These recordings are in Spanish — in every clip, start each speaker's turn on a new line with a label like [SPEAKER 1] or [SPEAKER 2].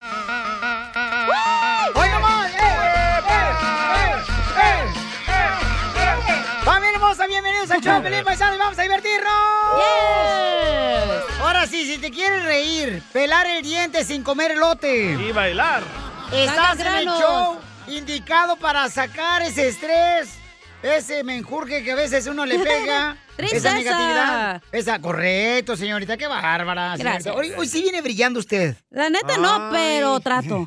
[SPEAKER 1] Eh, eh.
[SPEAKER 2] el show, Pelín Paisano, y vamos a divertirnos.
[SPEAKER 3] Yes. Ahora sí, si te quieres reír, pelar el diente sin comer elote.
[SPEAKER 1] Y bailar.
[SPEAKER 3] Estás en el show indicado para sacar ese estrés, ese menjurje que a veces uno le pega. esa
[SPEAKER 2] Tristeza.
[SPEAKER 3] negatividad. Esa, correcto, señorita, qué bárbara.
[SPEAKER 2] Gracias.
[SPEAKER 3] señorita. Hoy, hoy sí viene brillando usted.
[SPEAKER 2] La neta no, pero trato.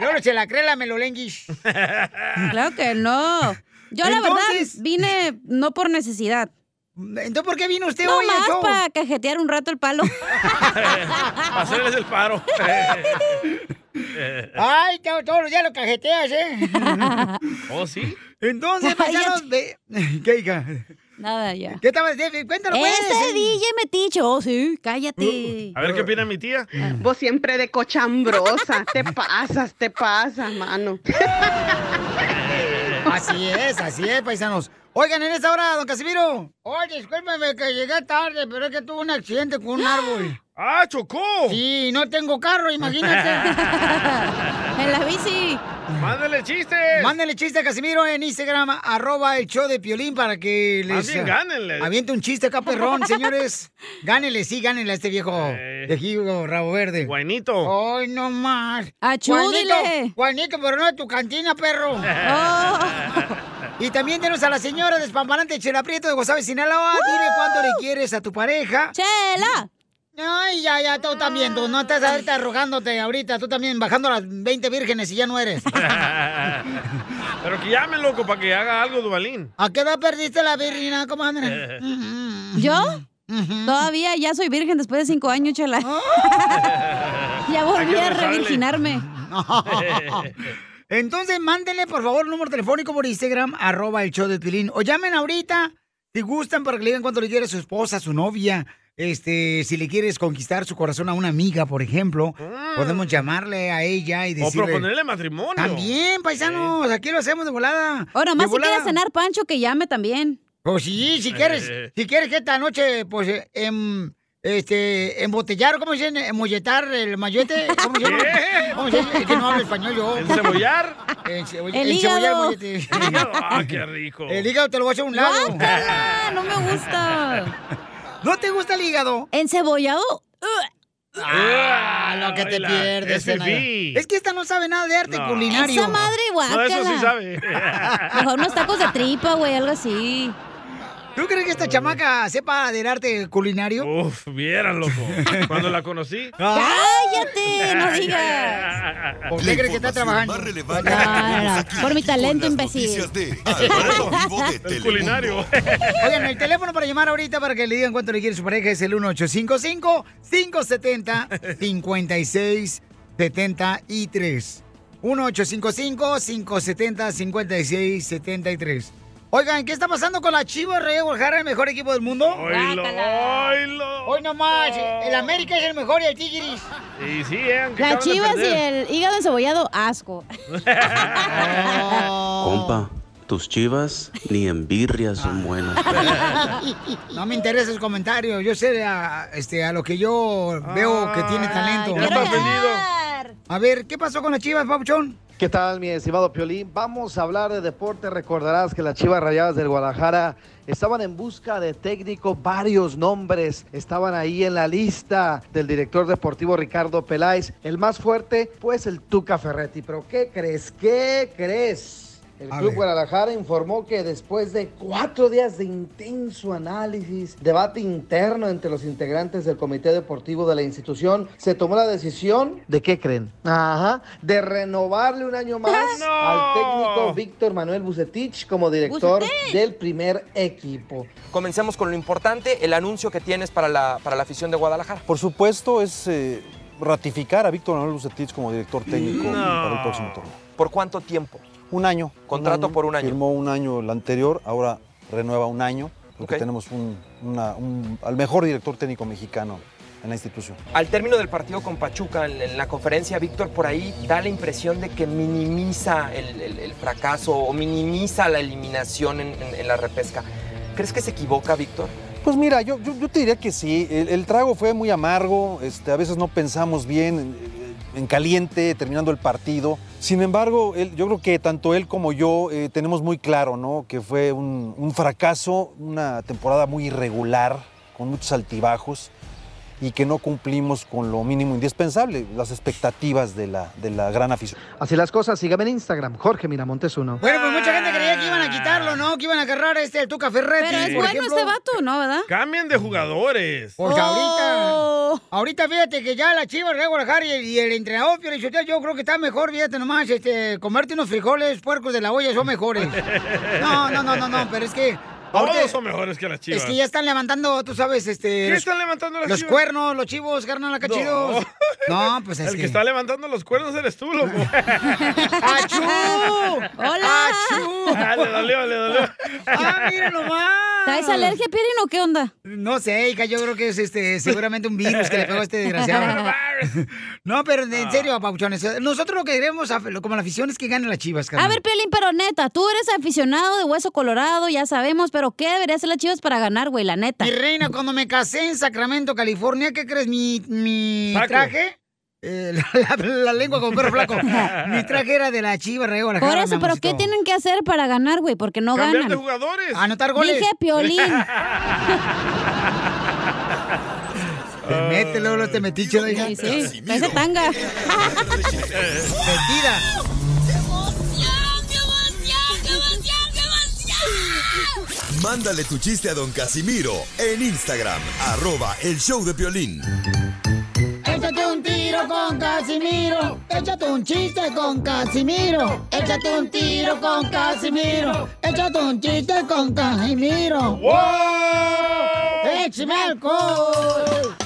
[SPEAKER 3] Lolo, se la cree la melolenguish.
[SPEAKER 2] Claro que no. Yo
[SPEAKER 3] Entonces-
[SPEAKER 2] la verdad vine no por necesidad.
[SPEAKER 3] Entonces, ¿por qué vino usted
[SPEAKER 2] no
[SPEAKER 3] hoy al
[SPEAKER 2] más
[SPEAKER 3] show?
[SPEAKER 2] para cajetear un rato el palo.
[SPEAKER 1] Hacerles el paro.
[SPEAKER 3] Ay, to- todos los días lo cajeteas, ¿eh?
[SPEAKER 1] ¿Oh, sí?
[SPEAKER 3] Entonces, paisanos, ve- ¿qué hija?
[SPEAKER 2] Nada, ya.
[SPEAKER 3] ¿Qué estabas? de- Cuéntalo, pues.
[SPEAKER 2] Ese DJ metiche. Oh, sí, cállate.
[SPEAKER 1] A ver qué opina mi tía.
[SPEAKER 4] Vos siempre de cochambrosa, te pasas, te pasas, mano.
[SPEAKER 3] Así es, así es, paisanos. Oigan, en esta hora, don Casimiro. Oye, discúlpame que llegué tarde, pero es que tuve un accidente con un árbol.
[SPEAKER 1] ¡Ah, chocó!
[SPEAKER 3] Sí, no tengo carro, imagínate.
[SPEAKER 2] en la bici.
[SPEAKER 1] ¡Mándale chistes!
[SPEAKER 3] Mándale chiste a Casimiro en Instagram, arroba el show de Piolín para que
[SPEAKER 1] Más
[SPEAKER 3] les... eh,
[SPEAKER 1] bien, gánenle.
[SPEAKER 3] Aviente un chiste acá, perrón, señores. Gánenle, sí, gánenle a este viejo
[SPEAKER 1] Eh.
[SPEAKER 3] viejo rabo verde.
[SPEAKER 1] Guainito.
[SPEAKER 3] Ay, no más.
[SPEAKER 2] Achúdile.
[SPEAKER 3] Juanito, Juanito, pero no de tu cantina, perro. Y también tenemos a la señora despamparante Chela Prieto de Guasave, Sinaloa. Dile cuánto le quieres a tu pareja.
[SPEAKER 2] Chela.
[SPEAKER 3] Ay, ya, ya, tú también, tú no estás ahorita arrogándote ahorita, tú también bajando las 20 vírgenes y ya no eres.
[SPEAKER 1] Pero que llame, loco, para que haga algo Dubalín.
[SPEAKER 3] ¿A qué edad perdiste la virginidad, comadre?
[SPEAKER 2] ¿Yo? Todavía ya soy virgen después de cinco años, chela. ya volví a
[SPEAKER 1] Hay que rezarle.
[SPEAKER 2] revirginarme.
[SPEAKER 3] Entonces, mándenle, por favor, el número telefónico por Instagram, arroba el show de Pilín. O llamen ahorita, si gustan, para que le digan cuánto le quiere su esposa, su novia. Este, si le quieres conquistar su corazón a una amiga, por ejemplo, podemos llamarle a ella y
[SPEAKER 1] Mm. O
[SPEAKER 3] decirle...
[SPEAKER 1] proponerle matrimonio.
[SPEAKER 3] También, paisanos, aquí lo hacemos de volada.
[SPEAKER 2] Ahora,
[SPEAKER 3] De
[SPEAKER 2] más Oh, si
[SPEAKER 3] volada.
[SPEAKER 2] quieres cenar Pancho, que llame también.
[SPEAKER 3] Pues sí, si quieres,
[SPEAKER 1] Eh.
[SPEAKER 3] si quieres que esta noche, pues, eh, em, este, embotellar, ¿cómo se dice? Emolletar el mayete, ¿cómo se llama?
[SPEAKER 1] ¿Qué?
[SPEAKER 3] ¿Cómo se dice? Es que no hablo español yo.
[SPEAKER 1] ¿El cebollar?
[SPEAKER 3] Enceboll-
[SPEAKER 2] El
[SPEAKER 3] encebollar
[SPEAKER 2] hígado.
[SPEAKER 3] mollete.
[SPEAKER 1] ¡Ah, qué rico!
[SPEAKER 3] El hígado te lo voy a hacer a un lado.
[SPEAKER 2] ¡Guácala! No me gusta.
[SPEAKER 3] ¿No te gusta el hígado?
[SPEAKER 2] Encebollado. ¡Ugh!
[SPEAKER 3] Ah, lo que te
[SPEAKER 1] la-
[SPEAKER 3] pierdes.
[SPEAKER 1] es
[SPEAKER 3] Zenaida.
[SPEAKER 1] fifí.
[SPEAKER 3] es que esta no sabe nada de arte
[SPEAKER 1] No.
[SPEAKER 3] culinario.
[SPEAKER 2] Esa madre,
[SPEAKER 1] No,
[SPEAKER 2] guácala.
[SPEAKER 1] eso sí sabe.
[SPEAKER 2] Mejor unos tacos de tripa, güey, algo así.
[SPEAKER 3] ¿Tú crees que esta chamaca sepa del arte culinario?
[SPEAKER 1] Uf, vieran, loco. Cuando la conocí.
[SPEAKER 2] ¡Cállate! No digas.
[SPEAKER 3] ¿Por
[SPEAKER 5] La
[SPEAKER 3] qué crees que está
[SPEAKER 5] información
[SPEAKER 3] trabajando?
[SPEAKER 5] más relevante
[SPEAKER 2] No,
[SPEAKER 5] la
[SPEAKER 2] no, no.
[SPEAKER 3] Pues
[SPEAKER 5] tenemos aquí,
[SPEAKER 2] Por mi
[SPEAKER 5] con
[SPEAKER 2] talento,
[SPEAKER 5] las
[SPEAKER 2] imbécil.
[SPEAKER 5] noticias de Al Rojo Vivo de
[SPEAKER 1] El
[SPEAKER 5] Telemundo.
[SPEAKER 1] culinario.
[SPEAKER 3] Oigan, el teléfono para llamar ahorita para que le digan cuánto le quiere su pareja es el 1855-570-5673. 1855-570-5673. Oigan, ¿qué está pasando con la Chivas Rey Guadalajara, el mejor equipo del mundo?
[SPEAKER 1] ¡Oilo,
[SPEAKER 2] Guácala.
[SPEAKER 1] oilo!
[SPEAKER 3] Hoy nomás, el América es el mejor y el Tigris.
[SPEAKER 1] Y sí, eh, aunque
[SPEAKER 2] Las
[SPEAKER 1] acaban de
[SPEAKER 2] chivas y
[SPEAKER 1] perder.
[SPEAKER 2] el hígado encebollado, asco.
[SPEAKER 6] Compa, tus chivas ni en birria son buenas.
[SPEAKER 3] No me interesa el comentario, yo sé a, este, a lo que yo veo que tiene
[SPEAKER 1] Ay,
[SPEAKER 3] talento.
[SPEAKER 1] ya está ofendido.
[SPEAKER 3] A ver, ¿qué pasó con las Chivas, Papuchón?
[SPEAKER 7] ¿Qué tal, mi estimado Piolín? Vamos a hablar de deporte. Recordarás que las Chivas Rayadas del Guadalajara estaban en busca de técnico. Varios nombres estaban ahí en la lista del director deportivo Ricardo Peláez. El más fuerte, pues el Tuca Ferretti. Pero ¿qué crees? ¿Qué crees? El
[SPEAKER 3] A
[SPEAKER 7] Club
[SPEAKER 3] ver.
[SPEAKER 7] Guadalajara informó que después de cuatro días de intenso análisis, debate interno entre los integrantes del comité deportivo de la institución, se tomó la decisión de qué creen, ajá, de renovarle un año más
[SPEAKER 1] ¡No!
[SPEAKER 7] al técnico Víctor Manuel Bucetich como director
[SPEAKER 2] ¡Bucetich!
[SPEAKER 7] del primer equipo.
[SPEAKER 8] Comencemos con lo importante, el anuncio que tienes para la, para la afición de Guadalajara.
[SPEAKER 9] Por supuesto, es eh, ratificar a Víctor Manuel Bucetich como director técnico
[SPEAKER 1] No.
[SPEAKER 9] para el próximo torneo.
[SPEAKER 8] ¿Por cuánto tiempo?
[SPEAKER 9] Un año.
[SPEAKER 8] Contrato por un año.
[SPEAKER 9] Firmó un año el anterior, ahora renueva un año, porque
[SPEAKER 8] Ok.
[SPEAKER 9] tenemos un- una- un- al mejor director técnico mexicano en la institución.
[SPEAKER 8] Al término del partido con Pachuca, en, en la conferencia, Víctor por ahí da la impresión de que minimiza el, el- el fracaso o minimiza la eliminación en, en- en la repesca. ¿Crees que se equivoca, Víctor?
[SPEAKER 9] Pues mira, yo, yo, yo te diría que sí. El, el trago fue muy amargo, este, a veces no pensamos bien. eh, eh, en caliente, terminando el partido. Sin embargo, él- yo creo que tanto él como yo eh, tenemos muy claro ¿no? que fue un, un fracaso, una temporada muy irregular, con muchos altibajos y que no cumplimos con lo mínimo indispensable, las expectativas de la, de la gran afición.
[SPEAKER 7] Así las cosas, sígame en Instagram, Jorge Miramontes uno.
[SPEAKER 3] Bueno, pues mucha gente creía que iban a quitarlo, ¿no? Que iban a agarrar a este, el Tuca Ferretti.
[SPEAKER 2] Pero es
[SPEAKER 3] por
[SPEAKER 2] bueno
[SPEAKER 3] ejemplo.
[SPEAKER 2] este vato, ¿no, verdad?
[SPEAKER 1] Cambien de jugadores.
[SPEAKER 3] Porque
[SPEAKER 2] Oh.
[SPEAKER 3] ahorita, ahorita fíjate que ya la Chivas de Guadalajara y el, y el entrenador Pio Lizotero, yo creo que está mejor, fíjate nomás, este, comerte unos frijoles puercos de la olla son mejores. No, no, no, no, no, pero es que ahorita-
[SPEAKER 1] Todos son mejores que las chivas.
[SPEAKER 3] es que ya están levantando, tú sabes, este,
[SPEAKER 1] ¿Quién
[SPEAKER 3] los-
[SPEAKER 1] está levantando las
[SPEAKER 3] los
[SPEAKER 1] chivas?
[SPEAKER 3] cuernos, los chivos, carnal, acá chidos. No, pues es
[SPEAKER 1] El que
[SPEAKER 3] que-
[SPEAKER 1] está levantando los cuernos eres tú, loco.
[SPEAKER 3] ¡Achú!
[SPEAKER 2] Hola.
[SPEAKER 3] ¡Achú!
[SPEAKER 1] Ah, le dolió, le dolió.
[SPEAKER 3] ¡Ah, mira nomás!
[SPEAKER 2] ¿Traes alergia, Piolín, o qué onda?
[SPEAKER 3] No sé, hija, yo creo que es este, seguramente un virus que le pegó a este desgraciado. No, pero en serio, Pauchones, nosotros lo que queremos, a- como la afición, es que gane las chivas,
[SPEAKER 2] A
[SPEAKER 3] carnal.
[SPEAKER 2] ver, Piolín, pero neta, tú eres aficionado de hueso colorado, ya sabemos, pero ¿qué debería hacer las chivas para ganar, güey? La neta.
[SPEAKER 3] Mi reina, cuando me casé en Sacramento, California, ¿qué crees? Mi, mi
[SPEAKER 1] Saco.
[SPEAKER 3] traje, eh, la, la- la lengua con perro flaco, mi traje era de la chiva, rey,
[SPEAKER 2] Por eso, pero ¿qué tienen que hacer para ganar, güey? Porque no
[SPEAKER 1] Cambiar de
[SPEAKER 2] ganan.
[SPEAKER 1] jugadores.
[SPEAKER 3] Anotar goles.
[SPEAKER 2] Dije, Piolín.
[SPEAKER 3] Te mete, luego luego te metiche, hija.
[SPEAKER 2] Sí, sí. Parece tanga.
[SPEAKER 3] Metida.
[SPEAKER 5] Mándale tu chiste a don Casimiro en Instagram, arroba el show de Piolín.
[SPEAKER 3] Échate un tiro con Casimiro. Échate un chiste con Casimiro. Échate un tiro con Casimiro. Échate un chiste con Casimiro. ¡Wow! ¡Échame alcohol!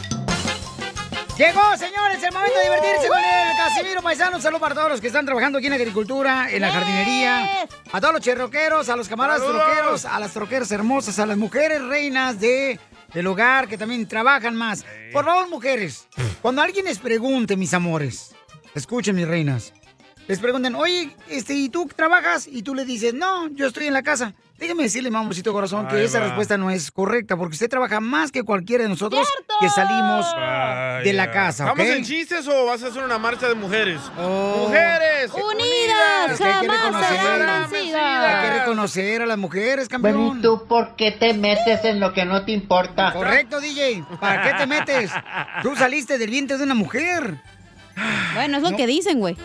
[SPEAKER 3] Llegó, señores, el momento de divertirse con el Casimiro Paisano. Saludos para todos los que están trabajando aquí en la agricultura, en la jardinería. A todos los cherroqueros, a los camaradas
[SPEAKER 1] Saludos.
[SPEAKER 3] troqueros, a las troqueras hermosas, a las mujeres reinas de del hogar que también trabajan más. Por favor, mujeres, cuando alguien les pregunte, mis amores, escuchen mis reinas, les pregunten, oye, este, ¿y tú trabajas? Y tú le dices, no, yo estoy en la casa. Déjeme decirle, mamorcito corazón, que
[SPEAKER 1] Ahí
[SPEAKER 3] esa
[SPEAKER 1] va.
[SPEAKER 3] respuesta no es correcta, porque usted trabaja más que cualquiera de nosotros que salimos de la casa, ¿ok?
[SPEAKER 1] ¿Vamos en chistes o vas a hacer una marcha de mujeres?
[SPEAKER 3] Oh.
[SPEAKER 1] ¡Mujeres!
[SPEAKER 2] Unidas
[SPEAKER 3] que hay que
[SPEAKER 2] jamás serán
[SPEAKER 3] reconocer. Hay que
[SPEAKER 2] vencidas.
[SPEAKER 3] reconocer a las mujeres, campeón.
[SPEAKER 10] Bueno, ¿y tú por qué te metes en lo que no te importa?
[SPEAKER 3] Correcto, DJ. ¿Para qué te metes? Tú saliste del vientre de una mujer.
[SPEAKER 2] Bueno, es lo que dicen, güey.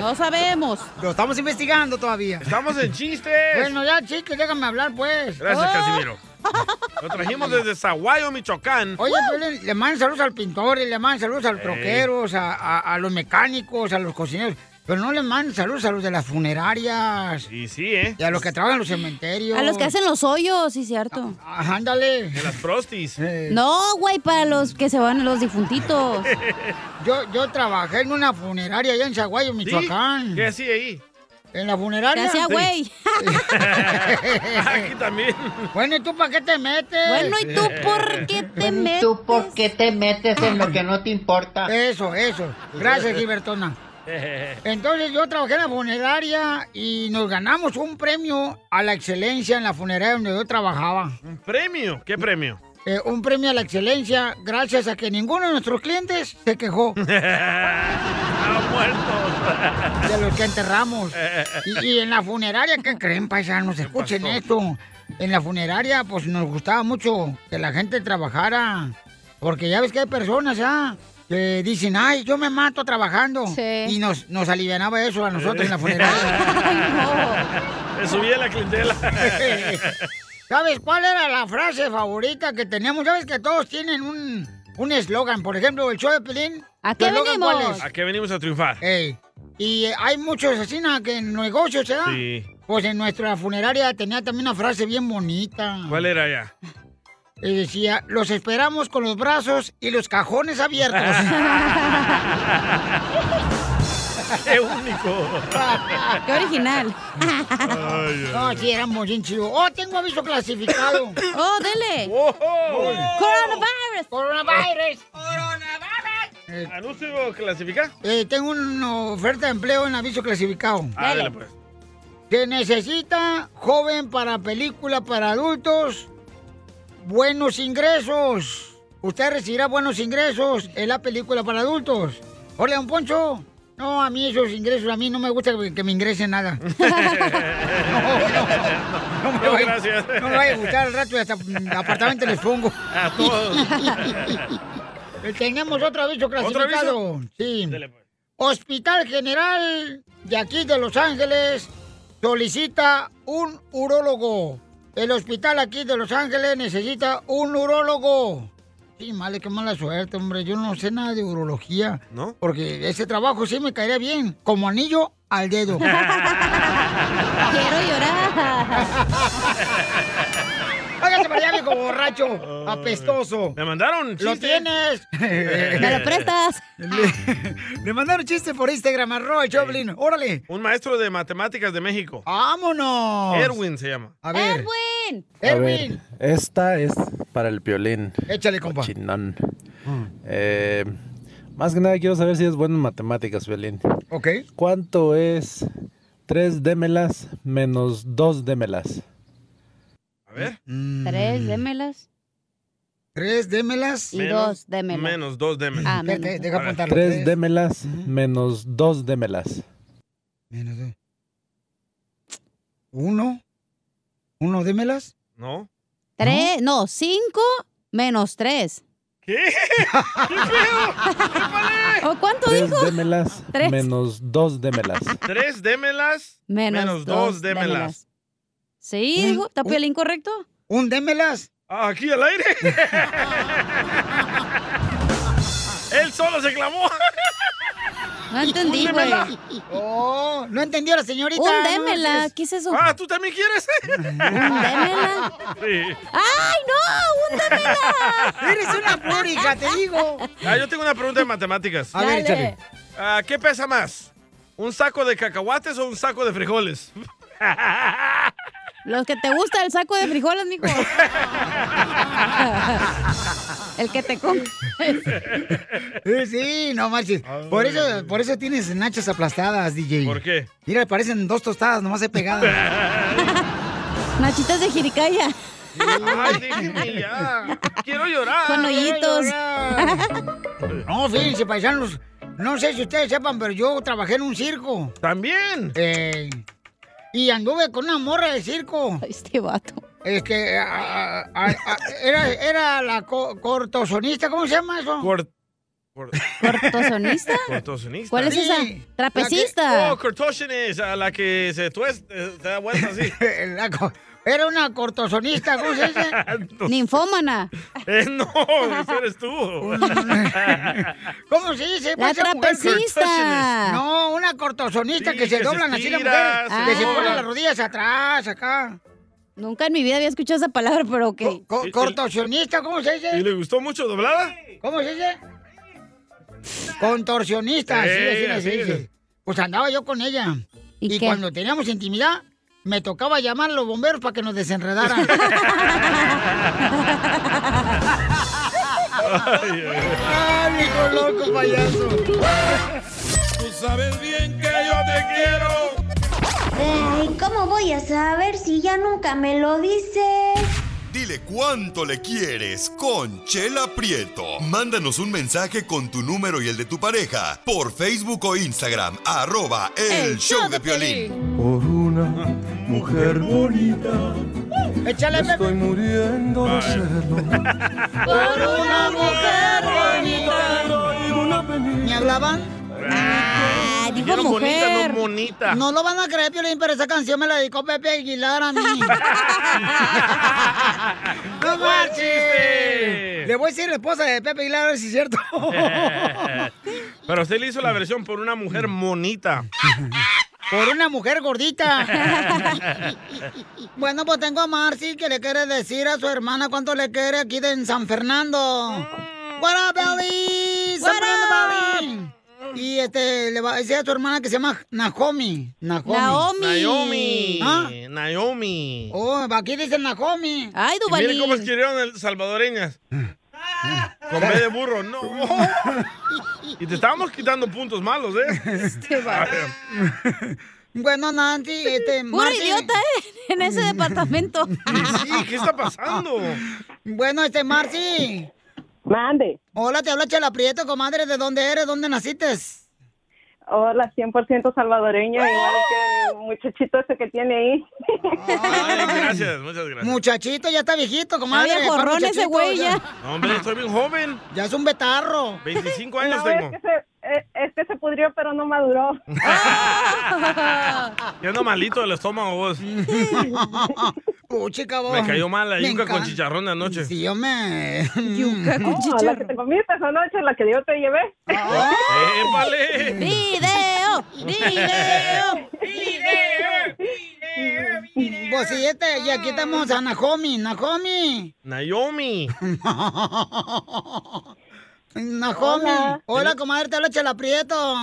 [SPEAKER 2] No sabemos.
[SPEAKER 3] Lo estamos investigando todavía.
[SPEAKER 1] ¡Estamos en chistes!
[SPEAKER 3] Bueno, ya, chicos, déjame hablar, pues.
[SPEAKER 1] Gracias, Casimiro. Lo trajimos desde Zaguayo, Michoacán.
[SPEAKER 3] Oh. Oye, Piolín, le mandan saludos al pintor, le mandan saludos a los troqueros, a, a- a los mecánicos, a los cocineros. Pero no le mandan saludos a los de las funerarias
[SPEAKER 1] Y sí, ¿eh?
[SPEAKER 3] y a los que trabajan en los cementerios.
[SPEAKER 2] A los que hacen los hoyos, sí, cierto.
[SPEAKER 3] Ajá, ándale.
[SPEAKER 1] De las prostis.
[SPEAKER 3] Eh,
[SPEAKER 2] No, güey, para los que se van los difuntitos.
[SPEAKER 3] Yo, yo trabajé en una funeraria allá en Zaguayo,
[SPEAKER 1] ¿Sí?
[SPEAKER 3] Michoacán.
[SPEAKER 1] ¿Qué hacía ahí?
[SPEAKER 3] En la
[SPEAKER 2] ¿Qué
[SPEAKER 3] funeraria.
[SPEAKER 2] hacía, güey?
[SPEAKER 1] Aquí también.
[SPEAKER 3] Bueno, ¿y tú para qué te metes?
[SPEAKER 2] Bueno, ¿y tú por qué te
[SPEAKER 10] Bueno, ¿y
[SPEAKER 2] metes?
[SPEAKER 10] tú por qué te metes en lo que no te importa?
[SPEAKER 3] Eso, eh. eso. Gracias, Gilbertona. Entonces yo trabajé en la funeraria y nos ganamos un premio a la excelencia en la funeraria donde yo trabajaba.
[SPEAKER 1] ¿Un premio? ¿Qué premio?
[SPEAKER 3] Eh, un premio a la excelencia gracias a que ninguno de nuestros clientes se quejó
[SPEAKER 1] ¡Ah, muerto!
[SPEAKER 3] de los que enterramos. Y, y en la funeraria, ¿qué creen, paisanos? Escuchen
[SPEAKER 1] pasó?
[SPEAKER 3] esto. En la funeraria, pues nos gustaba mucho que la gente trabajara. Porque ya ves que hay personas, ¿ah? Que dicen, ay, yo me mato trabajando.
[SPEAKER 2] Sí.
[SPEAKER 3] Y nos, nos alivianaba eso a nosotros en la funeraria.
[SPEAKER 2] Ay, no.
[SPEAKER 1] Me subí a la clientela.
[SPEAKER 3] ¿Sabes cuál era la frase favorita que teníamos? ¿Sabes que todos tienen un un eslogan? Por ejemplo, el show de Pelín.
[SPEAKER 2] ¿A
[SPEAKER 3] ¿tu
[SPEAKER 2] qué
[SPEAKER 3] eslogan cuál
[SPEAKER 2] venimos?
[SPEAKER 3] es?
[SPEAKER 1] ¿A qué venimos a triunfar?
[SPEAKER 3] Ey, Y eh, hay muchos asesinos que en negocios, ¿verdad?
[SPEAKER 1] Sí.
[SPEAKER 3] Pues en nuestra funeraria tenía también una frase bien bonita.
[SPEAKER 1] ¿Cuál era ya?
[SPEAKER 3] Y decía, los esperamos con los brazos y los cajones abiertos.
[SPEAKER 1] ¡Qué único!
[SPEAKER 2] Qué original.
[SPEAKER 3] no, sí, éramos bien chidos. Oh, tengo aviso clasificado.
[SPEAKER 2] Oh, dele.
[SPEAKER 1] ¡Wow!
[SPEAKER 2] Coronavirus.
[SPEAKER 3] Coronavirus.
[SPEAKER 1] ¿Anuncio clasificado?
[SPEAKER 3] Eh, tengo una oferta de empleo en aviso clasificado.
[SPEAKER 1] Ah,
[SPEAKER 2] Dale.
[SPEAKER 1] dale, pues.
[SPEAKER 3] Se necesita joven para película para adultos, buenos ingresos, usted recibirá buenos ingresos en la película para adultos. Hola, don Poncho. No, a mí esos ingresos, a mí no me gusta que- que me ingresen nada.
[SPEAKER 1] no,
[SPEAKER 3] me vaya-
[SPEAKER 1] gracias.
[SPEAKER 3] No me vaya a gustar al rato y hasta mm, apartamento les pongo.
[SPEAKER 1] A todos.
[SPEAKER 3] Eh, Tenemos otro aviso clasificado. Sí. Hospital General de aquí de Los Ángeles solicita un urólogo. El hospital aquí de Los Ángeles necesita un urólogo. Sí, male, qué mala suerte, hombre. Yo no sé nada de urología. ¿No? Porque ese trabajo sí me caería bien, como anillo al dedo.
[SPEAKER 2] Quiero
[SPEAKER 3] Hágase para allá, viejo borracho, apestoso.
[SPEAKER 1] Me mandaron
[SPEAKER 3] ¡Lo
[SPEAKER 1] chiste.
[SPEAKER 3] tienes!
[SPEAKER 1] ¿Me lo prestas?
[SPEAKER 3] Le, le mandaron chiste por Instagram, arroba el Choplin. ¡Órale!
[SPEAKER 1] Un maestro de matemáticas de México.
[SPEAKER 3] ¡Vámonos!
[SPEAKER 1] Erwin se llama.
[SPEAKER 3] A ver.
[SPEAKER 2] ¡Erwin!
[SPEAKER 11] A ver, esta es para el violín.
[SPEAKER 3] Échale, compa. Mm.
[SPEAKER 11] Chinón. Eh, más que nada quiero saber si es bueno en matemáticas, violín.
[SPEAKER 3] Ok.
[SPEAKER 11] ¿Cuánto es 3 démelas menos 2 démelas?
[SPEAKER 3] Mm.
[SPEAKER 2] Tres, démelas.
[SPEAKER 3] Tres démelas.
[SPEAKER 2] Y dos démelas.
[SPEAKER 1] Menos dos démelas.
[SPEAKER 2] Ah, menos Espérate, dos. deja
[SPEAKER 1] A ver.
[SPEAKER 11] 3 démelas menos 2 démelas.
[SPEAKER 3] ¿Uno? ¿Uno démelas?
[SPEAKER 1] No.
[SPEAKER 2] Tres, no, cinco menos tres.
[SPEAKER 1] ¿Qué?
[SPEAKER 2] ¿Qué ¿O cuánto
[SPEAKER 11] 3
[SPEAKER 2] dijo?
[SPEAKER 11] démelas
[SPEAKER 2] Tres.
[SPEAKER 11] menos 2 démelas.
[SPEAKER 1] Tres démelas.
[SPEAKER 2] Menos,
[SPEAKER 1] menos
[SPEAKER 2] dos,
[SPEAKER 1] dos démelas.
[SPEAKER 2] démelas. Sí, dijo, ¿está el incorrecto?
[SPEAKER 3] ¿Un démelas?
[SPEAKER 1] Aquí al aire. Él solo se clamó.
[SPEAKER 2] No entendí,
[SPEAKER 1] Un
[SPEAKER 2] güey.
[SPEAKER 1] démela.
[SPEAKER 3] Oh, no entendió la señorita.
[SPEAKER 2] Un
[SPEAKER 3] no
[SPEAKER 2] démela,
[SPEAKER 3] marches.
[SPEAKER 2] ¿qué es eso?
[SPEAKER 1] Ah, ¿tú también quieres?
[SPEAKER 2] ¿Un démela? ¡Ay, no! ¡Un démela!
[SPEAKER 3] Eres una púrica, te digo.
[SPEAKER 1] Ah, yo tengo una pregunta de matemáticas.
[SPEAKER 3] A ver, Dale. échale.
[SPEAKER 1] Ah, ¿Qué pesa más? ¿Un saco de cacahuates o un saco de frijoles?
[SPEAKER 2] Los que te gusta el saco de frijoles, mijo. el que te come.
[SPEAKER 3] Eh, Sí, no marches.
[SPEAKER 1] Ah,
[SPEAKER 3] Por eso, por eso tienes nachas aplastadas, DJ. ¿Por
[SPEAKER 1] qué?
[SPEAKER 3] Mira, parecen dos tostadas nomás he pegado.
[SPEAKER 2] Nachitas de jiricaya.
[SPEAKER 1] Ay, déjenme ya. Quiero llorar.
[SPEAKER 2] Con hoyitos.
[SPEAKER 3] No, fíjense, paisanos. No sé si ustedes sepan, pero yo trabajé en un circo. Eh,
[SPEAKER 1] ¿También?
[SPEAKER 3] y anduve con una morra de circo.
[SPEAKER 2] Este vato.
[SPEAKER 3] Este, a- a- a- era, era la co- cortosonista, ¿cómo se llama eso?
[SPEAKER 1] Cor- cor-
[SPEAKER 2] ¿Cortosonista?
[SPEAKER 1] Cortosonista.
[SPEAKER 2] ¿Cuál es esa?
[SPEAKER 3] Sí,
[SPEAKER 2] Trapecista.
[SPEAKER 1] Oh, cortotion es a la que se tueste, eh, se da vuelta así.
[SPEAKER 3] La co- era una cortosonista, ¿cómo se dice?
[SPEAKER 2] Ninfómana.
[SPEAKER 1] Eh, no, eso eres tú.
[SPEAKER 3] ¿Cómo se dice?
[SPEAKER 2] La
[SPEAKER 3] Pues, esa mujer-
[SPEAKER 2] trapecista. Cortosionist.
[SPEAKER 3] No, una cortosonista
[SPEAKER 2] Sí,
[SPEAKER 3] que se
[SPEAKER 2] que se
[SPEAKER 3] doblan así las
[SPEAKER 2] estira,
[SPEAKER 3] mujeres.
[SPEAKER 2] se
[SPEAKER 3] que se
[SPEAKER 2] dobla.
[SPEAKER 3] ponen las rodillas atrás, acá.
[SPEAKER 2] Nunca en mi vida había escuchado esa palabra, pero ok.
[SPEAKER 3] Co- cortosionista, ¿cómo se dice?
[SPEAKER 1] ¿Y le gustó mucho doblada?
[SPEAKER 3] ¿Cómo se dice? Contorsionista, así,
[SPEAKER 1] Eh,
[SPEAKER 3] así,
[SPEAKER 1] así
[SPEAKER 3] así, así.
[SPEAKER 1] es.
[SPEAKER 3] Pues andaba yo con ella. Y,
[SPEAKER 2] qué?
[SPEAKER 3] cuando teníamos intimidad, me tocaba llamar a los bomberos para que nos desenredaran. ¡Ay, hijo loco, payaso!
[SPEAKER 1] Tú sabes bien que yo te quiero.
[SPEAKER 12] Ay, ¿cómo voy a saber si ya nunca me lo dice?
[SPEAKER 5] Dile cuánto le quieres con Chela Prieto. Mándanos un mensaje con tu número y el de tu pareja por Facebook o Instagram, arroba el, show de Piolín.
[SPEAKER 13] Por una mujer bonita.
[SPEAKER 3] Échale,
[SPEAKER 13] Estoy muriendo de serlo.
[SPEAKER 3] Por una mujer
[SPEAKER 13] bonita.
[SPEAKER 3] ¿Me hablaban? Ah,
[SPEAKER 1] dijo Dijeron bonita, mujer. no bonita.
[SPEAKER 3] No lo van a creer, Piolín, pero esa canción me la dedicó Pepe Aguilar a mí. ¡No marches! Le voy a decir la esposa de Pepe Aguilar a ver si es cierto.
[SPEAKER 1] Pero usted le hizo la versión por una mujer monita.
[SPEAKER 3] Por una mujer gordita. Bueno, pues tengo a Marcy que le quiere decir a su hermana cuánto le quiere aquí de en San Fernando. What up, Belly? San Fernando, Belly. Y este, le va a decir a su hermana que se llama Naomi. Naomi.
[SPEAKER 1] Naomi.
[SPEAKER 3] ¿Ah?
[SPEAKER 1] Naomi.
[SPEAKER 3] Oh, aquí dicen Naomi.
[SPEAKER 2] Ay,
[SPEAKER 1] Y miren cómo escribieron el salvadoreñas. Con B de burro, no. Y te estábamos quitando puntos malos, ¿eh?
[SPEAKER 3] Bueno, Nancy, este...
[SPEAKER 2] Puro idiota, ¿eh? En ese departamento.
[SPEAKER 1] Sí, ¿qué está pasando?
[SPEAKER 3] Bueno, este, Marcy.
[SPEAKER 14] Mande.
[SPEAKER 3] Hola, te habla Chela Prieto, comadre. ¿De dónde eres? ¿Dónde naciste?
[SPEAKER 14] Eh, Hola, 100%
[SPEAKER 1] ¡Ah!
[SPEAKER 14] salvadoreña, igual que el muchachito ese que tiene ahí.
[SPEAKER 1] Gracias, muchas gracias.
[SPEAKER 3] Muchachito, ya
[SPEAKER 1] ¡Ah,
[SPEAKER 3] está viejito, comadre.
[SPEAKER 1] Ya
[SPEAKER 3] ¿cuál
[SPEAKER 1] borrón ese
[SPEAKER 3] muchachito?
[SPEAKER 1] güey, ya. No, hombre, estoy bien joven.
[SPEAKER 3] Ya es un betarro.
[SPEAKER 1] 25 años
[SPEAKER 14] No,
[SPEAKER 1] tengo.
[SPEAKER 14] es que, se, eh, es que se pudrió, pero no maduró.
[SPEAKER 1] Ya ando malito del estómago vos.
[SPEAKER 3] Puche, cabrón.
[SPEAKER 1] Me cayó mal la
[SPEAKER 3] Me
[SPEAKER 1] yuca con
[SPEAKER 3] encanta.
[SPEAKER 1] chicharrón de anoche.
[SPEAKER 3] Sí, hombre.
[SPEAKER 1] Mm.
[SPEAKER 14] Yuca con La que te comiste esa noche, la que yo te llevé.
[SPEAKER 1] Ah. ¡Épale!
[SPEAKER 3] ¡Video!
[SPEAKER 14] ¡Video!
[SPEAKER 3] Pues sí, este, y aquí estamos a Nahomi, Nahomi.
[SPEAKER 1] Naomi.
[SPEAKER 3] Nahomi. Hola,
[SPEAKER 1] Hola.
[SPEAKER 3] comadre, te habla Chela Prieto.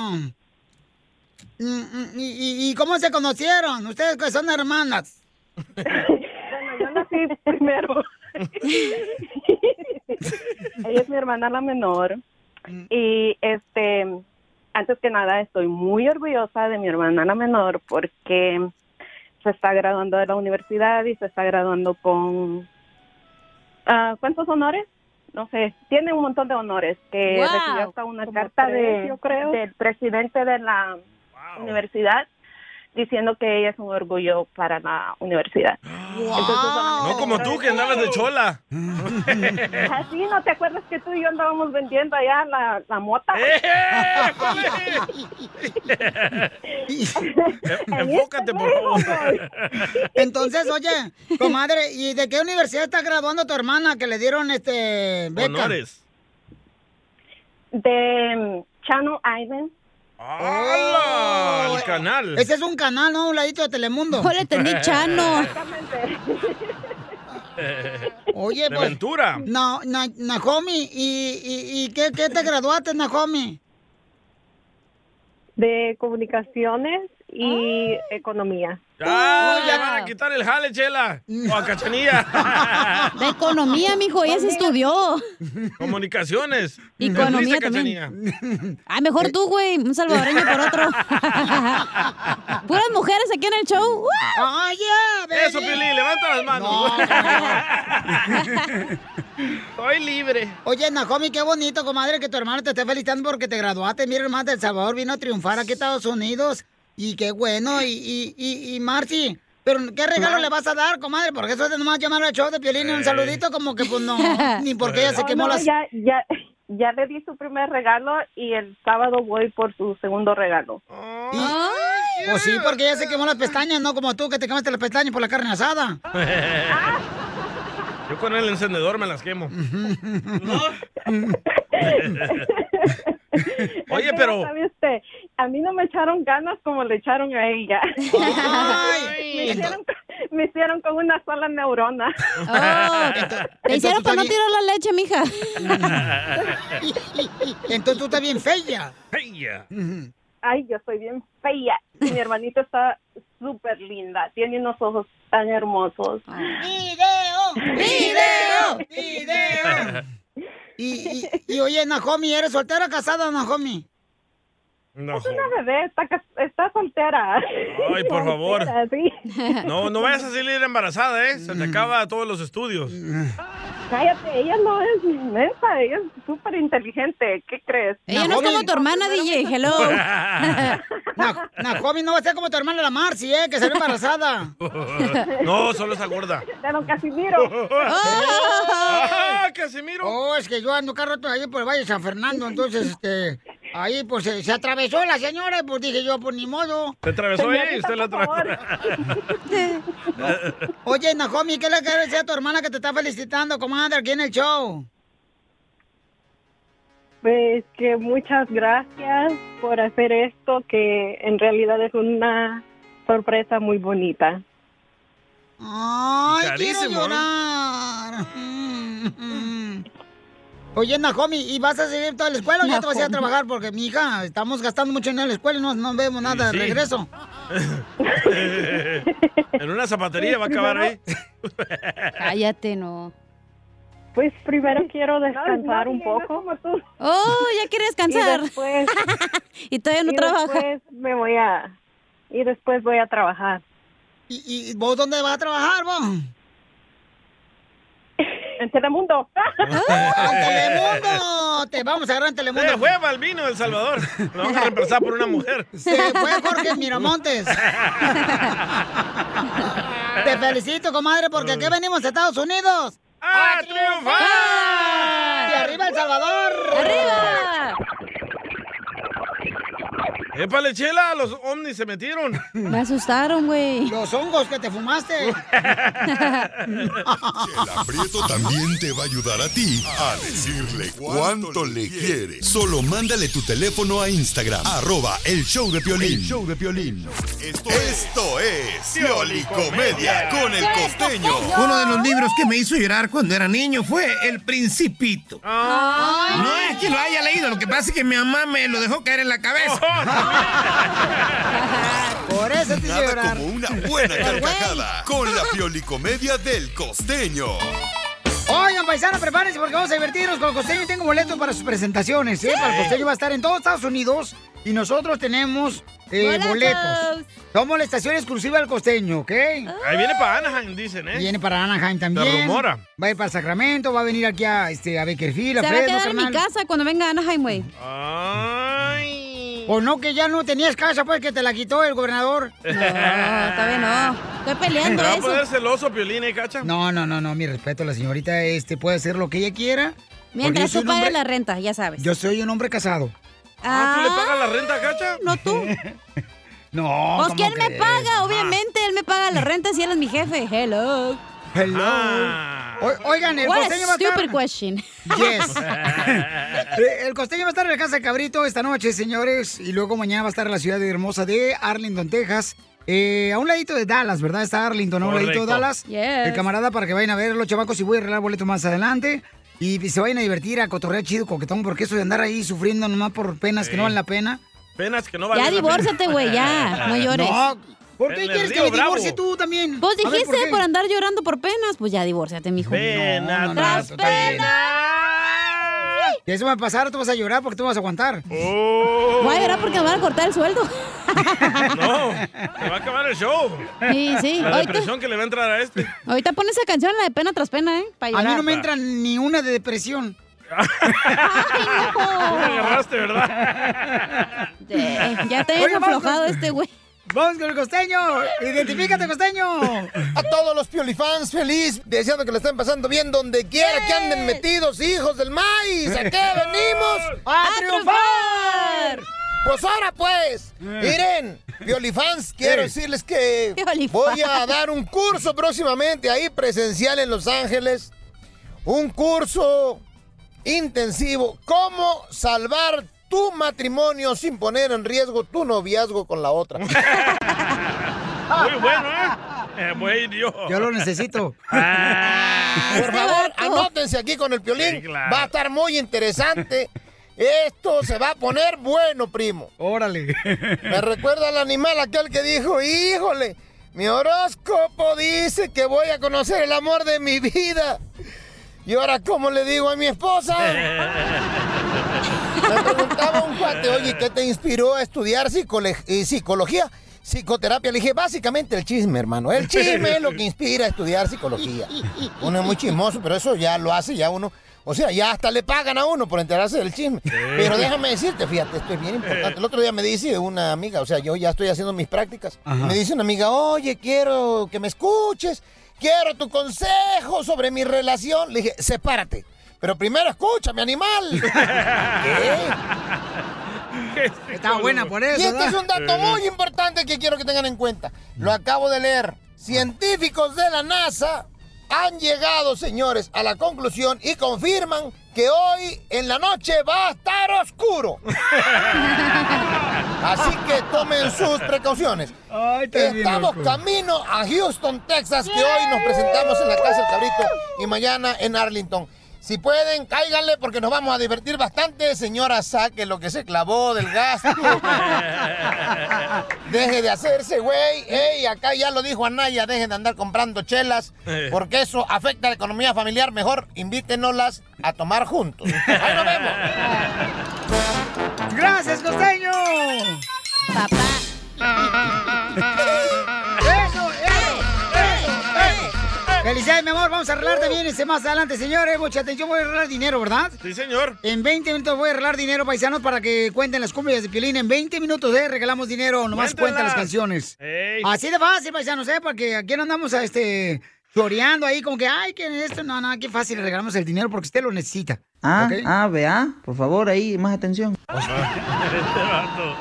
[SPEAKER 3] Mm, mm, ¿Y, y- y cómo se conocieron? Ustedes que son hermanas.
[SPEAKER 14] Bueno, yo nací primero. Ella es mi hermana la menor. Y este, antes que nada, estoy muy orgullosa de mi hermana la menor porque se está graduando de la universidad y se está graduando con. ah, ¿Cuántos honores? No sé, tiene un montón de honores que
[SPEAKER 15] Wow.
[SPEAKER 14] recibió hasta una
[SPEAKER 15] Como
[SPEAKER 14] carta
[SPEAKER 15] tres,
[SPEAKER 14] de,
[SPEAKER 15] yo creo.
[SPEAKER 14] del presidente de la universidad diciendo que ella es un orgullo para la universidad.
[SPEAKER 1] No como tú que andabas de chola.
[SPEAKER 14] Así, Ah, ¿no te acuerdas que tú y yo andábamos vendiendo allá la, la mota?
[SPEAKER 1] Enfócate, por favor.
[SPEAKER 3] Entonces, oye, comadre, ¿y de qué universidad está graduando tu hermana que le dieron este beca?
[SPEAKER 1] Honores.
[SPEAKER 14] De mm, Channel Island.
[SPEAKER 1] ¡Hala! El canal.
[SPEAKER 3] Ese es un canal, ¿no? Un ladito de Telemundo.
[SPEAKER 1] No le entendí, Chano.
[SPEAKER 3] Oye,
[SPEAKER 1] de
[SPEAKER 3] pues.
[SPEAKER 1] Ventura.
[SPEAKER 3] No, na, Nahomi, ¿y, y, y qué, qué te graduaste, Nahomi?
[SPEAKER 14] De comunicaciones y economía.
[SPEAKER 1] ¡Ah! Ya van a quitar el jale, chela. O a cachanilla.
[SPEAKER 2] De economía, mijo, ella se estudió.
[SPEAKER 1] Comunicaciones.
[SPEAKER 2] Y
[SPEAKER 1] Te
[SPEAKER 2] economía
[SPEAKER 1] fuiste,
[SPEAKER 2] también.
[SPEAKER 1] Cachanilla.
[SPEAKER 2] Ay, mejor tú, güey, un salvadoreño por otro. Puras mujeres aquí en el show.
[SPEAKER 3] ¡Ay, ya!
[SPEAKER 1] Eso, Piolín, levanta las manos. Estoy libre.
[SPEAKER 3] Oye, Nahomi, qué bonito, comadre, que tu hermana te esté felicitando porque te graduaste. Mira, hermana del Salvador vino a triunfar aquí a Estados Unidos. Y qué bueno. Y, y, y, y Marci, ¿pero qué regalo
[SPEAKER 14] Ma-
[SPEAKER 3] le vas a dar, comadre? Porque eso es de nomás llamar al show de Piolín y un
[SPEAKER 14] Ey.
[SPEAKER 3] saludito como que, pues, no. Ni porque ella se
[SPEAKER 14] Oh,
[SPEAKER 3] quemó
[SPEAKER 14] Eh. no,
[SPEAKER 3] las...
[SPEAKER 14] ya, ya, ya le di su primer regalo y el sábado voy por su segundo regalo.
[SPEAKER 3] Pues sí, porque ella se quemó las pestañas, no como tú que te quemaste las pestañas por la carne asada. Ah.
[SPEAKER 1] Yo con el encendedor me las quemo. Oye,
[SPEAKER 14] Es que
[SPEAKER 1] pero-
[SPEAKER 14] ya sabe usted, a mí no me echaron ganas como le echaron a ella. me, hicieron, me hicieron con una sola neurona.
[SPEAKER 2] Oh, Te hicieron para no tirar la leche, mija.
[SPEAKER 3] Entonces tú estás bien fea.
[SPEAKER 1] Ella.
[SPEAKER 14] Ay, yo soy bien fea. Y mi hermanita está súper linda. Tiene unos ojos tan hermosos.
[SPEAKER 2] Ah.
[SPEAKER 3] ¡Video! ¡Video! ¡Video! Y, y, y, oye, Nahomi, ¿eres soltera o casada, Nahomi?
[SPEAKER 1] No.
[SPEAKER 14] Una bebé, está, cas- está soltera.
[SPEAKER 1] Ay, por favor.
[SPEAKER 14] Soltera, sí.
[SPEAKER 1] No, no vayas a salir embarazada, ¿eh? Se te acaba todos los estudios.
[SPEAKER 14] Cállate, ella no es inmensa. Ella es súper inteligente. ¿Qué crees?
[SPEAKER 2] Ella no es como tu hermana, DJ. Hello.
[SPEAKER 3] Na- Nahomi no va a ser como tu hermana la Marci, ¿eh? Que salió embarazada.
[SPEAKER 1] No, solo esa gorda.
[SPEAKER 3] De don Casimiro.
[SPEAKER 2] Oh.
[SPEAKER 1] ¡Ah, Casimiro!
[SPEAKER 3] Oh, es que yo ando cada rato ahí por el Valle de San Fernando, entonces, este... Ahí, pues, se, se atravesó la señora y pues dije yo, pues, ni modo.
[SPEAKER 1] Se atravesó ella y usted la
[SPEAKER 3] favor.
[SPEAKER 1] atravesó.
[SPEAKER 3] Oye, Nahomi, ¿qué le quieres decir a tu hermana que te está felicitando, comadre, aquí en el show?
[SPEAKER 14] Pues que muchas gracias por hacer esto, que en realidad es una sorpresa muy bonita.
[SPEAKER 3] Ay,
[SPEAKER 14] Carísimo,
[SPEAKER 3] quiero
[SPEAKER 14] ¿eh?
[SPEAKER 3] llorar. Mm, mm. Oye, Nahomi, ¿y vas a seguir toda la escuela o ya te vas a ir a
[SPEAKER 14] Nahomi.
[SPEAKER 3] trabajar? Porque, mi hija, estamos gastando mucho dinero en la escuela y no, no vemos nada de
[SPEAKER 1] sí.
[SPEAKER 3] regreso.
[SPEAKER 1] en una zapatería va a acabar ahí.
[SPEAKER 2] Cállate, no.
[SPEAKER 14] Pues primero quiero descansar un poco.
[SPEAKER 2] Oh, ya quiere descansar.
[SPEAKER 14] Y después,
[SPEAKER 2] Y todavía no
[SPEAKER 14] y
[SPEAKER 2] trabaja.
[SPEAKER 14] después me voy a y después voy a trabajar.
[SPEAKER 3] ¿Y, y vos dónde vas a trabajar, vos?
[SPEAKER 14] en Telemundo.
[SPEAKER 3] ¡Telemundo! Te vamos a agarrar en Telemundo.
[SPEAKER 1] Se fue Balbino El Salvador. Lo vamos a reemplazar por una mujer.
[SPEAKER 3] Se fue Jorge Miramontes. Te felicito, comadre, porque aquí venimos a Estados Unidos.
[SPEAKER 1] ¡A
[SPEAKER 3] triunfar! ¡Y arriba El Salvador! ¡Arriba!
[SPEAKER 1] ¡Épale, chela! Los ovnis se metieron.
[SPEAKER 2] Me asustaron, güey.
[SPEAKER 3] Los hongos que te fumaste.
[SPEAKER 5] Chela Prieto también te va a ayudar a ti a decirle cuánto le quieres. Solo mándale tu teléfono a Instagram, arroba el show de Piolín.
[SPEAKER 15] El
[SPEAKER 5] show de Piolín. Esto, Esto es Pioli Comedia con el costeño.
[SPEAKER 15] Uno de los libros que me hizo llorar cuando era niño fue El Principito.
[SPEAKER 13] Ay.
[SPEAKER 15] No es que lo haya leído, lo que pasa es que mi mamá me lo dejó caer en la cabeza.
[SPEAKER 3] Por eso te hice
[SPEAKER 5] Nada
[SPEAKER 3] llorar.
[SPEAKER 5] como una buena carcajada con la Pioli Comedia del costeño.
[SPEAKER 3] Oigan, paisanos, prepárense porque vamos a divertirnos con el costeño. Tengo boletos para sus presentaciones, ¿eh? Para el costeño va a estar en todos Estados Unidos y nosotros tenemos eh,
[SPEAKER 1] ¡Boletos!
[SPEAKER 3] boletos. Somos la estación exclusiva del costeño, ¿ok?
[SPEAKER 1] Ahí viene para Anaheim, dicen, ¿eh?
[SPEAKER 3] Viene para Anaheim también.
[SPEAKER 1] Se rumora.
[SPEAKER 3] Va a ir para Sacramento, va a venir aquí a, este, a Bakerfield,
[SPEAKER 2] Se va
[SPEAKER 3] a
[SPEAKER 2] a
[SPEAKER 3] Fresno,
[SPEAKER 2] quedar en mi
[SPEAKER 3] carnal.
[SPEAKER 2] casa cuando venga Anaheim, güey.
[SPEAKER 3] O no, que ya no tenías casa, pues, que te la quitó el gobernador. No,
[SPEAKER 2] todavía no. Estoy
[SPEAKER 1] ¿Te va a poner celoso, Piolín, eh, cacha?
[SPEAKER 3] No, no, no, no, mi respeto, la señorita este puede hacer lo que ella quiera.
[SPEAKER 2] Mientras
[SPEAKER 3] porque yo soy
[SPEAKER 2] tú
[SPEAKER 3] un hombre-
[SPEAKER 2] pagues la renta, ya sabes.
[SPEAKER 3] Yo soy un hombre casado.
[SPEAKER 1] Ah, ¿tú le pagas la renta, cacha?
[SPEAKER 2] No tú.
[SPEAKER 3] No,
[SPEAKER 2] Pues
[SPEAKER 3] ¿cómo
[SPEAKER 2] que él me
[SPEAKER 3] crees?
[SPEAKER 2] paga, obviamente. Él me paga la renta si él es mi jefe. Hello.
[SPEAKER 3] Hello.
[SPEAKER 1] Ah.
[SPEAKER 3] O- oigan, el
[SPEAKER 2] What a
[SPEAKER 3] costeño va a estar...
[SPEAKER 2] stupid question.
[SPEAKER 3] Yes. Eh, El costeño va a estar en la casa de Cabrito esta noche, señores. Y luego mañana va a estar en la ciudad de hermosa de Arlington, Texas. Eh, a un ladito de Dallas, ¿verdad? Está Arlington, a un ladito de
[SPEAKER 2] Correcto.
[SPEAKER 3] Dallas.
[SPEAKER 2] Yes.
[SPEAKER 3] El camarada para que vayan a ver los chavacos y voy a arreglar boletos más adelante. Y se vayan a divertir, a cotorrear chido, coquetón, porque eso de andar ahí sufriendo nomás por penas que no valen la pena.
[SPEAKER 1] Penas que no valen la pena.
[SPEAKER 3] No, ¿por qué
[SPEAKER 1] En el
[SPEAKER 3] quieres que
[SPEAKER 1] río
[SPEAKER 3] me
[SPEAKER 1] Bravo.
[SPEAKER 3] divorcie tú también?
[SPEAKER 2] Vos
[SPEAKER 3] A ver,
[SPEAKER 2] dijiste
[SPEAKER 3] ¿por
[SPEAKER 2] por,
[SPEAKER 3] qué?
[SPEAKER 2] andar llorando por penas, pues ya divórciate, mijo.
[SPEAKER 1] Pena
[SPEAKER 2] tras
[SPEAKER 3] tú también.
[SPEAKER 2] pena.
[SPEAKER 3] Si eso va a pasar, tú vas a llorar porque tú vas a aguantar.
[SPEAKER 1] Oh.
[SPEAKER 2] Voy a llorar porque me van a cortar el sueldo.
[SPEAKER 1] No, se va a acabar el show.
[SPEAKER 2] Sí, sí.
[SPEAKER 1] La
[SPEAKER 2] Ahorita-
[SPEAKER 1] depresión que le va a entrar a este.
[SPEAKER 2] Ahorita pon esa canción, la de pena tras pena, ¿eh? Para
[SPEAKER 3] A
[SPEAKER 2] llorar.
[SPEAKER 3] mí no me entra ni una de depresión.
[SPEAKER 1] Me agarraste, ¿verdad?
[SPEAKER 2] Eh, ya te
[SPEAKER 3] Oye,
[SPEAKER 2] habías
[SPEAKER 3] vamos
[SPEAKER 2] aflojado
[SPEAKER 3] con-
[SPEAKER 2] este güey.
[SPEAKER 3] Vamos con el costeño. Identifícate, costeño.
[SPEAKER 15] A todos los piolifans, feliz, deseando que lo estén pasando bien donde quiera que anden metidos, hijos del maíz. ¿A qué venimos?
[SPEAKER 3] ¡A
[SPEAKER 15] triunfar! Pues ahora pues,
[SPEAKER 3] Eh.
[SPEAKER 15] miren, piolifans, quiero decirles que voy a dar un curso próximamente ahí presencial en Los Ángeles. Un curso intensivo, cómo salvar tu matrimonio sin poner en riesgo tu noviazgo con la otra.
[SPEAKER 1] Muy bueno, ¿eh? Eh, voy a ir yo.
[SPEAKER 3] Yo lo necesito. Este
[SPEAKER 15] Por favor, anótense aquí con el piolín.
[SPEAKER 1] Ah. Sí, claro.
[SPEAKER 15] Va a estar muy interesante. Esto se va a poner bueno, primo.
[SPEAKER 3] Órale.
[SPEAKER 15] Me recuerda al animal aquel que dijo, híjole, mi horóscopo dice que voy a conocer el amor de mi vida. Y ahora, ¿cómo le digo a mi esposa? Me preguntaba un cuate, oye, ¿qué te inspiró a estudiar psicole- eh, psicología? Psicoterapia. Le dije, básicamente el chisme, hermano. El chisme es lo que inspira a estudiar psicología. Uno es muy chismoso, pero eso ya lo hace ya uno. O sea, ya hasta le pagan a uno por enterarse del chisme. Pero déjame decirte, fíjate, esto es bien importante. El otro día me dice una amiga, o sea, yo ya estoy haciendo mis prácticas.
[SPEAKER 13] Ajá.
[SPEAKER 15] Me dice una amiga, oye, quiero que me escuches. Quiero tu consejo sobre mi relación. Le dije, sepárate. Pero primero escúchame, animal.
[SPEAKER 3] Eh.
[SPEAKER 15] ¿Qué?
[SPEAKER 3] Está buena por eso.
[SPEAKER 15] Y este
[SPEAKER 3] ¿verdad?
[SPEAKER 15] es un dato muy importante que quiero que tengan en cuenta. Lo acabo de leer. Científicos de la NASA han llegado, señores, a la conclusión y confirman que hoy en la noche va a estar oscuro. Así que tomen sus precauciones.
[SPEAKER 13] estás bien
[SPEAKER 15] Estamos
[SPEAKER 13] loco.
[SPEAKER 15] camino a Houston, Texas, que hoy nos presentamos en la Casa del Cabrito y mañana en Arlington. Si pueden, cáiganle porque nos vamos a divertir bastante. Señora, saque lo que se clavó del gasto. Deje de hacerse, güey. Ey, acá ya lo dijo Anaya, dejen de andar comprando chelas
[SPEAKER 3] Eh.
[SPEAKER 15] porque eso afecta a la economía familiar. Mejor invítenoslas a tomar juntos. Ahí nos vemos.
[SPEAKER 3] ¡Gracias, costeño! ¡Papá! ¡Eso, eso, eso, eso! ¡Felicidades, mi amor! Vamos Vamos a arreglar de bienes eh, más adelante, señores. Mucha atención, voy a arreglar dinero, ¿verdad?
[SPEAKER 1] Sí, señor.
[SPEAKER 3] En 20 minutos voy a arreglar dinero, paisanos, para que cuenten las cumbias de Piolín. En 20 minutos, ¿eh? Regalamos dinero, nomás
[SPEAKER 13] Cuéntelas.
[SPEAKER 3] cuentan las canciones.
[SPEAKER 13] Ey.
[SPEAKER 3] Así de fácil, paisanos, ¿eh? Porque aquí no andamos, a, este, choreando ahí como que, ay, que esto, no, no, qué fácil, regalamos el dinero porque usted lo necesita.
[SPEAKER 16] Ah,
[SPEAKER 3] ¿ok?
[SPEAKER 16] ah, vea, por favor, ahí, más atención.
[SPEAKER 1] Este vato.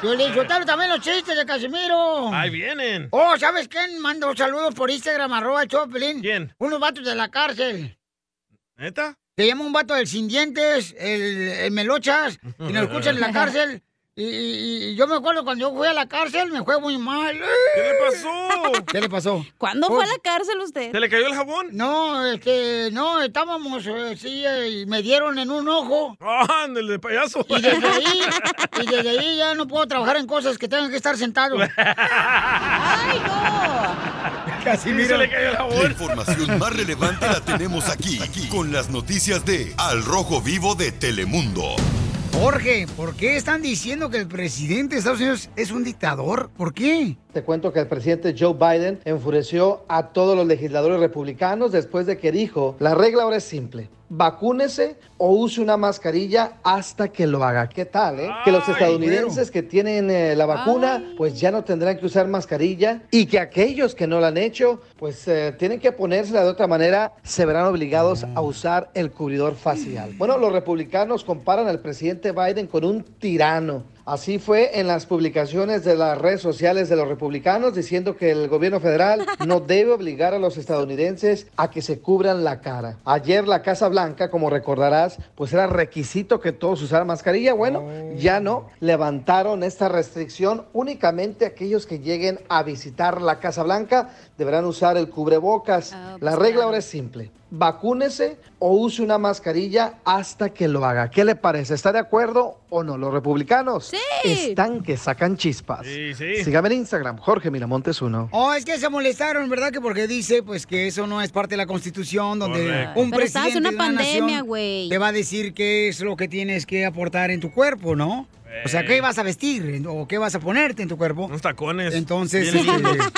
[SPEAKER 3] Piolín, soltaron también los chistes de Casimiro.
[SPEAKER 1] Ahí vienen.
[SPEAKER 3] Oh, ¿sabes quién? Mando saludos por Instagram, arroba el show de Piolín. Unos vatos de la cárcel.
[SPEAKER 1] ¿Neta?
[SPEAKER 3] Se llama un vato del sin dientes, el, el melochas, y nos escuchan en la cárcel. Y, y- y yo me acuerdo cuando yo fui a la cárcel, me fue muy mal. ¿Qué le
[SPEAKER 1] pasó?
[SPEAKER 3] ¿Qué le pasó? Oh,
[SPEAKER 2] ¿Cuándo fue a la cárcel usted?
[SPEAKER 1] ¿Se le cayó el jabón?
[SPEAKER 3] No, este, no, estábamos, eh, sí, eh, y me dieron en un ojo.
[SPEAKER 1] Ándale, de payaso.
[SPEAKER 3] Y desde ahí, y desde ahí ya no puedo trabajar en cosas que tengan que estar sentado. ¡Ay, no!
[SPEAKER 5] Casimiro. La información más relevante la tenemos aquí, aquí, con las noticias de Al Rojo Vivo de Telemundo.
[SPEAKER 3] Jorge, ¿por qué están diciendo que el presidente de Estados Unidos es un dictador? ¿Por qué?
[SPEAKER 7] Te cuento que el presidente Joe Biden enfureció a todos los legisladores republicanos después de que dijo, la regla ahora es simple, vacúnese o use una mascarilla hasta que lo haga. ¿Qué tal, eh? Que los
[SPEAKER 17] Ay,
[SPEAKER 7] estadounidenses que tienen eh, la vacuna, pues ya no tendrán que usar mascarilla y que aquellos que no la han hecho, pues eh, tienen que ponérsela de otra manera, se verán obligados a usar el cubridor facial. Bueno, los republicanos comparan al presidente Biden con un tirano. Así fue en las publicaciones de las redes sociales de los republicanos diciendo que el gobierno federal no debe obligar a los estadounidenses a que se cubran la cara. Ayer la Casa Blanca, como recordarás, pues era requisito que todos usaran mascarilla. Bueno, ya no. Levantaron esta restricción. Únicamente aquellos que lleguen a visitar la Casa Blanca deberán usar el cubrebocas. La regla ahora es simple. Vacúnese o use una mascarilla hasta que lo haga. ¿Qué le parece? ¿Está de acuerdo o no? Los republicanos están que sacan chispas. Sígame en Instagram, Jorge Miramontes 1.
[SPEAKER 3] Oh, es que se molestaron, ¿verdad? Que porque dice, pues, que eso no es parte de la Constitución, donde
[SPEAKER 2] Correcto.
[SPEAKER 3] un
[SPEAKER 2] Pero estabas
[SPEAKER 3] presidente
[SPEAKER 2] en una
[SPEAKER 3] de una nación
[SPEAKER 2] pandemia, güey.
[SPEAKER 3] te va a decir qué es lo que tienes que aportar en tu cuerpo, ¿no? O sea, ¿qué vas a vestir o qué vas a ponerte en tu cuerpo?
[SPEAKER 1] Unos tacones.
[SPEAKER 3] Entonces,
[SPEAKER 1] Bien
[SPEAKER 3] este,
[SPEAKER 1] lindos.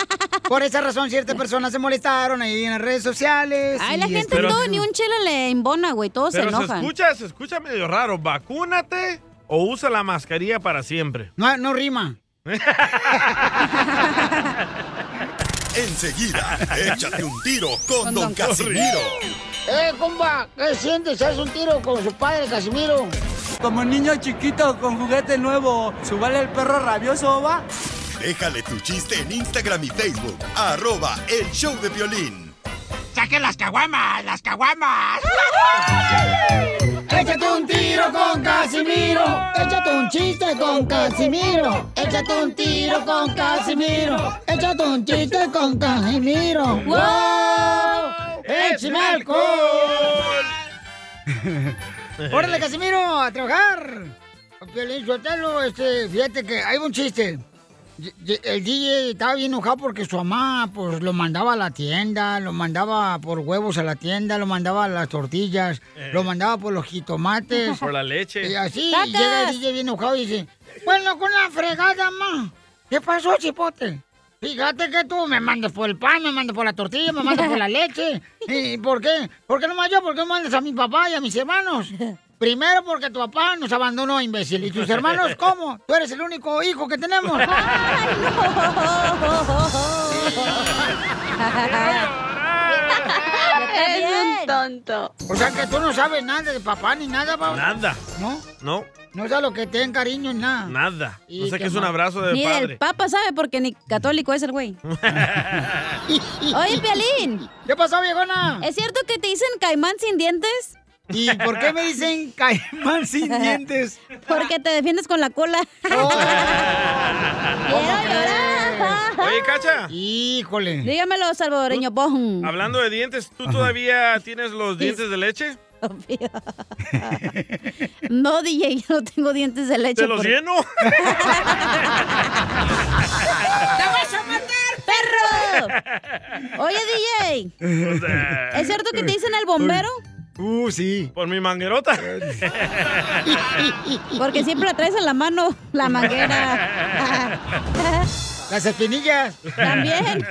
[SPEAKER 3] por esa razón ciertas personas se molestaron ahí en las redes sociales.
[SPEAKER 2] Ay,
[SPEAKER 3] y,
[SPEAKER 2] la gente
[SPEAKER 3] este,
[SPEAKER 2] todo ni un chela le embona, güey. Todos se
[SPEAKER 1] Pero se,
[SPEAKER 2] enojan.
[SPEAKER 1] escucha, se escucha medio raro. Vacúnate o usa la mascarilla para siempre.
[SPEAKER 3] No, no rima.
[SPEAKER 5] Enseguida, échate un tiro con,
[SPEAKER 3] Con
[SPEAKER 5] Don,
[SPEAKER 3] Don
[SPEAKER 5] Casimiro.
[SPEAKER 3] ¡Eh, compa! ¿Qué sientes? ¿Haz un tiro con su padre, Casimiro?
[SPEAKER 18] Como niño chiquito con juguete nuevo, subale el perro rabioso, va.
[SPEAKER 5] Déjale tu chiste en Instagram y Facebook, arroba el show de violín.
[SPEAKER 13] ¡Saquen las caguamas! ¡Las caguamas!
[SPEAKER 3] Échate un tiro con Casimiro. Échate un chiste con Casimiro. Échate un tiro con Casimiro. Échate un chiste con Casimiro.
[SPEAKER 13] ¡Wow! ¡Échame alcohol!
[SPEAKER 3] ¡Órale, Casimiro, a trabajar! Piolín Sotelo, este, fíjate que hay un chiste. Y- y- El DJ estaba bien enojado porque su mamá pues, lo mandaba a la tienda, lo mandaba por huevos a la tienda, lo mandaba a las tortillas,
[SPEAKER 1] Eh.
[SPEAKER 3] lo mandaba por los jitomates.
[SPEAKER 1] Por la leche.
[SPEAKER 3] Y así llega el DJ bien enojado y dice, bueno, con la fregada, ma. ¿Qué pasó, chipote? Fíjate que tú me mandas por el pan, me mandas por la tortilla, me mandas por la leche. ¿Y por qué? ¿Por qué no más yo? ¿Por qué no mandas a mi papá y a mis hermanos? Primero porque tu papá nos abandonó, imbécil. ¿Y tus hermanos cómo? Tú eres el único hijo que tenemos.
[SPEAKER 13] Es
[SPEAKER 3] un tonto. O sea que tú no sabes nada de papá ni nada, papá.
[SPEAKER 1] Nada.
[SPEAKER 3] ¿No?
[SPEAKER 1] No,
[SPEAKER 3] No sabes lo que te den cariño ni
[SPEAKER 2] Ah.
[SPEAKER 3] nada.
[SPEAKER 1] nada. No
[SPEAKER 3] Y
[SPEAKER 1] sé qué
[SPEAKER 3] qué
[SPEAKER 1] es un
[SPEAKER 3] mal.
[SPEAKER 1] abrazo de
[SPEAKER 2] Ni
[SPEAKER 1] padre.
[SPEAKER 2] el papa sabe porque ni católico es el güey. Oye, Pialín.
[SPEAKER 3] ¿Qué pasó, viejona?
[SPEAKER 2] ¿Es cierto que te dicen caimán sin dientes?
[SPEAKER 3] ¿Y por qué me dicen caimán sin dientes? Oh.
[SPEAKER 2] Porque te defiendes con la cola.
[SPEAKER 1] Oye, Cacha.
[SPEAKER 3] Híjole.
[SPEAKER 2] Dígamelo, salvadoreño. Bojum.
[SPEAKER 1] Hablando de dientes, ¿tú todavía tienes los dientes de leche?
[SPEAKER 2] No, DJ, yo no tengo dientes de leche.
[SPEAKER 1] ¿Te los
[SPEAKER 2] por-
[SPEAKER 1] lleno?
[SPEAKER 13] ¡Te vas a matar, perro!
[SPEAKER 2] Oye, DJ, ¿es cierto que te dicen el bombero?
[SPEAKER 3] Uh, sí.
[SPEAKER 1] Por mi manguerota.
[SPEAKER 2] Porque siempre la traes en la mano, la manguera.
[SPEAKER 3] Las espinillas.
[SPEAKER 2] También.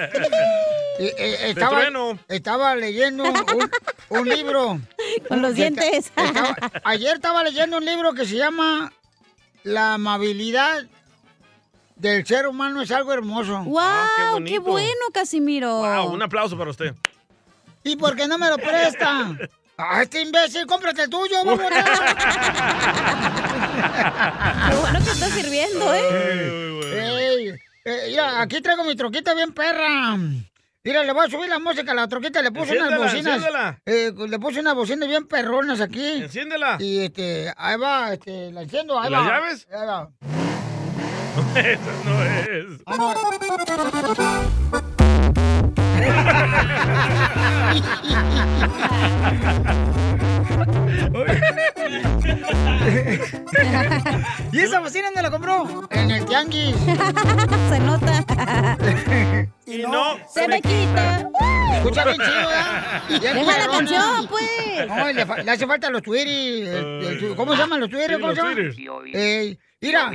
[SPEAKER 3] Eh, eh,
[SPEAKER 1] De
[SPEAKER 3] estaba,
[SPEAKER 1] trueno.
[SPEAKER 3] estaba leyendo un, un libro.
[SPEAKER 2] Con los
[SPEAKER 3] Que
[SPEAKER 2] dientes.
[SPEAKER 3] estaba- ayer estaba leyendo un libro que se llama La amabilidad del ser humano es algo hermoso.
[SPEAKER 2] ¡Wow! qué,
[SPEAKER 1] Ah, bonito.
[SPEAKER 2] bueno, Casimiro!
[SPEAKER 1] Wow, Ah, un aplauso para usted.
[SPEAKER 3] ¿Y por qué no me lo presta? ¡Ah, este imbécil! ¡Cómprate el tuyo, babosa!
[SPEAKER 2] Qué bueno que está sirviendo, ¿eh?
[SPEAKER 3] Ey, eh, mira, aquí traigo mi troquita bien perra. Mira, le voy a subir la música a la troquita, le puse unas
[SPEAKER 1] Enciéndela,
[SPEAKER 3] bocinas.
[SPEAKER 1] enciéndela.
[SPEAKER 3] eh, le puse unas bocinas bien perronas aquí.
[SPEAKER 1] Enciéndela.
[SPEAKER 3] Y este, ahí va, este, la enciendo, ahí
[SPEAKER 1] ¿Las
[SPEAKER 3] va.
[SPEAKER 1] llaves?
[SPEAKER 3] Ahí va.
[SPEAKER 1] Eso no es.
[SPEAKER 3] Ah, no. ¿Y esa bocina dónde la compró? En el tianguis.
[SPEAKER 2] Se nota.
[SPEAKER 1] Y no
[SPEAKER 2] se me quita.
[SPEAKER 3] Escucha bien chido, ¿verdad? Bien
[SPEAKER 2] Deja la
[SPEAKER 3] perrona.
[SPEAKER 2] canción, pues.
[SPEAKER 3] No, le, fa- le hace falta los twitters. el- el tu- ¿Cómo se llaman los twitters?
[SPEAKER 13] Sí,
[SPEAKER 3] ¿Cómo
[SPEAKER 13] los
[SPEAKER 3] se llaman?
[SPEAKER 13] twitters.
[SPEAKER 3] Eh, mira,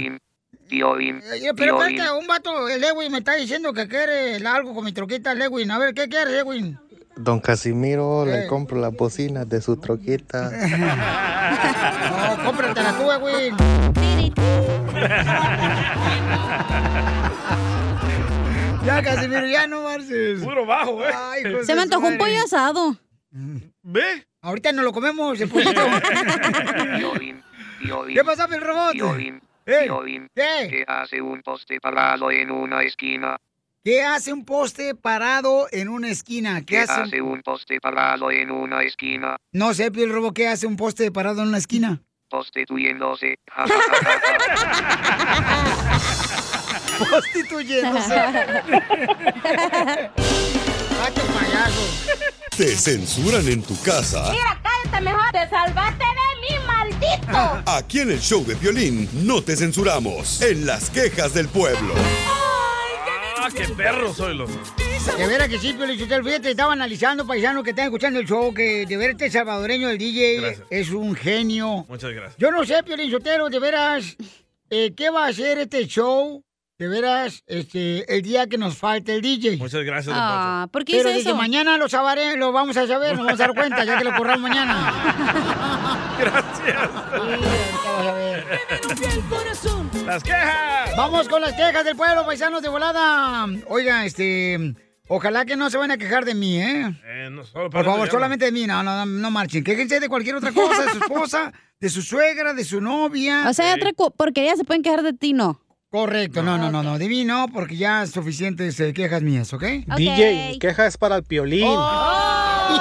[SPEAKER 13] Tío Bim.
[SPEAKER 3] eh, pero espérate, un vato, el Lewin, me está diciendo que quiere algo con mi troquita, Lewin. A ver, ¿qué quiere, Lewin?
[SPEAKER 17] Don Casimiro,
[SPEAKER 3] Eh.
[SPEAKER 17] le compro las bocinas de su troquita.
[SPEAKER 3] No, cómpratela tú, Lewin. Ya, Casimiro, ya no marches. Puro bajo, ¿eh?
[SPEAKER 2] Se me antojó un pollo asado.
[SPEAKER 3] ¿Ve? Ahorita no lo comemos, el pollito. ¿Qué pasa, el robot?
[SPEAKER 13] Tío Bim.
[SPEAKER 3] Ey,
[SPEAKER 13] Tío Bim.
[SPEAKER 3] ¿Qué?
[SPEAKER 13] ¿Qué hace un poste parado en una esquina?
[SPEAKER 3] ¿Qué hace un poste parado en una esquina? ¿Qué
[SPEAKER 13] ¿Qué
[SPEAKER 3] hace?
[SPEAKER 13] hace un poste parado en una esquina?
[SPEAKER 3] No sé, Pio el Robo, ¿qué hace un poste parado en una esquina?
[SPEAKER 13] Prostituyéndose.
[SPEAKER 3] Prostituyéndose. Vato payaso.
[SPEAKER 5] Te censuran en tu casa.
[SPEAKER 13] cállate mejor. Te salvaste de mí, maldito.
[SPEAKER 5] Aquí en el show de violín no te censuramos. En las quejas del pueblo.
[SPEAKER 1] Ah, qué perro soy los.
[SPEAKER 3] De veras que sí, Pio Lichotelo. Fíjate, estaba analizando, paisano, que están escuchando el show, que de ver este salvadoreño, el DJ,
[SPEAKER 1] Gracias.
[SPEAKER 3] es un genio.
[SPEAKER 1] Muchas gracias.
[SPEAKER 3] Yo no sé, Pio Lichotelo, de veras, eh, ¿qué va a hacer este show? De veras, este, el día que nos falte el DJ.
[SPEAKER 1] Muchas gracias, don Poncho.
[SPEAKER 2] Ah, ¿por qué
[SPEAKER 3] Pero
[SPEAKER 2] hice
[SPEAKER 3] desde
[SPEAKER 2] eso?
[SPEAKER 3] mañana lo, sabaré- lo vamos a saber, nos vamos a dar cuenta, ya que lo corramos mañana.
[SPEAKER 1] ¡Las quejas!
[SPEAKER 3] Vamos con las quejas del pueblo, paisanos de volada. Oiga, este, ojalá que no se van a quejar de mí, ¿eh?
[SPEAKER 1] Eh, no, solo
[SPEAKER 3] Por
[SPEAKER 1] para
[SPEAKER 3] favor,
[SPEAKER 1] eso llama.
[SPEAKER 3] solamente de mí, no, no, no, no marchen. Quéjense de cualquier otra cosa, de su esposa, de su suegra, de su novia.
[SPEAKER 2] O sea, otra cu- porquería se pueden quejar de ti, ¿no?
[SPEAKER 3] Correcto, no, no, no, no, de mí no, porque ya suficientes eh, quejas mías, ¿ok?
[SPEAKER 2] DJ, mi
[SPEAKER 3] queja es para el piolín. Oh.
[SPEAKER 2] Oh.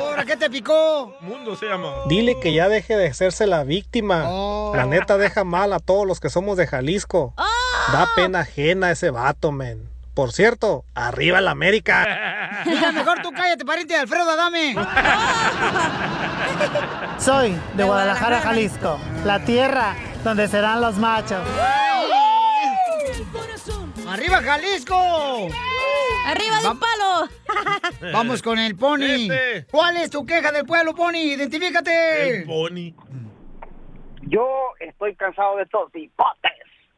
[SPEAKER 3] ¿Ahora qué te picó?
[SPEAKER 1] Mundo se llama.
[SPEAKER 19] Dile que ya deje de hacerse la víctima.
[SPEAKER 2] Oh.
[SPEAKER 19] La neta deja mal a todos los que somos de Jalisco.
[SPEAKER 2] Oh.
[SPEAKER 19] Da pena ajena ese vato, men. Por cierto, arriba la América.
[SPEAKER 3] Mira, mejor tú cállate, pariente de Alfredo Adame.
[SPEAKER 2] Oh.
[SPEAKER 20] Soy de Guadalajara, Jalisco, la tierra donde serán los machos.
[SPEAKER 3] ¡Arriba Jalisco!
[SPEAKER 2] ¡Arriba del
[SPEAKER 1] Eh,
[SPEAKER 3] palo! Vamos con el Pony.
[SPEAKER 13] Este.
[SPEAKER 3] ¿Cuál es tu queja del pueblo, Pony? Identifícate.
[SPEAKER 1] Pony.
[SPEAKER 21] Yo estoy cansado de estos hipotes.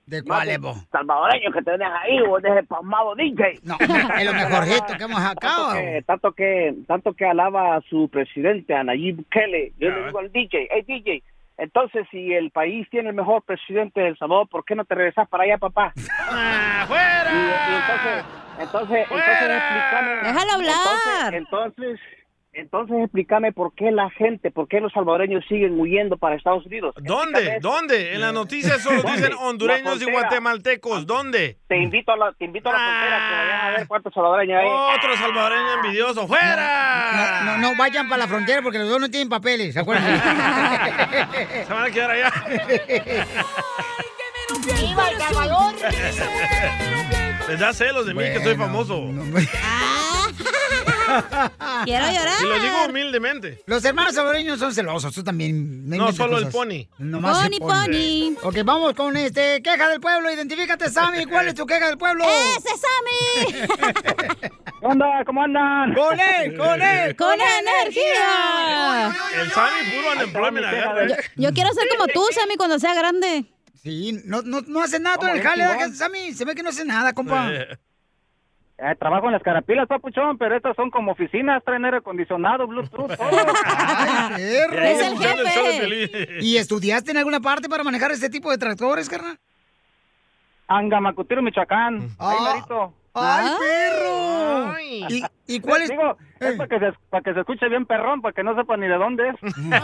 [SPEAKER 3] ¿De
[SPEAKER 21] cuáles, vos? Salvadoreños que tenés ahí, vos, de ese pasmado DJ.
[SPEAKER 3] No, es lo mejorcito que hemos sacado.
[SPEAKER 21] Tanto que, tanto que, tanto que alaba a su presidente, a Nayib Bukele. Yo le digo al DJ, hey DJ, entonces si el país tiene el mejor presidente del Salvador, ¿por qué no te regresas para allá, papá?
[SPEAKER 1] ¡Fuera!
[SPEAKER 21] Entonces, entonces explícame.
[SPEAKER 2] Déjalo hablar.
[SPEAKER 21] Entonces, entonces, entonces explícame por qué la gente, por qué los salvadoreños siguen huyendo para Estados Unidos. Explícame
[SPEAKER 1] ¿Dónde?
[SPEAKER 21] eso.
[SPEAKER 1] ¿Dónde? En las noticias solo
[SPEAKER 21] ¿Dónde?
[SPEAKER 1] dicen
[SPEAKER 21] La
[SPEAKER 1] hondureños y
[SPEAKER 21] frontera.
[SPEAKER 1] guatemaltecos. ¿Dónde?
[SPEAKER 21] Te invito a la, te invito a la frontera que vayas a ver cuántos salvadoreños hay.
[SPEAKER 1] Ah. Otro salvadoreño envidioso. ¡Fuera!
[SPEAKER 3] No, no vayan para la frontera porque los dos no tienen papeles, ¿se
[SPEAKER 1] Se van a quedar allá.
[SPEAKER 13] ¡Viva El Salvador!
[SPEAKER 1] Les Ah, pues da celos de mí que soy famoso.
[SPEAKER 2] Quiero llorar.
[SPEAKER 1] Y lo digo humildemente.
[SPEAKER 3] Ah. Los hermanos salvadoreños son celosos, tú también.
[SPEAKER 1] No,
[SPEAKER 3] inventes
[SPEAKER 1] solo el
[SPEAKER 3] cosas.
[SPEAKER 1] Pony.
[SPEAKER 3] Nomás el
[SPEAKER 2] Pony,
[SPEAKER 3] Ok, vamos con este, queja del pueblo. Identifícate, Sammy. ¿Cuál es tu queja del pueblo?
[SPEAKER 2] ¡Ese Sammy!
[SPEAKER 21] ¿Cómo andan? ¿Cómo andan?
[SPEAKER 3] ¡Con él, con él!
[SPEAKER 2] ¡Con energía!
[SPEAKER 1] El Sammy puro unemployment agarra.
[SPEAKER 2] Yo, yo quiero ser como tú, Sammy, cuando sea grande.
[SPEAKER 3] Sí, no, no, no hace nada tú en el
[SPEAKER 2] ¿Cómo
[SPEAKER 3] jale,
[SPEAKER 2] es,
[SPEAKER 3] ¿verdad,
[SPEAKER 2] Iván?
[SPEAKER 3] Sammy? Se ve que no hace nada, compa.
[SPEAKER 4] Eh, trabajo en las carapilas, papuchón, pero estas son como oficinas, traen aire acondicionado, Bluetooth, todo.
[SPEAKER 3] Es el jefe. ¿Y estudiaste en alguna parte para manejar este tipo de tractores, carnal?
[SPEAKER 4] Angamacutiro, Michoacán.
[SPEAKER 1] Ah.
[SPEAKER 4] Ahí, marito.
[SPEAKER 3] ¡Ay,
[SPEAKER 4] Ah.
[SPEAKER 3] perro! ¿Y, y cuál es?
[SPEAKER 4] Digo, es
[SPEAKER 16] Eh.
[SPEAKER 4] para que, se, para que se escuche bien perrón, para que no sepa ni de dónde es.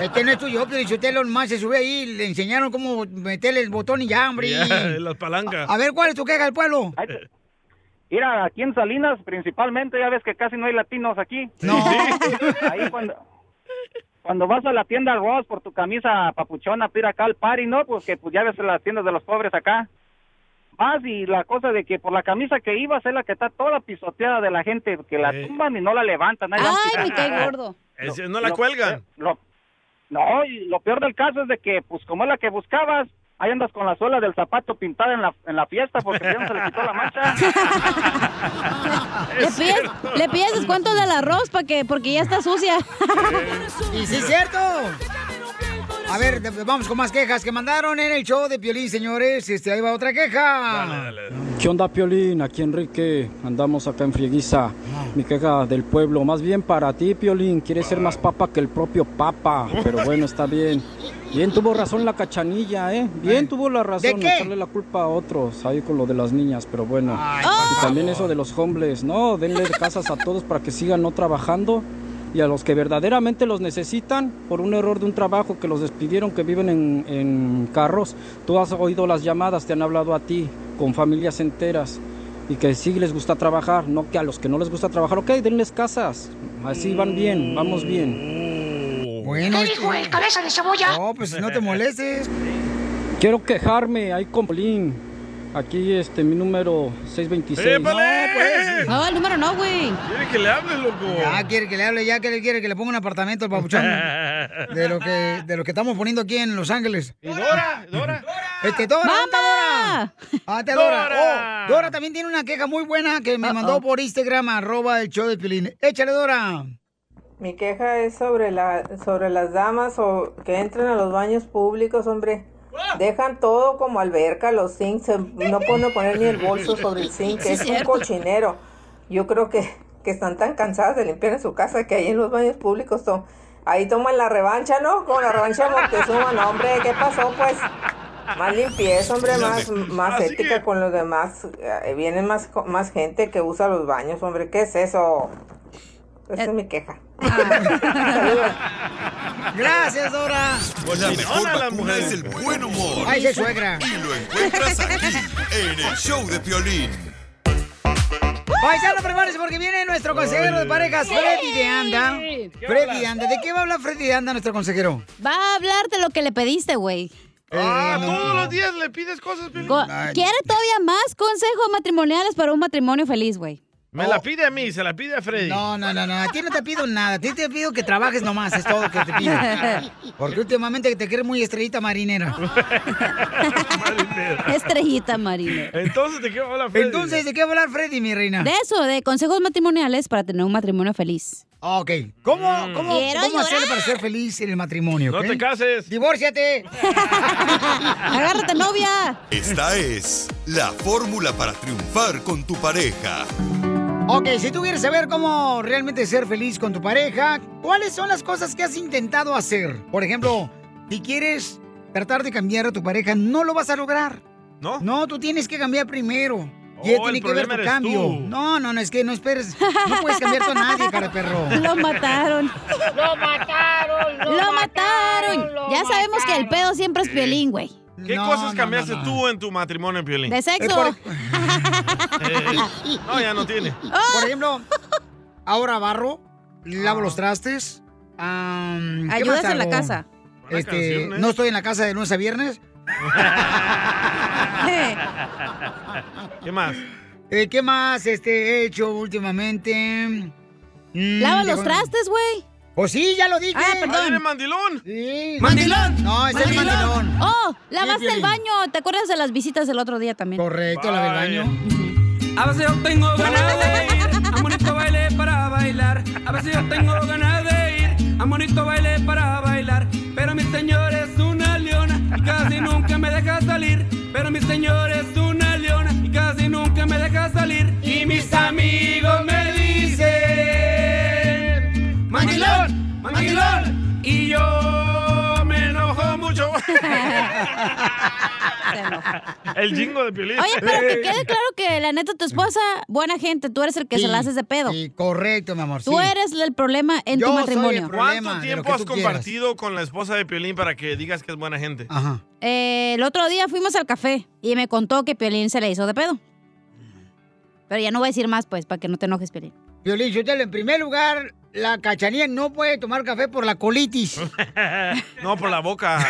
[SPEAKER 3] Este no es tuyo, pero si usted lo más se sube ahí, le enseñaron cómo meterle el botón y ya, hombre.
[SPEAKER 4] Ya,
[SPEAKER 1] las palancas.
[SPEAKER 3] A, a ver, ¿cuál es tu queja del pueblo?
[SPEAKER 4] Mira, aquí en Salinas, principalmente, ya ves que casi no hay latinos aquí. No. Ahí cuando, cuando vas a la tienda Ross por tu camisa papuchona, pira acá al party, ¿no? Pues que pues, ya ves las tiendas de los pobres acá. Vas y la cosa de que por la camisa que ibas es la que está toda pisoteada de la gente, que la
[SPEAKER 1] Ey.
[SPEAKER 4] tumban y no la levantan. ahí la han
[SPEAKER 1] Ay, me
[SPEAKER 4] tirado.
[SPEAKER 1] cae gordo. Ese- no la cuelgan.
[SPEAKER 4] lo- no, y lo peor del caso es de que, pues como es la que buscabas, ahí andas con la suela del zapato pintada en la, en la fiesta porque ya no se le quitó la mancha.
[SPEAKER 2] Le pides, le pides descuento del arroz para que, porque ya está sucia.
[SPEAKER 3] Y sí es cierto. A ver, de- vamos con más quejas que mandaron en el show de Piolín, señores. Este, ahí va otra queja.
[SPEAKER 22] ¿Qué onda, Piolín? Aquí Enrique, andamos acá en Frieguiza. Mi queja del pueblo, más bien para ti, Piolín. Quieres ser más papa que el propio papa, pero bueno, está bien. Bien tuvo razón la cachanilla, ¿eh? Bien tuvo la razón
[SPEAKER 23] qué?
[SPEAKER 22] echarle la culpa a otros ahí con lo de las niñas, pero bueno. y también eso de los hombres, no, denle casas a todos para que sigan no trabajando y a los que verdaderamente los necesitan por un error de un trabajo que los despidieron, que viven en, en carros. Tú has oído las llamadas, te han hablado a ti, con familias enteras, y que sí les gusta trabajar, no que a los que no les gusta trabajar, ok, denles casas, así van bien, vamos bien.
[SPEAKER 3] Bueno,
[SPEAKER 13] dijo el cabeza de cebolla?
[SPEAKER 3] No, pues no te molestes.
[SPEAKER 22] Quiero quejarme, ahí con Polín. Aquí este, mi número 626.
[SPEAKER 3] No, pues.
[SPEAKER 2] No, Ah, el número no, güey.
[SPEAKER 1] Quiere que le hable, loco.
[SPEAKER 3] Ya quiere que le hable, ya que le quiere que le ponga un apartamento al papuchón. De lo que, de lo que estamos poniendo aquí en Los Ángeles.
[SPEAKER 1] ¿Y Dora? ¿Dora?
[SPEAKER 3] Este, Dora, ¡Dora! Ah, te Dora.
[SPEAKER 1] Dora.
[SPEAKER 3] Oh, Dora también tiene una queja muy buena que me
[SPEAKER 24] Uh-oh.
[SPEAKER 3] mandó por Instagram, arroba el show de Piolín. Échale, Dora.
[SPEAKER 24] Mi queja es sobre, la, sobre las damas o que entran a los baños públicos, hombre. Dejan todo como alberca, los zincs, se- no pueden poner ni el bolso sobre el zinc,
[SPEAKER 25] Sí,
[SPEAKER 24] es un
[SPEAKER 25] cierto.
[SPEAKER 24] cochinero. Yo creo que, que están tan cansadas de limpiar en su casa que ahí en los baños públicos to- ahí toman la revancha, ¿no? Como la revancha de Moctezuma, no, hombre, ¿qué pasó, pues? Más limpieza, hombre, más, más ética con los demás. Eh, Viene más, co- más gente que usa los baños, hombre, ¿qué es eso?
[SPEAKER 25] Eh,
[SPEAKER 24] Esa es mi queja.
[SPEAKER 3] Gracias, Dora.
[SPEAKER 5] La mejor vacuna es el buen humor.
[SPEAKER 3] Ay, sí, suegra.
[SPEAKER 5] Y lo encuentras aquí, en el show de Piolín.
[SPEAKER 3] Paisano, prepárense porque viene nuestro consejero de parejas,
[SPEAKER 2] Sí.
[SPEAKER 3] Freddy de Anda.
[SPEAKER 2] ¿Qué
[SPEAKER 3] Freddy
[SPEAKER 2] hablas?
[SPEAKER 3] de Anda. ¿De qué va a hablar Freddy de Anda, nuestro consejero?
[SPEAKER 2] Va a hablar de lo que le pediste, güey.
[SPEAKER 1] Ah,
[SPEAKER 3] Eh,
[SPEAKER 1] todos los días le pides cosas, Piolín.
[SPEAKER 2] Co- Quiere todavía más consejos matrimoniales para un matrimonio feliz, güey.
[SPEAKER 1] Me la pide a mí, se la pide a Freddy.
[SPEAKER 3] No, no, no, no. A ti no te pido nada. A ti te pido que trabajes nomás. Es todo lo que te pido. Porque últimamente te crees muy estrellita marinera.
[SPEAKER 2] Estrellita marina.
[SPEAKER 1] Entonces, ¿de qué va a hablar Freddy?
[SPEAKER 3] Entonces, ¿de qué va a hablar Freddy, mi reina?
[SPEAKER 2] De eso, de consejos matrimoniales para tener un matrimonio feliz.
[SPEAKER 3] Ok. ¿Cómo, cómo,
[SPEAKER 2] Mm. Quiero
[SPEAKER 3] cómo hacer
[SPEAKER 2] llorar.
[SPEAKER 3] para ser feliz en el matrimonio?
[SPEAKER 5] No te
[SPEAKER 3] cases. Divórciate.
[SPEAKER 2] Agárrate, novia.
[SPEAKER 5] Esta es la fórmula para triunfar con tu pareja.
[SPEAKER 3] Ok, si tú quieres saber cómo realmente ser feliz con tu pareja, ¿cuáles son las cosas que has intentado hacer? Por ejemplo, si quieres tratar de cambiar a tu pareja, no lo vas a lograr.
[SPEAKER 1] ¿No?
[SPEAKER 3] No, tú tienes que cambiar primero.
[SPEAKER 1] Oh,
[SPEAKER 3] Y él
[SPEAKER 1] el
[SPEAKER 3] tiene que ver
[SPEAKER 1] problema
[SPEAKER 3] tu
[SPEAKER 1] eres
[SPEAKER 3] cambio.
[SPEAKER 1] tú.
[SPEAKER 3] No, no, no, es que no esperes. No puedes cambiar tú a nadie, cara de perro.
[SPEAKER 2] Lo mataron.
[SPEAKER 13] Lo mataron,
[SPEAKER 2] Lo, mataron. ya sabemos que el pedo siempre es Piolín, güey.
[SPEAKER 1] ¿Qué cosas cambiaste tú en tu matrimonio, Piolín?
[SPEAKER 2] De sexo.
[SPEAKER 1] Eh, no, ya no tiene.
[SPEAKER 3] Por ejemplo, ahora barro, lavo
[SPEAKER 1] Ah.
[SPEAKER 3] los trastes. am, ¿qué
[SPEAKER 2] Ayudas
[SPEAKER 3] más
[SPEAKER 2] en la
[SPEAKER 3] hago?
[SPEAKER 2] casa.
[SPEAKER 1] Buena
[SPEAKER 3] Este,
[SPEAKER 1] canción, ¿eh?
[SPEAKER 3] no estoy en la casa de lunes a viernes.
[SPEAKER 1] ¿Qué más?
[SPEAKER 3] Eh, ¿Qué más este, he hecho últimamente? Mm,
[SPEAKER 2] Lava los
[SPEAKER 3] déjame-
[SPEAKER 2] trastes, güey.
[SPEAKER 3] Pues sí, ya lo dije.
[SPEAKER 2] Ah, perdón. Ah, eres
[SPEAKER 1] mandilón.
[SPEAKER 3] Sí.
[SPEAKER 2] ¡Mandilón!
[SPEAKER 3] No, ese es el mandilón.
[SPEAKER 2] Oh,
[SPEAKER 3] Sí,
[SPEAKER 2] lavaste el
[SPEAKER 3] Piolín.
[SPEAKER 2] baño. ¿Te acuerdas de las visitas del otro día también?
[SPEAKER 3] Correcto, la del baño.
[SPEAKER 26] A veces yo tengo ganas de ir a bonito baile para bailar. A veces yo tengo ganas de ir a bonito baile para bailar. Pero mi señor es una leona y casi nunca me deja salir. Pero mi señor es una leona y casi nunca me
[SPEAKER 1] El jingo de Piolín.
[SPEAKER 2] Oye, pero que quede claro que la neta tu esposa, buena gente, tú eres el que se la haces de pedo.
[SPEAKER 3] Sí, correcto, mi amor.
[SPEAKER 2] Tú er-
[SPEAKER 3] sí.
[SPEAKER 2] eres el problema en tu
[SPEAKER 3] Yo soy el
[SPEAKER 2] matrimonio.
[SPEAKER 3] problema
[SPEAKER 1] ¿Cuánto
[SPEAKER 3] de lo
[SPEAKER 1] tiempo
[SPEAKER 3] que
[SPEAKER 1] has
[SPEAKER 3] tú quieras.
[SPEAKER 1] compartido con la esposa de Piolín para que digas que es buena gente?
[SPEAKER 3] Ajá.
[SPEAKER 2] Eh, el otro día fuimos al café y me contó que Piolín se le hizo de pedo. Pero ya no voy a decir más, pues, para que no te enojes, Piolín.
[SPEAKER 3] Piolín, Sotelo, en primer lugar, la cachanía no puede tomar café por la colitis.
[SPEAKER 1] no, por la boca.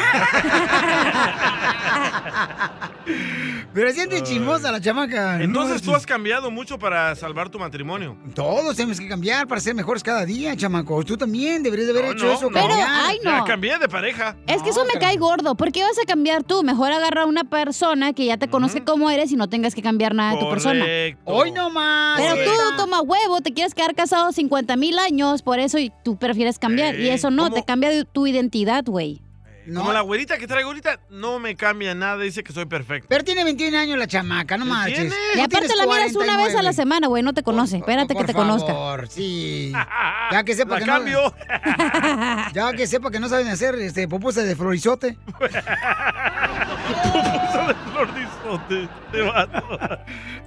[SPEAKER 3] Pero siente chismosa la chamaca.
[SPEAKER 1] Entonces tú
[SPEAKER 3] No,
[SPEAKER 1] has cambiado mucho para salvar tu matrimonio.
[SPEAKER 3] Todos tenemos que cambiar para ser mejores cada día, chamaco. Tú también deberías de haber hecho eso.
[SPEAKER 2] Pero,
[SPEAKER 3] cambiar.
[SPEAKER 2] ay, no.
[SPEAKER 1] Ya cambié de pareja.
[SPEAKER 2] Es que eso me cae gordo. ¿Por qué vas a cambiar tú? Mejor agarra a una persona que ya te conoce cómo eres y no tengas que cambiar nada de tu persona.
[SPEAKER 3] Hoy no más.
[SPEAKER 2] Pero tú toma huevo, te quieres quedar casado 50 mil años, por eso y tú prefieres cambiar. y eso no, te cambia de- tu identidad, güey.
[SPEAKER 1] Como la güerita que traigo ahorita, no me cambia nada, dice que soy perfecto.
[SPEAKER 3] Pero tiene 21 años la chamaca, no marches.
[SPEAKER 1] tienes?
[SPEAKER 3] Tú
[SPEAKER 2] Y aparte
[SPEAKER 3] tienes
[SPEAKER 2] la miras una vez a
[SPEAKER 3] 49.
[SPEAKER 2] la semana, güey, no te conoce. Espérate que
[SPEAKER 3] Por
[SPEAKER 2] te conozca.
[SPEAKER 3] favor, sí. Ya que sepa
[SPEAKER 2] La
[SPEAKER 3] que
[SPEAKER 2] cambio.
[SPEAKER 3] no. Ya que sepa que no saben hacer este pupusa de florizote.
[SPEAKER 1] pupusa de florizote. Te mato.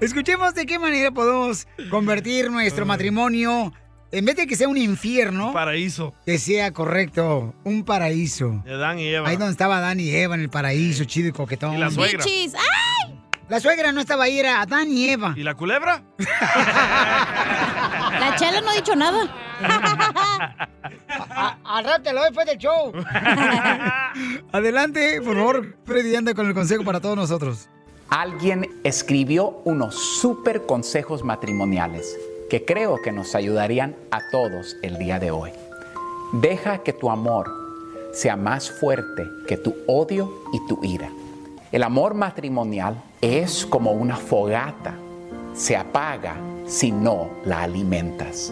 [SPEAKER 3] Escuchemos de qué manera podemos convertir nuestro matrimonio en vez de que sea un infierno,
[SPEAKER 1] Paraíso.
[SPEAKER 3] que sea correcto, un paraíso.
[SPEAKER 1] De Dan y Eva.
[SPEAKER 3] Ahí donde estaba Dan y Eva en el paraíso, chido y coquetón.
[SPEAKER 1] Y la suegra. Bichis,
[SPEAKER 3] ¡Ay! La suegra no estaba ahí, era Dan y Eva.
[SPEAKER 1] ¿Y la culebra?
[SPEAKER 3] Ah.
[SPEAKER 2] La chela no ha dicho nada.
[SPEAKER 3] Al rato te lo doy después del show. Adelante, por favor, Freddy anda con el consejo para todos nosotros.
[SPEAKER 6] Alguien escribió unos super consejos matrimoniales que creo que nos ayudarían a todos el día de hoy. Deja que tu amor sea más fuerte que tu odio y tu ira. El amor matrimonial es como una fogata. Se apaga si no la alimentas.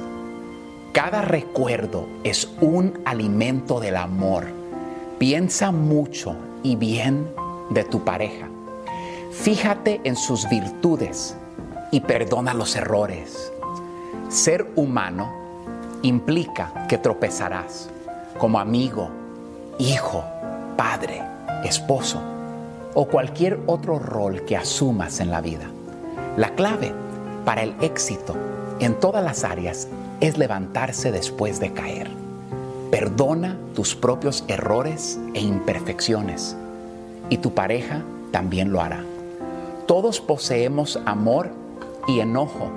[SPEAKER 6] Cada recuerdo es un alimento del amor. Piensa mucho y bien de tu pareja. Fíjate en sus virtudes y perdona los errores. Ser humano implica que tropezarás como amigo, hijo, padre, esposo o cualquier otro rol que asumas en la vida. La clave para el éxito en todas las áreas es levantarse después de caer. Perdona tus propios errores e imperfecciones y tu pareja también lo hará. Todos poseemos amor y enojo,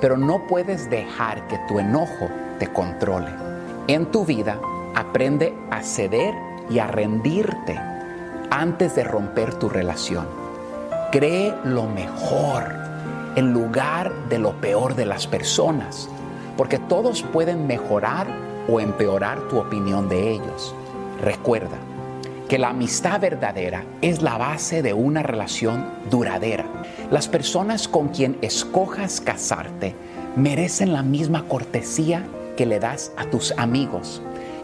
[SPEAKER 6] pero no puedes dejar que tu enojo te controle. En tu vida aprende a ceder y a rendirte antes de romper tu relación. Cree lo mejor en lugar de lo peor de las personas, porque todos pueden mejorar o empeorar tu opinión de ellos. Recuerda que la amistad verdadera es la base de una relación duradera. Las personas con quien escojas casarte merecen la misma cortesía que le das a tus amigos.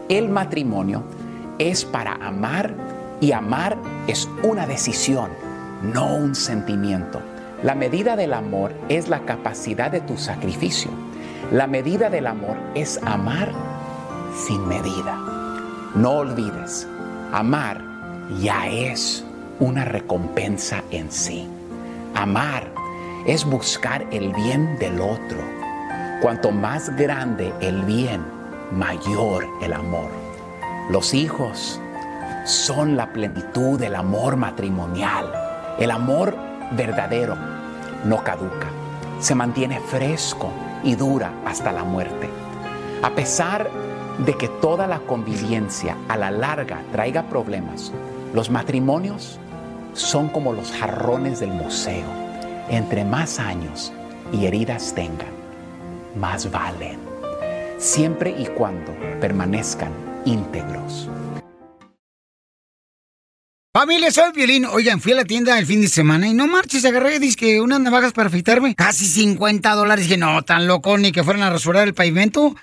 [SPEAKER 6] El matrimonio es para amar y amar es una decisión, no un sentimiento. La medida del amor es la capacidad de tu sacrificio. La medida del amor es amar sin medida. No olvides, amar ya es una recompensa en sí. Amar es buscar el bien del otro. Cuanto más grande el bien, mayor el amor. Los hijos son la plenitud del amor matrimonial. El amor verdadero no caduca, se mantiene fresco y dura hasta la muerte. A pesar de que toda la convivencia a la larga traiga problemas, los matrimonios son como los jarrones del museo. Entre más años y heridas tengan, más valen, siempre y cuando permanezcan íntegros.
[SPEAKER 3] Familia, soy Violín. Oigan, fui a la tienda el fin de semana y no marches, agarré dizque unas navajas para afeitarme. Casi 50 dólares. Dije, no, tan loco, ni que fueran a rasurar el pavimento.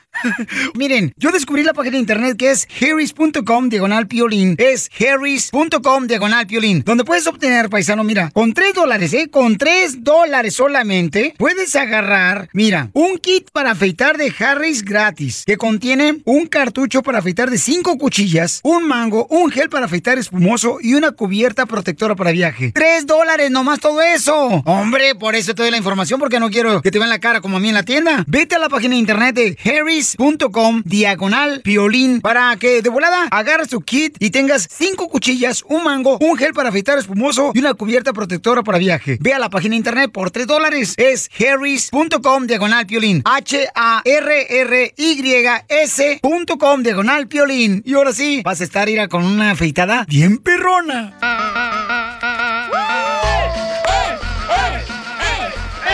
[SPEAKER 3] Miren, yo descubrí la página de internet que es harris.com diagonal piolín. Es harris.com diagonal piolín. Donde puedes obtener, paisano, mira, con 3 dólares, ¿eh? Con 3 dólares solamente, puedes agarrar, mira, un kit para afeitar de Harris gratis. Que contiene un cartucho para afeitar de 5 cuchillas, un mango, un gel para afeitar espumoso y una cubierta protectora para viaje. 3 dólares nomás todo eso. Hombre, por eso te doy la información porque no quiero que te vean la cara como a mí en la tienda. Vete a la página de internet de harris.com diagonal piolín para que de volada agarres tu kit y tengas 5 cuchillas, un mango, un gel para afeitar espumoso y una cubierta protectora para viaje. Ve a la página de internet por 3 dólares. Es harris.com diagonal piolín. H-A-R-R-Y-S.com diagonal piolín. Y ahora sí, vas a estar ira con una afeitada bien perrona.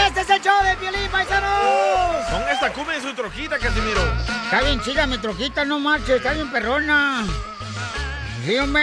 [SPEAKER 3] ¡Este es el show de Piolín, paisanos!
[SPEAKER 1] Ponga esta cumbia en su troquita, Casimiro.
[SPEAKER 3] Está bien chida mi troquita, no marches, está bien perrona. Sí, hombre.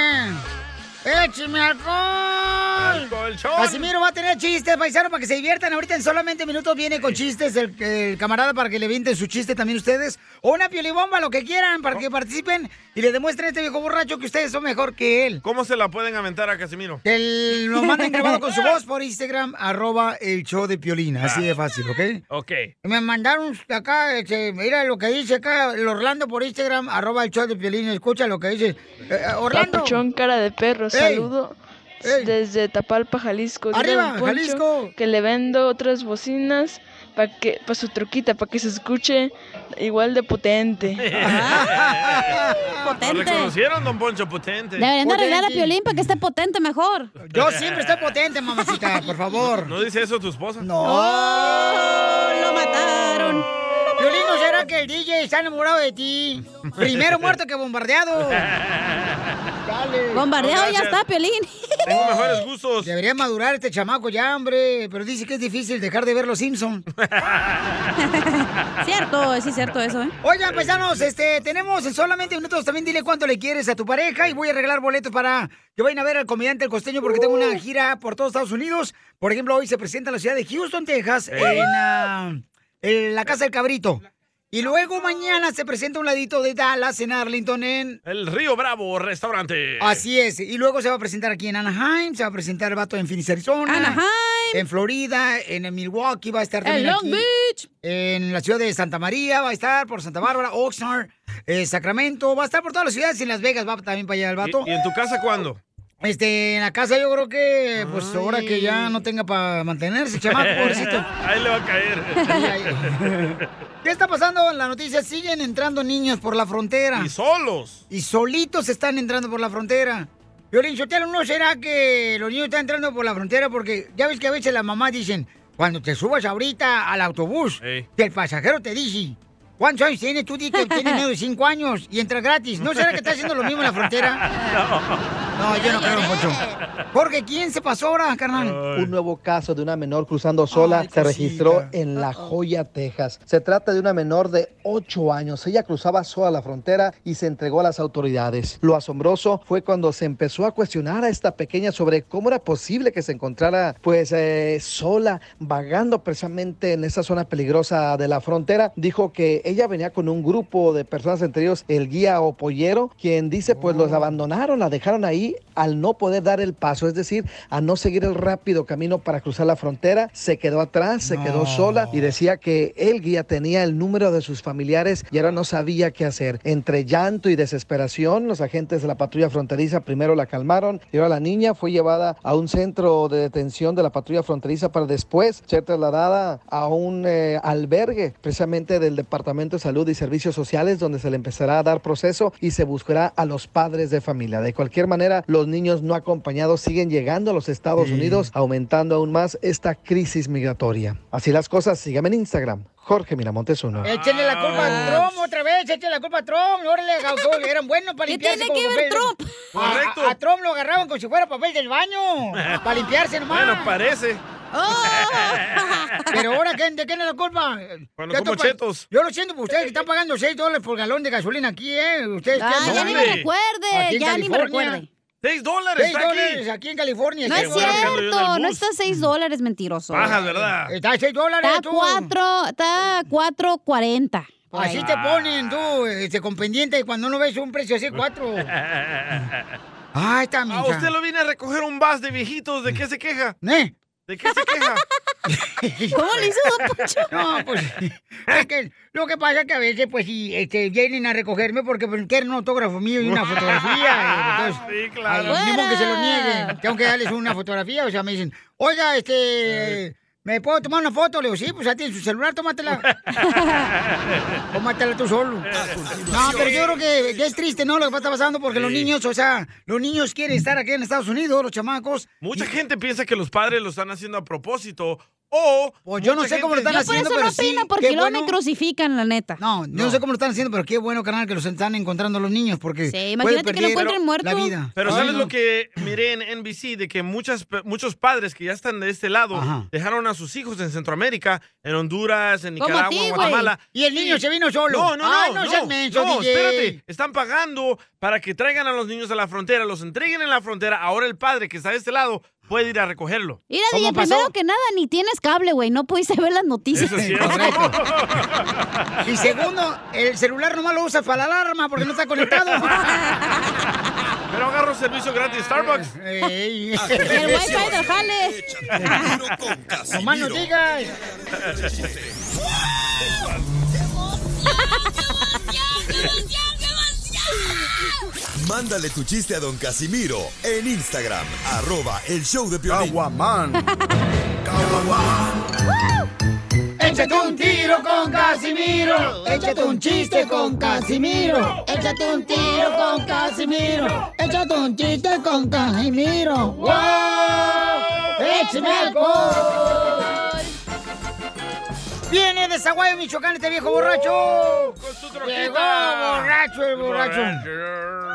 [SPEAKER 3] ¡Écheme alcohol!
[SPEAKER 1] Colchón.
[SPEAKER 3] Casimiro va a tener chistes, paisano, para que se diviertan. Ahorita en solamente minutos viene con chistes el, el camarada para que le vienten su chiste también ustedes. O una piolibomba, lo que quieran, para que participen y le demuestren a este viejo borracho que ustedes son mejor que él.
[SPEAKER 1] ¿Cómo se la pueden aventar a Casimiro?
[SPEAKER 3] Que el- lo manden grabado con su voz por Instagram, arroba el show de Piolina. Así de fácil, ¿ok?
[SPEAKER 1] Ok.
[SPEAKER 3] Me mandaron acá, este, mira lo que dice acá el Orlando por Instagram, arroba el show de Piolín, escucha lo que dice. Eh, eh, Orlando.
[SPEAKER 8] Papuchón, cara de perro,
[SPEAKER 3] Ey.
[SPEAKER 8] saludo. Desde Tapalpa, Jalisco. Dile a
[SPEAKER 3] Arriba,
[SPEAKER 8] don Poncho
[SPEAKER 3] Jalisco.
[SPEAKER 8] Que le vendo otras bocinas para que para su troquita, para que se escuche igual de potente.
[SPEAKER 1] ¿Lo reconocieron, don Poncho? Potente.
[SPEAKER 2] Deberían de arreglar a Piolín para que esté potente mejor.
[SPEAKER 3] Yo siempre estoy potente, mamacita, por favor.
[SPEAKER 1] ¿No dice eso tu esposa?
[SPEAKER 3] No. lo mataron. Piolín, ¿no será que el DJ está enamorado de ti? Primero muerto que bombardeado. Dale.
[SPEAKER 2] Bombardeado ya está, Piolín.
[SPEAKER 1] Tengo mejores gustos.
[SPEAKER 3] Debería madurar este chamaco ya, hombre. Pero dice que es difícil dejar de ver los Simpsons.
[SPEAKER 2] cierto, sí, cierto eso, ¿eh?
[SPEAKER 3] Oigan, paisanos, este, tenemos en solamente minutos. También dile cuánto le quieres a tu pareja y voy a arreglar boletos para que vayan a ver al comediante El Costeño porque tengo
[SPEAKER 2] Uh.
[SPEAKER 3] una gira por todos Estados Unidos. Por ejemplo, hoy se presenta en la ciudad de Houston, Texas, en, ah, en la Casa del Cabrito. Y luego mañana se presenta a un ladito de Dallas en Arlington en...
[SPEAKER 1] El Río Bravo Restaurante.
[SPEAKER 3] Así es. Y luego se va a presentar aquí en Anaheim, se va a presentar el vato en Phoenix, Arizona.
[SPEAKER 2] Anaheim.
[SPEAKER 3] En Florida, en el Milwaukee, va a estar
[SPEAKER 2] En
[SPEAKER 3] también
[SPEAKER 2] Long
[SPEAKER 3] aquí,
[SPEAKER 2] Beach.
[SPEAKER 3] En la ciudad de Santa María, va a estar por Santa Bárbara, Oxnard, eh, Sacramento, va a estar por todas las ciudades. Y en Las Vegas va también para allá el vato.
[SPEAKER 1] ¿Y, y en tu casa cuándo?
[SPEAKER 3] Este, en la casa yo creo que, pues ahora que ya no tenga para mantenerse, chamaco, pobrecito.
[SPEAKER 1] Ahí le va a caer.
[SPEAKER 3] ¿Qué está pasando en la noticia? Siguen entrando niños por la frontera. Y
[SPEAKER 1] solos.
[SPEAKER 3] Y solitos están entrando por la frontera. Violín Sotelo, ¿no será que los niños están entrando por la frontera? Porque ya ves que a veces las mamás dicen, cuando te subas ahorita al autobús, que el pasajero te dice, ¿cuántos años tienes? Tú dices que tienes menos de cinco años y entras gratis. ¿No será que está haciendo lo mismo en la frontera? No, yo no creo, Don Poncho. Jorge, ¿quién se pasó ahora, carnal?
[SPEAKER 7] Un nuevo caso de una menor cruzando sola se registró en La Joya, Texas. Se trata de una menor de 8 años. Ella cruzaba sola la frontera y se entregó a las autoridades. Lo asombroso fue cuando se empezó a cuestionar a esta pequeña sobre cómo era posible que se encontrara pues eh, sola, vagando precisamente en esa zona peligrosa de la frontera. Dijo que ella venía con un grupo de personas, entre ellos el guía o pollero, quien dice pues los abandonaron, la dejaron ahí al no poder dar el paso, es decir, a no seguir el rápido camino para cruzar la frontera, se quedó atrás, se quedó sola y decía que el guía tenía el número de sus familiares y ahora no sabía qué hacer. Entre llanto y desesperación, los agentes de la patrulla fronteriza primero la calmaron y ahora la niña fue llevada a un centro de detención de la patrulla fronteriza para después ser trasladada a un eh, albergue precisamente del Departamento de Salud y Servicios Sociales donde se le empezará a dar proceso y se buscará a los padres de familia. De cualquier manera, los niños no acompañados siguen llegando a los Estados Unidos, aumentando aún más esta crisis migratoria. Así las cosas, síganme en Instagram, Jorge Miramontes uno.
[SPEAKER 3] Échenle la culpa a Trump otra vez, échenle la culpa a Trump. Órale, causó, eran buenos para
[SPEAKER 2] ¿Qué
[SPEAKER 3] limpiarse.
[SPEAKER 2] tiene
[SPEAKER 3] con
[SPEAKER 2] que ver
[SPEAKER 3] papel.
[SPEAKER 2] Trump?
[SPEAKER 3] A- A, a Trump lo agarraban como si fuera papel del baño. Para limpiarse nomás.
[SPEAKER 1] Bueno, parece.
[SPEAKER 2] Oh.
[SPEAKER 3] Pero ahora, ¿quién- ¿de quién es la culpa?
[SPEAKER 1] Cuando
[SPEAKER 3] Ya
[SPEAKER 1] como
[SPEAKER 3] topa-
[SPEAKER 1] chetos.
[SPEAKER 3] Yo lo siento por ustedes que están pagando 6 dólares por galón de gasolina aquí, ¿eh? Ustedes
[SPEAKER 2] Ah,
[SPEAKER 3] ¿qué hacen?
[SPEAKER 2] ya ni me recuerde,
[SPEAKER 3] Aquí en
[SPEAKER 2] ya ni me
[SPEAKER 3] California.
[SPEAKER 2] recuerde.
[SPEAKER 1] ¡Seis dólares!
[SPEAKER 3] Seis
[SPEAKER 1] está aquí!
[SPEAKER 3] dólares aquí en California.
[SPEAKER 2] No
[SPEAKER 3] Qué
[SPEAKER 2] es
[SPEAKER 3] bueno que ando yo en el
[SPEAKER 2] cierto, no
[SPEAKER 3] bus.
[SPEAKER 2] está a 6 dólares, mentiroso.
[SPEAKER 1] Bajas, ¿verdad?
[SPEAKER 3] Está a 6 dólares,
[SPEAKER 2] Está
[SPEAKER 3] tú.
[SPEAKER 2] a cuatro- está a 4.40. por
[SPEAKER 3] Pues Así
[SPEAKER 2] ahí.
[SPEAKER 3] te ponen tú, este, con pendiente, cuando no ves un precio así, cuatro. Ay, está mi
[SPEAKER 1] Ah, usted lo viene a recoger un vas de viejitos, ¿de qué se queja?
[SPEAKER 3] ¿Eh?
[SPEAKER 1] ¿De qué se queja?
[SPEAKER 3] ¿Cómo le hizo Don No, pues, es que lo que pasa es que a veces, pues, sí, este, vienen a recogerme porque pues, quieren un autógrafo mío y una fotografía. y entonces,
[SPEAKER 1] sí, claro.
[SPEAKER 3] a los mismos que se lo nieguen, tengo que darles una fotografía. O sea, me dicen, oiga, este, ¿me puedo tomar una foto? Le digo, sí, pues, ya tienes su celular, tómatela. Tómatela tú solo. No, pero yo creo que, que es triste, ¿no? Lo que está pasando porque los niños, o sea, los niños quieren estar aquí en Estados Unidos, los chamacos.
[SPEAKER 1] Mucha gente piensa que los padres lo están haciendo a propósito o...
[SPEAKER 3] Pues yo no
[SPEAKER 1] mucha
[SPEAKER 3] sé cómo lo
[SPEAKER 1] gente-
[SPEAKER 3] están haciendo,
[SPEAKER 2] eso no
[SPEAKER 3] pero sí.
[SPEAKER 2] opino, porque
[SPEAKER 3] qué
[SPEAKER 2] luego me
[SPEAKER 3] crucifican, la neta. No, yo no. sé cómo lo están haciendo, pero qué bueno, canal, que los están encontrando los niños porque
[SPEAKER 2] Sí,
[SPEAKER 3] pueden
[SPEAKER 2] imagínate que lo
[SPEAKER 3] perder
[SPEAKER 2] encuentren muerto.
[SPEAKER 3] la vida.
[SPEAKER 1] Pero
[SPEAKER 3] Ay,
[SPEAKER 1] ¿sabes
[SPEAKER 3] no.
[SPEAKER 1] lo que miré en NBC? De que muchas, pe- muchos padres que ya están de este lado dejaron a sus hijos en Centroamérica, en Honduras, en
[SPEAKER 3] Como
[SPEAKER 1] Nicaragua,
[SPEAKER 3] a ti,
[SPEAKER 1] en
[SPEAKER 3] güey.
[SPEAKER 1] Guatemala.
[SPEAKER 3] Y el niño se vino solo.
[SPEAKER 1] No, no, no.
[SPEAKER 3] Ay, no seas menso,
[SPEAKER 1] no,
[SPEAKER 3] DJ.
[SPEAKER 1] espérate. Están pagando para que traigan a los niños a la frontera, los entreguen en la frontera. Ahora el padre que está de este lado puede ir a recogerlo.
[SPEAKER 2] Mira, DJ, primero que nada, ni tienes cable, güey. No pudiste ver las noticias.
[SPEAKER 1] Eso es cierto.
[SPEAKER 3] Y segundo, el celular nomás lo usas para la alarma porque no está conectado.
[SPEAKER 1] Pero agarro servicio gratis, Starbucks.
[SPEAKER 3] Ey.
[SPEAKER 2] El wifi del jale.
[SPEAKER 3] Nomás eh. no digas.
[SPEAKER 5] Mándale tu chiste a don Casimiro en Instagram, arroba el show de Piolín.
[SPEAKER 3] Échate un tiro con Casimiro. Échate un chiste con Casimiro. Échate un tiro con Casimiro. Échate un chiste con Casimiro. ¡Wow! ¡Échame alcohol! Viene de Zaguayo, Michoacán, este viejo
[SPEAKER 1] Oh,
[SPEAKER 3] borracho. Llegó borracho el borracho.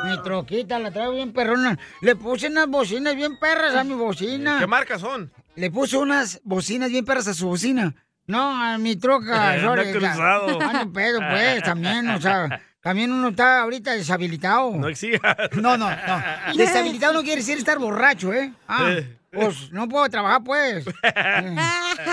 [SPEAKER 3] Mi troquita la traigo bien perrona. Le puse unas bocinas bien perras a mi bocina.
[SPEAKER 1] ¿Qué marcas son?
[SPEAKER 3] Le puse unas bocinas bien perras a su bocina. No, a mi troca.
[SPEAKER 1] Eh,
[SPEAKER 3] sorry,
[SPEAKER 1] anda
[SPEAKER 3] ya.
[SPEAKER 1] cruzado.
[SPEAKER 3] Ando pedo, pues, también, o sea, también uno está ahorita deshabilitado.
[SPEAKER 1] No exijas.
[SPEAKER 3] No, no, no. Deshabilitado no quiere decir estar borracho, ¿eh? Ah,
[SPEAKER 1] Eh.
[SPEAKER 3] pues no puedo trabajar, pues.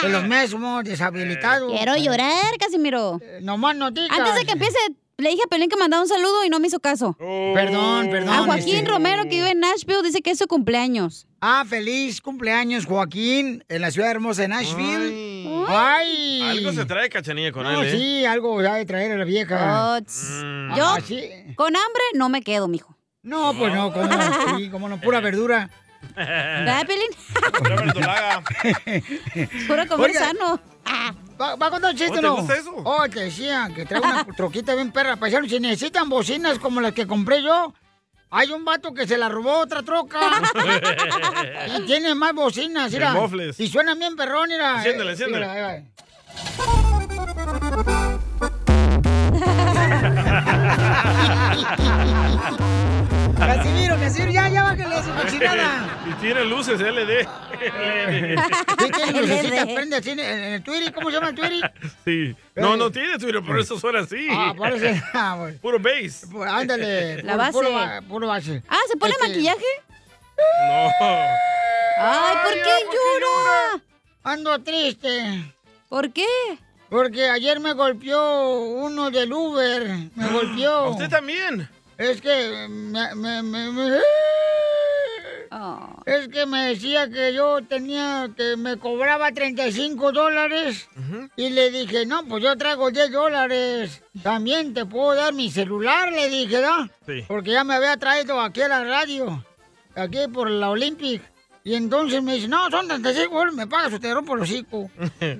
[SPEAKER 3] De los mismos, deshabilitados.
[SPEAKER 2] Quiero llorar, Casimiro.
[SPEAKER 3] Eh, Nomás no digas.
[SPEAKER 2] Antes de que empiece, le dije a Pelín que mandaba un saludo y no me hizo caso.
[SPEAKER 3] Perdón, perdón,
[SPEAKER 2] A Joaquín
[SPEAKER 3] este.
[SPEAKER 2] Romero, que vive en Nashville, dice que es su cumpleaños.
[SPEAKER 3] Ah, feliz cumpleaños, Joaquín, en la ciudad hermosa de Nashville. Ay.
[SPEAKER 1] Algo se trae cachanilla con
[SPEAKER 3] No,
[SPEAKER 1] él, ¿eh?
[SPEAKER 3] sí, algo ya de traer a la vieja. Ah,
[SPEAKER 2] Oh,
[SPEAKER 1] Mm.
[SPEAKER 2] Yo, con hambre, no me quedo, mijo.
[SPEAKER 3] No, pues no, como no, sí, cómo no, pura verdura.
[SPEAKER 2] ¿Verdad, Pelín? Puro comer
[SPEAKER 3] Oiga,
[SPEAKER 2] sano.
[SPEAKER 3] ¿Va, va a contar un chiste
[SPEAKER 2] ¿Oh,
[SPEAKER 3] o
[SPEAKER 2] te
[SPEAKER 3] no?
[SPEAKER 2] gusta eso?
[SPEAKER 3] Oh, te decían que trae una troquita bien perra. Paisanos, si necesitan bocinas como las que compré yo, hay un vato que se la robó a otra troca. y tiene más bocinas,
[SPEAKER 1] El
[SPEAKER 3] mira.
[SPEAKER 1] mofles.
[SPEAKER 3] Y suenan bien perrón, mira. Eh,
[SPEAKER 1] Enciéndele, enciéndele.
[SPEAKER 3] mira, ahí va. Casimiro, Casimiro, ya, ya bájale esa cochinada.
[SPEAKER 1] Y tiene luces LD.
[SPEAKER 3] Sí, tiene lucecitas, prende así en el, en el Twitter, ¿cómo se llama el Twitter?
[SPEAKER 1] Sí. No, no tiene Twitter, por eso suena así.
[SPEAKER 3] Ah, por eso- ah, bueno.
[SPEAKER 1] Puro bass.
[SPEAKER 3] Pu- Ándale.
[SPEAKER 2] La
[SPEAKER 3] puro-
[SPEAKER 2] base.
[SPEAKER 3] Puro, ba- puro base.
[SPEAKER 2] Ah, ¿se pone
[SPEAKER 3] Este-
[SPEAKER 2] maquillaje?
[SPEAKER 1] No.
[SPEAKER 2] Ay, ¿por qué llora?
[SPEAKER 3] Ando triste.
[SPEAKER 2] ¿Por qué?
[SPEAKER 3] Porque ayer me golpeó uno del Uber. Me golpeó.
[SPEAKER 1] ¿A usted también?
[SPEAKER 3] Es que me... me- me- me-
[SPEAKER 2] Ah.
[SPEAKER 3] Es que me decía que yo tenía, que me cobraba 35 dólares y le dije, no, pues yo traigo 10 dólares. También te puedo dar mi celular, le dije, ¿no?
[SPEAKER 13] Sí.
[SPEAKER 3] Porque ya me había traído aquí a la radio, aquí por la Olympic. Y entonces me dice, no, son 35 dólares, me pagas o te rompo los hocico.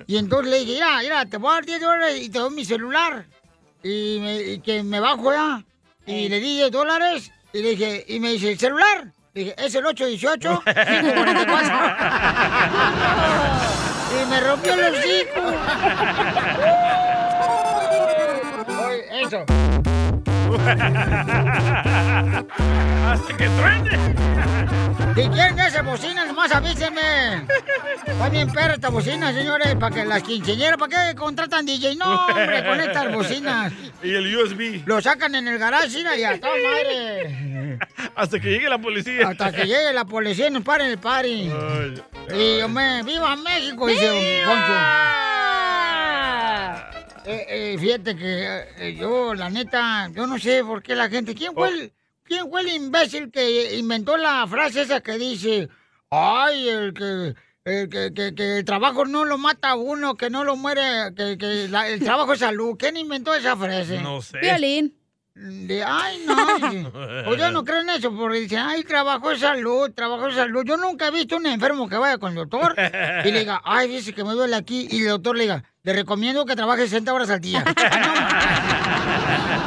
[SPEAKER 3] Y entonces le dije, mira, mira, te voy a dar 10 dólares y te doy mi celular. Y, me- y que me bajo ya. Y le di 10 dólares y le dije, y me dice, ¿el celular? Le dije, es el 818 544. y me rompió los hocico. Oye, Eso.
[SPEAKER 1] ¡Hasta que truene!
[SPEAKER 3] ¿De quién es esa bocina? Nomás avísenme. Está bien perra esta bocina, señores, para que las quinceñeras, ¿para qué contratan DJ? No, hombre, con estas bocinas.
[SPEAKER 1] Y el USB.
[SPEAKER 3] Lo sacan en el garage, mira, y a toda madre.
[SPEAKER 1] Hasta que llegue la policía.
[SPEAKER 3] Hasta que llegue la policía y nos paren el party. Y yo me, ¡viva México! Dice un Poncho. Eh, eh, fíjate que eh, yo, la neta, yo no sé por qué la gente. ¿Quién fue el, quién fue el imbécil que inventó la frase esa que dice: Ay, el que. el que, que- que el trabajo no lo mata a uno, que no lo muere, que, que la- el trabajo es salud. ¿Quién inventó esa frase?
[SPEAKER 13] No sé.
[SPEAKER 3] Violín. ay, no. dice. O Pues yo no creo en eso, porque dicen, ay, trabajo es salud, trabajo es salud. Yo nunca he visto un enfermo que vaya con el doctor y le diga, ay, dice que me duele aquí, y el doctor le diga, le recomiendo que trabaje 60 horas al día.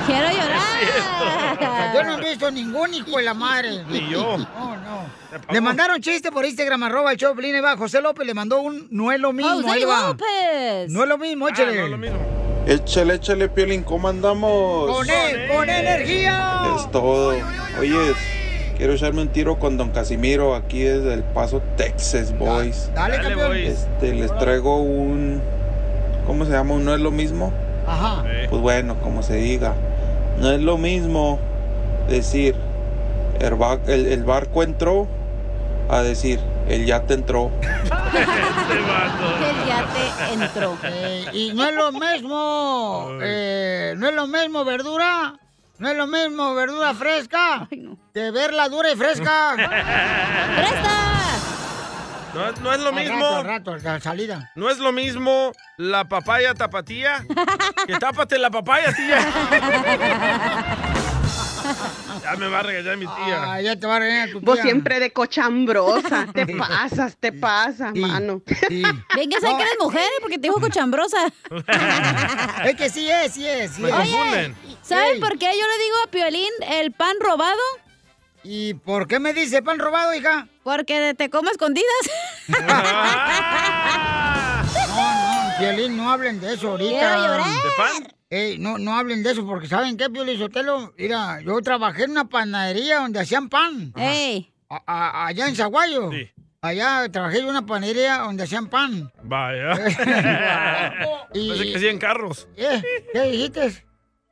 [SPEAKER 2] Quiero
[SPEAKER 3] llorar. Yo no he visto ningún hijo de la madre.
[SPEAKER 13] Ni yo.
[SPEAKER 3] No, Oh, no. Le mandaron chiste por Instagram, arroba el show, de Piolín, ahí va. José López le mandó un, no es lo mismo,
[SPEAKER 2] Oh, José
[SPEAKER 3] ahí va.
[SPEAKER 2] López.
[SPEAKER 3] Ah, No es lo mismo, échale.
[SPEAKER 9] Échale, échale, Piolín, ¿cómo andamos?
[SPEAKER 3] Con él, con energía.
[SPEAKER 9] Es todo. Oye, quiero echarme un tiro con Don Casimiro aquí desde El Paso, Texas, boys.
[SPEAKER 3] Dale, campeón.
[SPEAKER 9] Este, les traigo un... ¿Cómo se llama? ¿Un ¿No es lo mismo?
[SPEAKER 3] Ajá.
[SPEAKER 9] Pues bueno, como se diga. No es lo mismo decir el, ba- el- el barco entró a decir el yate entró.
[SPEAKER 3] este
[SPEAKER 2] Que ya te entró.
[SPEAKER 3] Eh, y no es lo mismo, eh, no es lo mismo verdura, no es lo mismo verdura fresca que verla dura y fresca.
[SPEAKER 1] No, no es lo
[SPEAKER 3] Al
[SPEAKER 1] mismo.
[SPEAKER 3] rato, al rato, a salida.
[SPEAKER 1] No es lo mismo la papaya tapatía que tápate la papaya, tía. ya me va a regañar mi tía.
[SPEAKER 3] Ah, ya te va a regañar tu
[SPEAKER 10] Vos
[SPEAKER 3] tía.
[SPEAKER 10] siempre de cochambrosa. Te pasas, te pasas, mano.
[SPEAKER 2] Venga, sé que eres mujer, ¿eh? porque te dijo cochambrosa.
[SPEAKER 3] es que sí es, sí es, sí
[SPEAKER 2] Oye,
[SPEAKER 3] es. confunden.
[SPEAKER 2] ¿Sabes
[SPEAKER 3] Ey.
[SPEAKER 2] por qué yo le digo a Piolín el pan robado?
[SPEAKER 3] ¿Y por qué me dice pan robado, hija?
[SPEAKER 2] Porque te como a escondidas.
[SPEAKER 3] No, no, Piolín, no hablen de eso ahorita.
[SPEAKER 2] Quiero llorar.
[SPEAKER 3] ¿De pan? Ey, no, no hablen de eso porque ¿saben qué, Piolín Sotelo? Mira, yo trabajé en una panadería donde hacían pan.
[SPEAKER 2] Ey.
[SPEAKER 3] allá en Zaguayo. Allá trabajé en una panadería donde hacían pan.
[SPEAKER 1] Vaya.
[SPEAKER 3] Y-
[SPEAKER 1] Parece que sí en carros.
[SPEAKER 3] ¿Eh? ¿Qué dijiste?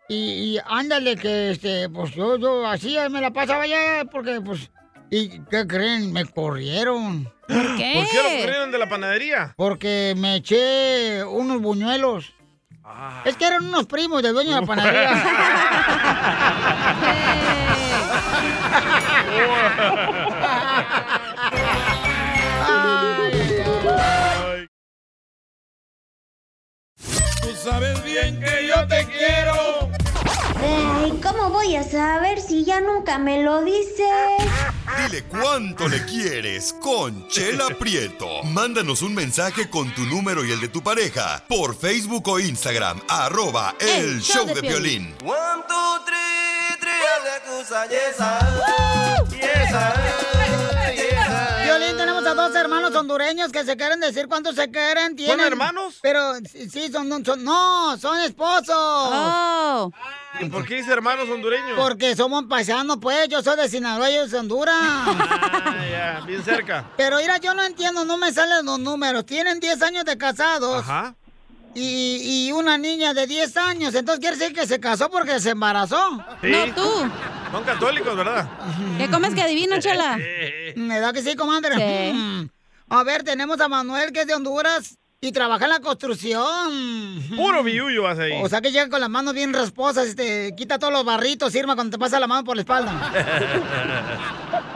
[SPEAKER 3] Y, y ándale, que este, pues yo, yo así me la pasaba ya, porque pues. ¿Y qué creen? Me corrieron.
[SPEAKER 2] ¿Por
[SPEAKER 1] qué? ¿Por qué lo corrieron de la panadería?
[SPEAKER 3] Porque me eché unos buñuelos.
[SPEAKER 1] Ah.
[SPEAKER 3] Es que eran unos primos del dueño de la panadería.
[SPEAKER 13] Tú sabes bien que yo te quiero.
[SPEAKER 11] Ay, ¿cómo voy a saber si ya nunca me lo dices?
[SPEAKER 5] Dile cuánto le quieres con Chela Prieto. Mándanos un mensaje con tu número y el de tu pareja por Facebook o Instagram, arroba el, show de violín.
[SPEAKER 13] One, two, three, three, aleluya, yesa. Yesa, yesa.
[SPEAKER 3] Violín, tenemos a dos hermanos hondureños que se quieren decir cuánto se quieren. Tienen,
[SPEAKER 1] hermanos?
[SPEAKER 3] Pero sí, sí, son, son- no, son esposos.
[SPEAKER 1] ¿Y por qué dice hermanos hondureños?
[SPEAKER 3] Porque somos paisanos, pues. Yo soy de Sinaloa y ellos de Honduras.
[SPEAKER 1] Ah, ya, bien cerca.
[SPEAKER 3] Pero mira, yo no entiendo, no me salen los números. Tienen 10 años de casados. Y, y una niña de 10 años. Entonces quiere decir que se casó porque se embarazó.
[SPEAKER 1] Sí. No, tú. Son católicos, ¿verdad?
[SPEAKER 3] ¿Qué comes que adivino, Chela?
[SPEAKER 1] Eh,
[SPEAKER 3] ¿Me da que sí, comandante?
[SPEAKER 1] Sí.
[SPEAKER 3] Mm. A ver, tenemos a Manuel, que es de Honduras y trabaja en la construcción.
[SPEAKER 1] Puro viullo hace ahí.
[SPEAKER 3] O sea que llega con las manos bien rasposas, este, quita todos los barritos, Irma, cuando te pasa la mano por la espalda.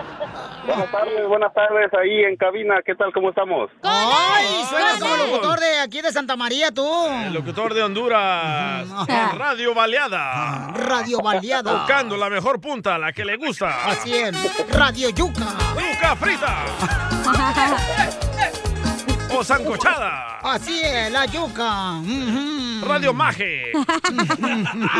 [SPEAKER 12] Buenas tardes, buenas tardes ahí en cabina. ¿Qué tal? ¿Cómo estamos?
[SPEAKER 3] ¡Ay! Suena
[SPEAKER 1] ¡Con
[SPEAKER 3] como
[SPEAKER 1] él!
[SPEAKER 3] locutor de aquí de Santa María, tú.
[SPEAKER 1] El locutor de Honduras. en Radio Baleada.
[SPEAKER 3] Ah. Radio Baleada.
[SPEAKER 1] Buscando la mejor punta, la que le gusta.
[SPEAKER 3] Así es. Radio Yuca.
[SPEAKER 1] Yuca frita. O sancochada.
[SPEAKER 3] Así es, la yuca. Ujú.
[SPEAKER 1] Radio Maje.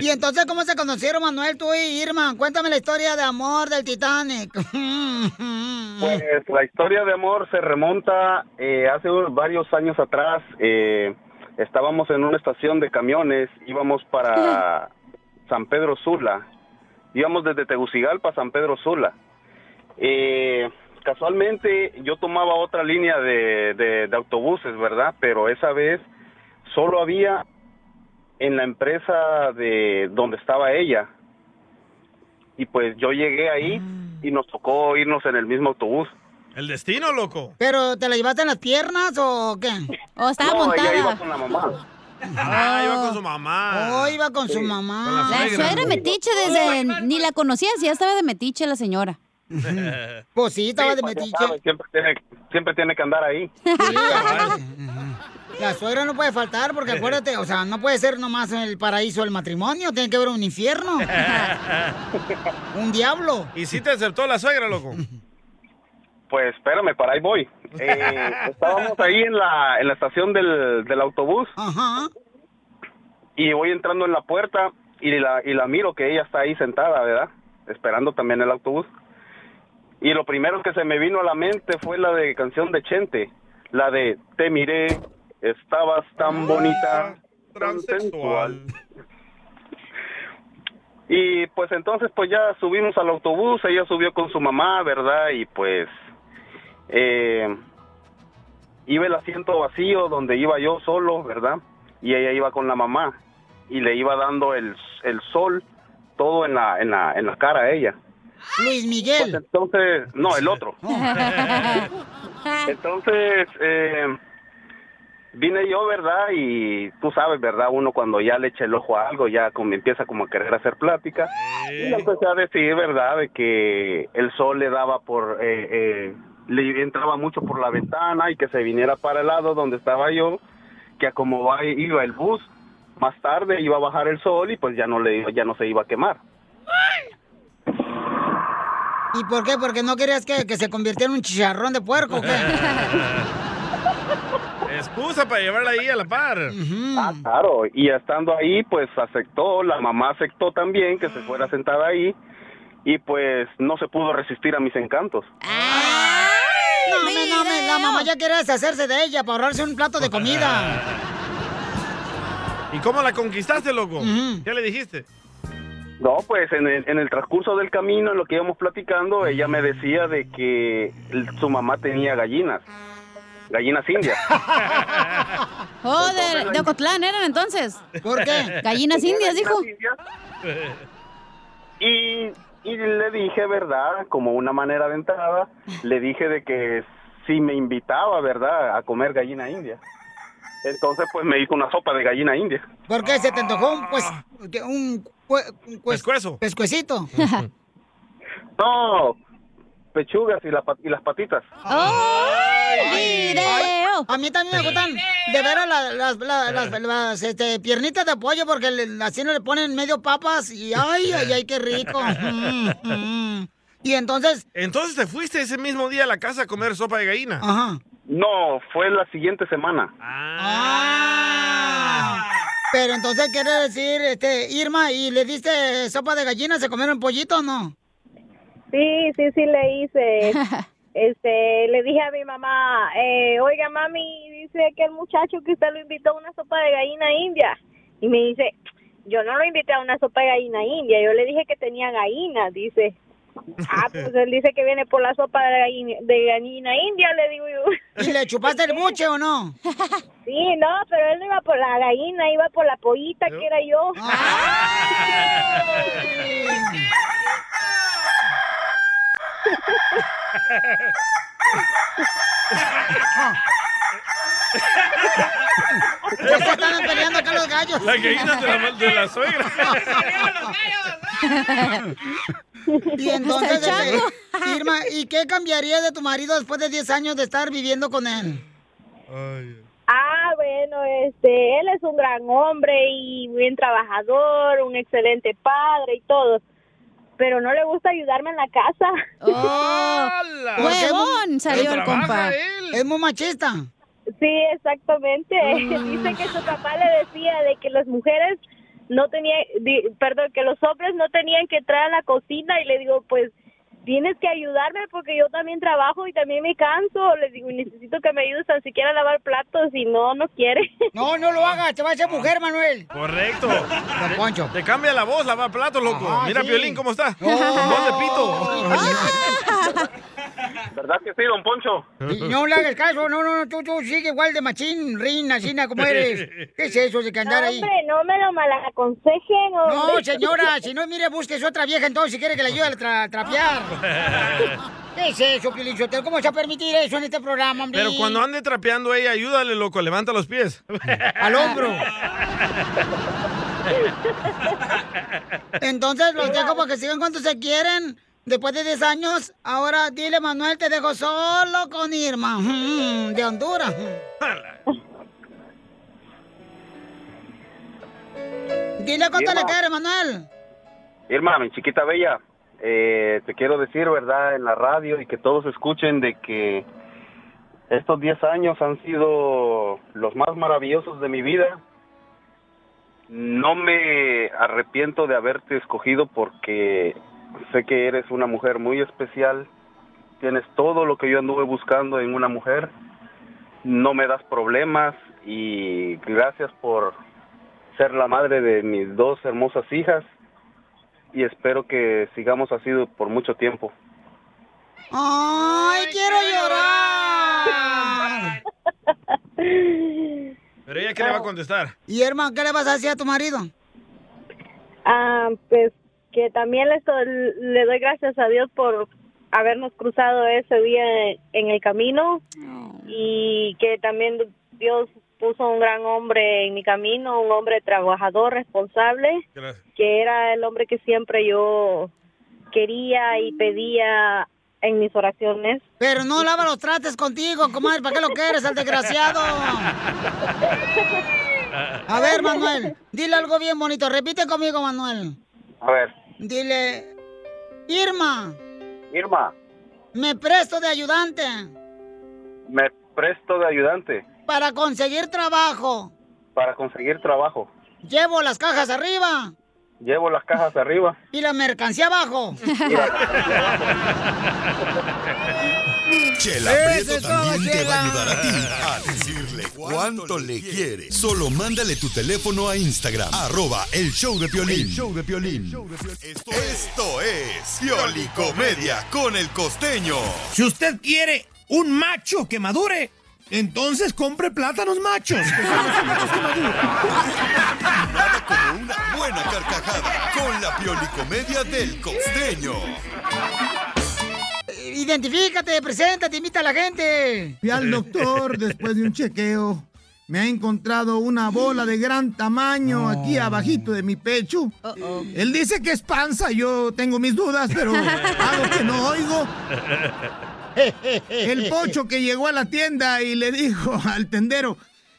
[SPEAKER 3] y entonces, ¿cómo se conocieron Manuel, tú y Irma? Cuéntame la historia de amor del Titanic.
[SPEAKER 12] Pues la historia de amor se remonta eh, hace un- varios años atrás. eh, estábamos en una estación de camiones, íbamos para San Pedro Sula íbamos desde Tegucigalpa a San Pedro Sula. Eh, casualmente yo tomaba otra línea de, de- de autobuses, ¿verdad? Pero esa vez solo había en la empresa de donde estaba ella. Y pues yo llegué ahí
[SPEAKER 2] Ah.
[SPEAKER 12] y nos tocó irnos en el mismo autobús.
[SPEAKER 1] El destino, loco.
[SPEAKER 3] ¿Pero te la llevaste en las piernas o qué?
[SPEAKER 2] ¿O estaba
[SPEAKER 12] No, ella
[SPEAKER 2] montada?
[SPEAKER 12] iba con la mamá.
[SPEAKER 1] Ah, iba con su mamá.
[SPEAKER 2] Oh, iba con
[SPEAKER 3] su
[SPEAKER 2] mamá. La
[SPEAKER 1] suegra.
[SPEAKER 2] suegra metiche desde... Ni la conocías, ya estaba de metiche la señora.
[SPEAKER 3] Pues sí,
[SPEAKER 2] estaba de
[SPEAKER 12] pues ya
[SPEAKER 2] metiche.
[SPEAKER 12] sabes, Siempre tiene, siempre tiene que andar ahí.
[SPEAKER 3] La suegra no puede faltar porque acuérdate, o sea, no puede ser nomás el paraíso del matrimonio, tiene que haber un infierno, un diablo.
[SPEAKER 1] ¿Y si te aceptó la suegra, loco?
[SPEAKER 12] Pues espérame, para ahí voy. Eh, estábamos ahí en la, en la estación del, del autobús
[SPEAKER 3] Ajá.
[SPEAKER 12] y voy entrando en la puerta y la, y la miro que ella está ahí sentada, ¿verdad? Esperando también el autobús. Y lo primero que se me vino a la mente fue la de canción de Chente, la de Te miré, estabas tan bonita, tan sensual. Y pues entonces pues ya subimos al autobús, ella subió con su mamá, ¿verdad? Y pues eh, iba el asiento vacío donde iba yo solo, ¿verdad? Y ella iba con la mamá y le iba dando el, el sol todo en la, en, la, en la cara a ella.
[SPEAKER 3] Luis Miguel.
[SPEAKER 12] Entonces, no, el otro. Entonces, eh, vine yo, ¿verdad? Y tú sabes, ¿verdad? Uno cuando ya le echa el ojo a algo, ya como empieza como a querer hacer plática. Y le empecé a decir, ¿verdad? De que el sol le daba por... eh, eh, le entraba mucho por la ventana y que se viniera para el lado donde estaba yo, que a como va- iba el bus, más tarde iba a bajar el sol y pues ya no, le, ya no se iba a quemar.
[SPEAKER 3] ¿Y por qué? ¿Porque no querías que, que se convirtiera en un chicharrón de puerco o qué?
[SPEAKER 1] Excusa para llevarla ahí a la par.
[SPEAKER 12] Ah, claro, y estando ahí, pues aceptó, la mamá aceptó también que se fuera sentada ahí y pues no se pudo resistir a mis encantos.
[SPEAKER 3] No, hombre, no, hombre, la mamá ya quería deshacerse de ella para ahorrarse un plato de comida.
[SPEAKER 1] ¿Y cómo la conquistaste, loco? ¿Qué le dijiste?
[SPEAKER 12] No, pues en el, en el transcurso del camino, en lo que íbamos platicando, ella me decía de que el- su mamá tenía gallinas, gallinas indias.
[SPEAKER 2] Oh, de, de Ocotlán eran entonces.
[SPEAKER 12] ¿Por qué?
[SPEAKER 2] Gallinas indias, dijo.
[SPEAKER 12] Y, y le dije, ¿verdad? Como una manera de entrada, le dije de que si me invitaba, ¿verdad? A comer gallina india. Entonces, pues me hizo una sopa de gallina india.
[SPEAKER 3] ¿Por qué se te antojó un, pues, que un, cue- un cues- pescuecito?
[SPEAKER 12] No, pechugas y, la pa- y las patitas.
[SPEAKER 3] Ay, Eh. A mí también me gustan de veras la- las, la- las- las, este, piernitas de pollo porque le- así no le ponen medio papas y ay, ay, ay, qué rico. Mm, mm. Y entonces,
[SPEAKER 1] Entonces te fuiste ese mismo día a la casa a comer sopa de gallina.
[SPEAKER 3] Ajá.
[SPEAKER 12] No, fue la siguiente semana.
[SPEAKER 3] pero entonces quiere decir, este, Irma, ¿y le diste sopa de gallina? ¿Se comieron pollito o no?
[SPEAKER 27] Sí, sí, sí le hice. Este, le dije a mi mamá, eh, oiga mami, dice que el muchacho que usted lo invitó a una sopa de gallina india. Y me dice, yo no lo invité a una sopa de gallina india, yo le dije que tenía gallina, dice. Ah, pues él dice que viene por la sopa de gallina, de gallina india, le digo yo.
[SPEAKER 3] ¿Y le chupaste el buche o no?
[SPEAKER 27] Sí, no, pero él no iba por la gallina, iba por la pollita que era yo.
[SPEAKER 3] ¿Por qué estaban peleando acá los gallos?
[SPEAKER 1] La gallina de la, de la suegra.
[SPEAKER 3] Y
[SPEAKER 27] Pues
[SPEAKER 3] entonces,
[SPEAKER 1] Está
[SPEAKER 3] este,
[SPEAKER 1] chango.
[SPEAKER 3] Irma, ¿y qué cambiaría de tu marido después de 10 años de estar viviendo con él?
[SPEAKER 27] Ah, bueno, este, él es un gran hombre y bien trabajador, un excelente padre y todo. Pero no le gusta ayudarme en la casa.
[SPEAKER 3] Oh, Huevón, salió el compa. Es muy machista. Ah.
[SPEAKER 27] Sí, exactamente. Dice que su papá le decía de que las mujeres no tenían, di- perdón, que los hombres no tenían que entrar a la cocina y le digo, pues tienes que ayudarme porque yo también trabajo y también me canso. Les digo, necesito que me ayudes tan siquiera a lavar platos y no, no quiere.
[SPEAKER 3] No, no lo hagas, te vas a hacer mujer, Manuel.
[SPEAKER 1] Correcto. Te, te cambia la voz, lava platos, loco.
[SPEAKER 3] Ajá,
[SPEAKER 1] Mira,
[SPEAKER 3] sí.
[SPEAKER 1] Piolín, ¿cómo está?
[SPEAKER 3] Oh.
[SPEAKER 1] Voz de pito.
[SPEAKER 12] ¿Verdad que sí, don Poncho?
[SPEAKER 3] No le hagas caso, no, no, no, tú, tú sigue igual de machín, reina, sina, como eres. ¿Qué es eso de que andar
[SPEAKER 27] No,
[SPEAKER 3] ahí?
[SPEAKER 27] hombre, no me lo malaconsejen.
[SPEAKER 3] No,
[SPEAKER 27] hombre.
[SPEAKER 3] señora, si no, mire, busques otra vieja entonces si quiere que la ayude a tra- trapear.
[SPEAKER 27] Ah.
[SPEAKER 3] ¿Qué es eso, Piolín Sotelo? ¿Cómo se va a permitir eso en este programa, hombre?
[SPEAKER 1] Pero cuando ande trapeando ella, ayúdale, loco, levanta los pies.
[SPEAKER 3] Al hombro. Entonces los dejo para que sigan cuando se quieren. Después de 10 años, ahora dile, Manuel, te dejo solo con Irma, mm, de Honduras. Dile cuánto
[SPEAKER 12] Irma.
[SPEAKER 3] le quieres, Manuel.
[SPEAKER 12] Irma, mi chiquita bella, eh, te quiero decir, ¿verdad? En la radio y que todos escuchen de que estos 10 años han sido los más maravillosos de mi vida. No me arrepiento de haberte escogido porque sé que eres una mujer muy especial. Tienes todo lo que yo anduve buscando en una mujer. No me das problemas y gracias por ser la madre de mis dos hermosas hijas y espero que sigamos así por mucho tiempo.
[SPEAKER 3] ¡Ay, quiero llorar!
[SPEAKER 1] Pero ella, ¿qué le va a contestar?
[SPEAKER 3] Y Irma, ¿qué le vas a decir a tu marido?
[SPEAKER 27] Ah, pues que también le, estoy- le doy gracias a Dios por habernos cruzado ese día en- en el camino y que también Dios puso un gran hombre en mi camino, un hombre trabajador, responsable, que era el hombre que siempre yo quería y pedía en mis oraciones.
[SPEAKER 3] Pero no lava los trates contigo, comadre. ¿Para qué lo quieres, al desgraciado? A ver, Manuel, dile algo bien bonito. Repite conmigo, Manuel.
[SPEAKER 12] A ver,
[SPEAKER 3] Dile, Irma,
[SPEAKER 12] Irma,
[SPEAKER 3] me presto de ayudante
[SPEAKER 12] me presto de ayudante
[SPEAKER 3] para conseguir trabajo.
[SPEAKER 12] para conseguir trabajo.
[SPEAKER 3] Llevo las cajas arriba
[SPEAKER 12] Llevo las cajas arriba.
[SPEAKER 3] y la mercancía abajo.
[SPEAKER 5] Chela
[SPEAKER 3] Ese
[SPEAKER 5] Prieto
[SPEAKER 3] es todo,
[SPEAKER 5] también te va a
[SPEAKER 3] Chela.
[SPEAKER 5] ayudar a ti a decirle cuánto le quiere. Solo mándale tu teléfono a Instagram, arroba el show de Piolín.
[SPEAKER 28] El
[SPEAKER 5] show de Esto es Piolicomedia con el costeño.
[SPEAKER 28] Si usted quiere un macho que madure, entonces compre plátanos machos.
[SPEAKER 5] Buena carcajada con la Piolicomedia del costeño.
[SPEAKER 3] Identifícate, preséntate, invita a la gente.
[SPEAKER 15] Fui al doctor después de un chequeo. Me ha encontrado una bola de gran tamaño aquí abajito de mi pecho. Él dice que es panza, yo tengo mis dudas, pero algo que no oigo. El pocho que llegó a la tienda y le dijo al tendero,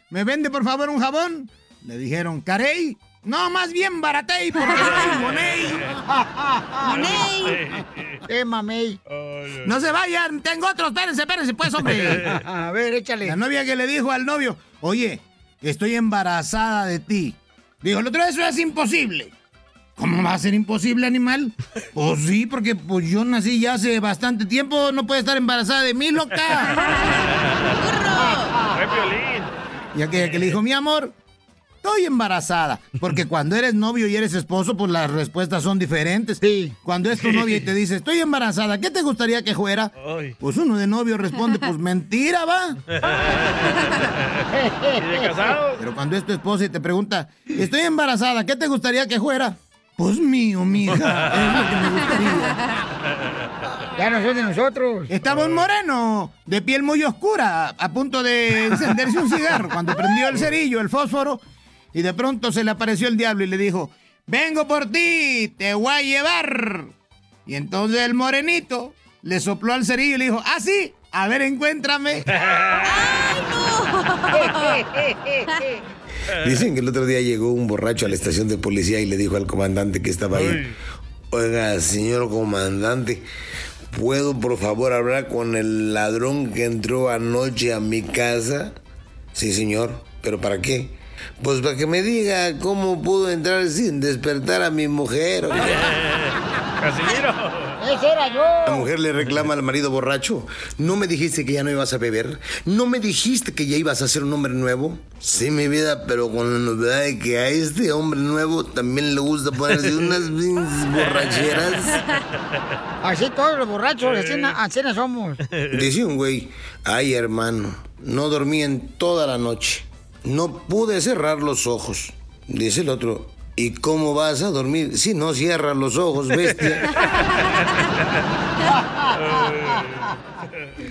[SPEAKER 15] ¿me vende por favor un jabón? Le dijeron, ¿carey? No, más bien baratey, porque soy money.
[SPEAKER 3] Money. Eh, mamey.
[SPEAKER 15] No se vayan, tengo otros, espérense, espérense, pues, hombre.
[SPEAKER 3] A ver, échale.
[SPEAKER 15] La novia que le dijo al novio, oye, estoy embarazada de ti. Dijo, el otro día eso es imposible. ¿Cómo va a ser imposible, animal? Pues sí, porque pues, yo nací ya hace bastante tiempo, no puede estar embarazada de mí, loca.
[SPEAKER 1] Fue Piolín.
[SPEAKER 15] Y aquella que le dijo, mi amor, estoy embarazada. Porque cuando eres novio y eres esposo, pues las respuestas son diferentes. Cuando es tu novia y te dice, estoy embarazada, ¿qué te gustaría que fuera?
[SPEAKER 1] Ay.
[SPEAKER 15] Pues uno de novio responde, pues mentira, va.
[SPEAKER 1] ¿Y de casado?
[SPEAKER 15] Pero cuando es tu esposa y te pregunta, estoy embarazada, ¿qué te gustaría que fuera? Pues mío, mija, es lo que me gustaría.
[SPEAKER 3] Ya no son de nosotros.
[SPEAKER 15] Estaba un moreno, de piel muy oscura, a punto de encenderse un cigarro, cuando prendió el cerillo, el fósforo, y de pronto se le apareció el diablo y le dijo, vengo por ti, te voy a llevar. Y entonces el morenito le sopló al cerillo y le dijo, ah, sí, a ver, encuéntrame.
[SPEAKER 18] Dicen que el otro día llegó un borracho a la estación de policía y le dijo al comandante que estaba ahí, oiga, señor comandante, ¿puedo por favor hablar con el ladrón que entró anoche a mi casa? Sí, señor, pero ¿para qué? Pues para que me diga cómo pudo entrar sin despertar a mi mujer.
[SPEAKER 1] Casimiro.
[SPEAKER 18] Antes era yo.
[SPEAKER 15] La mujer le reclama al marido borracho. ¿No me dijiste que ya no ibas a beber? ¿No me dijiste que ya ibas a ser un hombre nuevo? Sí, mi vida, pero con la novedad de que a este hombre nuevo también le gusta ponerse unas pinches borracheras.
[SPEAKER 3] Así todos los borrachos, así,
[SPEAKER 5] Eh.
[SPEAKER 3] na- así no somos.
[SPEAKER 15] Dice un güey, ay hermano, no dormí en toda la noche. No pude cerrar los ojos. Dice el otro, ¿y cómo vas a dormir si no cierras los ojos, bestia?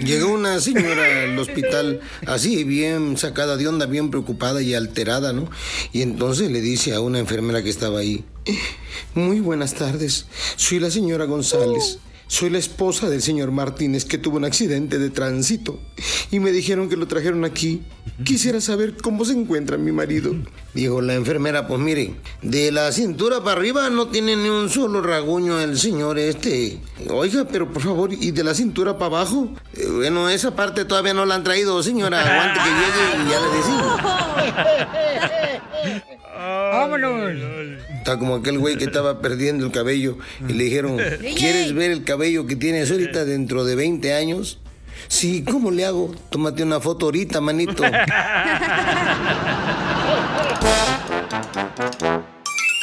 [SPEAKER 15] Llegó una señora al hospital, así, bien sacada de onda, bien preocupada y alterada, ¿no? Y entonces le dice a una enfermera que estaba ahí, muy buenas tardes, soy la señora González. Soy la esposa del señor Martínez que tuvo un accidente de tránsito y me dijeron que lo trajeron aquí. Quisiera saber cómo se encuentra mi marido. Dijo la enfermera, pues mire, de la cintura para arriba no tiene ni un solo raguño el señor este. Oiga, pero por favor, ¿y de la cintura para abajo? "Eh, bueno, esa parte todavía no la han traído, señora. Aguante que llegue y ya le decimos.
[SPEAKER 3] Vámonos.
[SPEAKER 15] Está como aquel güey que estaba perdiendo el cabello y le dijeron, ¿quieres ver el cabello que tienes ahorita dentro de 20 años? Sí, ¿cómo le hago? Tómate una foto ahorita, manito.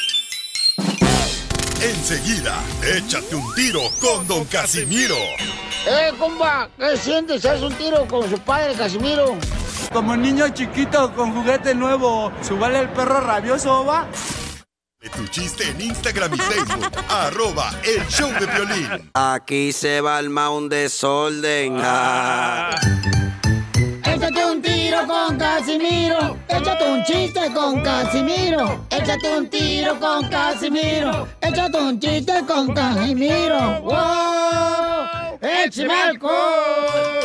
[SPEAKER 5] Enseguida, échate un tiro con Don Casimiro.
[SPEAKER 18] Eh, compa, ¿qué sientes? ¿Haz un tiro con su padre, Casimiro?
[SPEAKER 29] Como niño chiquito con juguete nuevo, subale el perro rabioso, va.
[SPEAKER 5] Tu chiste en Instagram y Facebook, arroba el show de violín.
[SPEAKER 21] Aquí se va el un desorden.
[SPEAKER 18] Échate un tiro con Casimiro. Échate un chiste con Casimiro. Échate un tiro con Casimiro. Échate un chiste con Casimiro. ¡Wow! ¡Échame alcohol!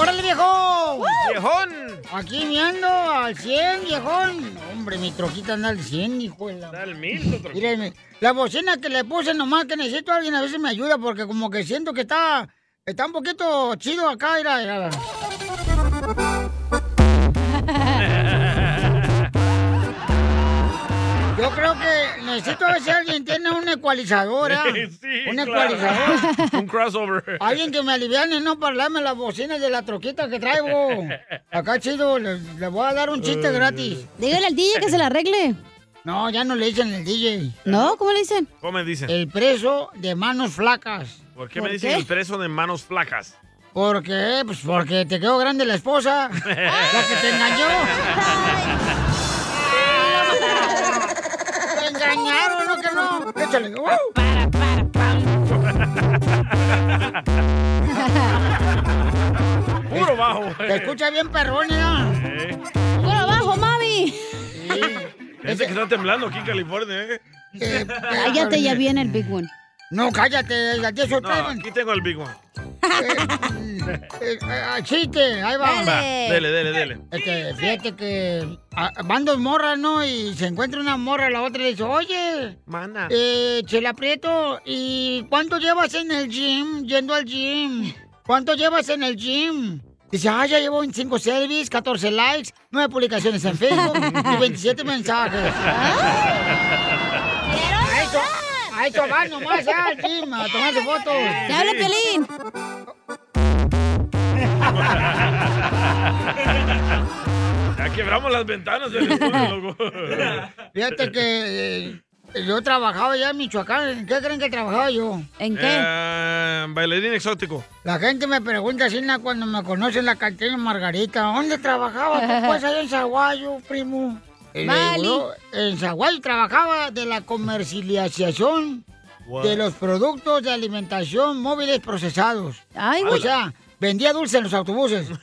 [SPEAKER 3] ¡Órale, viejo! ¡Viejón! Aquí me ando al 100, viejón. Hombre, mi troquita anda al 100, hijo de la... Está al 1000, Miren, la bocina que le puse nomás que necesito a alguien a veces me ayuda porque como que siento que está... Está un poquito chido acá, mira, mira. Yo creo que necesito a ver si alguien tiene un ecualizador, ¿ah?
[SPEAKER 1] Sí,
[SPEAKER 3] un
[SPEAKER 1] claro.
[SPEAKER 3] ecualizador.
[SPEAKER 1] Un crossover.
[SPEAKER 3] Alguien que me aliviane, no parlarme las bocinas de la troquita que traigo. Acá chido, le, le voy a dar un chiste gratis.
[SPEAKER 2] Dígale al DJ que se la arregle.
[SPEAKER 3] No, ya no le dicen el DJ.
[SPEAKER 2] No, ¿cómo le dicen?
[SPEAKER 1] ¿Cómo me dicen?
[SPEAKER 3] El preso de manos flacas.
[SPEAKER 1] ¿Por qué
[SPEAKER 3] ¿Por
[SPEAKER 1] me dicen
[SPEAKER 3] qué?
[SPEAKER 1] el preso de manos flacas?
[SPEAKER 3] ¿Por qué? Pues porque te quedó grande la esposa. La que te engañó. Te engañaron, ¿no que no? Échale. Para, para,
[SPEAKER 1] Puro bajo.
[SPEAKER 3] Te escucha bien perrón, ¿no?
[SPEAKER 1] Eh,
[SPEAKER 3] Por abajo, mami.
[SPEAKER 1] Ese que está temblando aquí en California, ¿eh?
[SPEAKER 2] Cállate, ya viene el Big One.
[SPEAKER 3] No, cállate, ya te
[SPEAKER 1] No,
[SPEAKER 3] soltaron.
[SPEAKER 1] aquí tengo el Big One.
[SPEAKER 3] Eh, eh, chiste, ahí va.
[SPEAKER 1] Va, dele, dele, dele.
[SPEAKER 3] Este, fíjate que ah, van dos morras, ¿no? Y se encuentra una morra, la otra le dice, oye,
[SPEAKER 1] Mana.
[SPEAKER 3] eh, Chela Prieto, ¿y cuánto llevas en el gym, yendo al gym? ¿Cuánto llevas en el gym? Dice, ah, ya llevo 25 selfies, 14 likes, 9 publicaciones en Facebook y 27 mensajes. A eso, a eso van nomás, ah, ya, al gym, a tomarse fotos.
[SPEAKER 2] ¡Te habla Pelín!
[SPEAKER 1] Ya quebramos las ventanas del estudio, loco.
[SPEAKER 3] Fíjate que eh, yo trabajaba ya en Michoacán. ¿En qué creen que trabajaba yo? ¿En
[SPEAKER 1] Eh, bailarín exótico.
[SPEAKER 3] La gente me pregunta, Sina, cuando me conocen en la cantina Margarita, ¿dónde trabajaba tú? Pues ahí en Zaguayo, primo. Y le
[SPEAKER 2] Vale.
[SPEAKER 3] digo, "Yo en Zaguayo trabajaba de la comercialización de los productos de alimentación móviles procesados. Ay,
[SPEAKER 2] güey.
[SPEAKER 3] O sea, vendía dulce en los autobuses.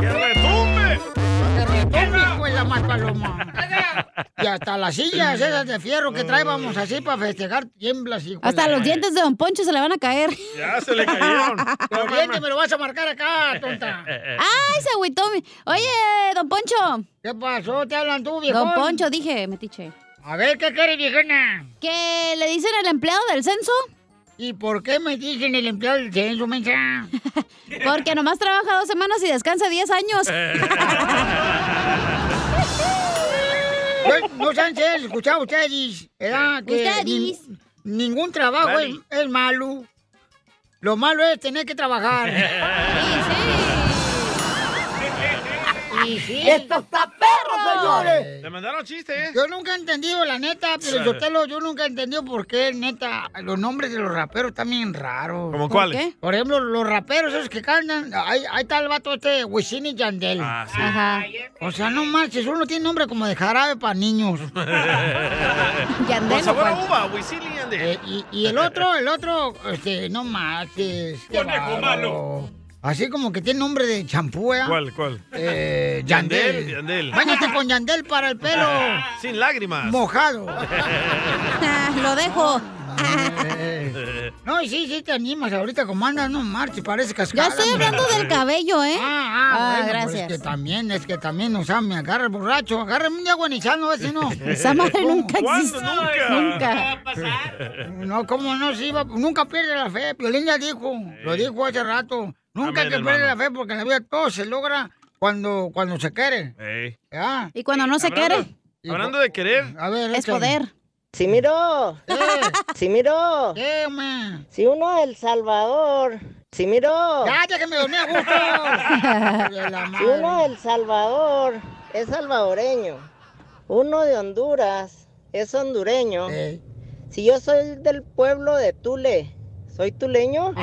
[SPEAKER 1] ¡Que retumbe!
[SPEAKER 3] ¡Que retumbe, hijo de la más paloma! Y hasta las sillas esas de fierro que traíamos así para festejar tiemblas, hijo de
[SPEAKER 2] Hasta
[SPEAKER 3] la
[SPEAKER 2] los
[SPEAKER 3] Pues, madre.
[SPEAKER 2] dientes de Don Poncho se le van a caer.
[SPEAKER 1] Ya se le cayeron.
[SPEAKER 3] Los dientes me lo vas a marcar acá, tonta.
[SPEAKER 2] ¡Ay, se agüitó! mi- Oye, Don Poncho.
[SPEAKER 3] ¿Qué pasó? ¿Te hablan tú, viejón?
[SPEAKER 2] Don Poncho, dije, metiche.
[SPEAKER 3] A ver, ¿qué quieres, viejona?
[SPEAKER 2] ¿Qué le dicen al empleado del censo?
[SPEAKER 3] ¿Y por qué me dicen el empleado del censo, mensa?
[SPEAKER 2] Porque nomás trabaja dos semanas y descansa 10 años.
[SPEAKER 3] Pues, no saben si han escuchado ustedes, ¿verdad? Que
[SPEAKER 2] Ustedes.
[SPEAKER 3] nin- ningún trabajo es,
[SPEAKER 2] Vale.
[SPEAKER 3] es malo. Lo malo es tener que trabajar. Y sí. ¡Esto está perro, señores!
[SPEAKER 1] Le mandaron chistes, ¿eh?
[SPEAKER 3] Yo nunca he entendido, la neta, pero yo te lo, yo nunca he entendido por qué, neta, los nombres de los raperos están bien raros.
[SPEAKER 1] ¿Cómo ¿Por cuáles? qué?
[SPEAKER 3] Por ejemplo, los raperos esos que cantan, ahí, ahí está el vato este, Wisin y Yandel. Ah,
[SPEAKER 1] sí.
[SPEAKER 3] Ajá. O sea, no marches, uno tiene nombre como de jarabe para niños. Yandel,
[SPEAKER 1] Con sabor a
[SPEAKER 3] ¿cuál?
[SPEAKER 1] uva, Wisin y Yandel.
[SPEAKER 3] Eh, y, y el otro, el otro, este, no marches. qué
[SPEAKER 1] Conejo
[SPEAKER 3] bárbaro.
[SPEAKER 1] malo.
[SPEAKER 3] Así como que tiene nombre de champú, ¿eh?
[SPEAKER 1] ¿Cuál, cuál?
[SPEAKER 3] Eh, Yandel.
[SPEAKER 1] Yandel.
[SPEAKER 3] Báñate con Yandel para el pelo.
[SPEAKER 1] Sin lágrimas.
[SPEAKER 3] Mojado.
[SPEAKER 2] Ah,
[SPEAKER 3] Lo dejo.
[SPEAKER 1] Eh,
[SPEAKER 3] No, y sí, sí te animas ahorita como andas, no marches, parece cascada.
[SPEAKER 2] Yo estoy hablando del cabello, ¿eh?
[SPEAKER 3] Ah, ah,
[SPEAKER 2] Ah,
[SPEAKER 3] bueno, pues
[SPEAKER 2] gracias.
[SPEAKER 3] es que también, es que también, o sea, me agarra el borracho, agárrame un día guanizano, ese no.
[SPEAKER 2] Esa madre
[SPEAKER 3] ¿Cómo?
[SPEAKER 2] nunca existe. Nunca.
[SPEAKER 3] No, cómo no, sí, va- nunca pierde la fe. Piolín ya dijo, lo dijo hace rato. Nunca hay que
[SPEAKER 1] Amén,
[SPEAKER 3] pierde la
[SPEAKER 1] hermano.
[SPEAKER 3] fe porque en la vida todo se logra cuando, cuando se quiere.
[SPEAKER 1] Ey.
[SPEAKER 3] Y cuando no
[SPEAKER 1] Hablando- Hablando de querer.
[SPEAKER 3] A ver,
[SPEAKER 1] Es poder.
[SPEAKER 10] Si miro,
[SPEAKER 3] Eh.
[SPEAKER 10] si miro, si uno es El Salvador, si miro,
[SPEAKER 3] Ya, ya que me dormí a gusto. De la
[SPEAKER 10] si
[SPEAKER 3] madre.
[SPEAKER 10] uno es El Salvador es salvadoreño, uno de Honduras es hondureño, si yo soy del pueblo de Tule, soy tuleño.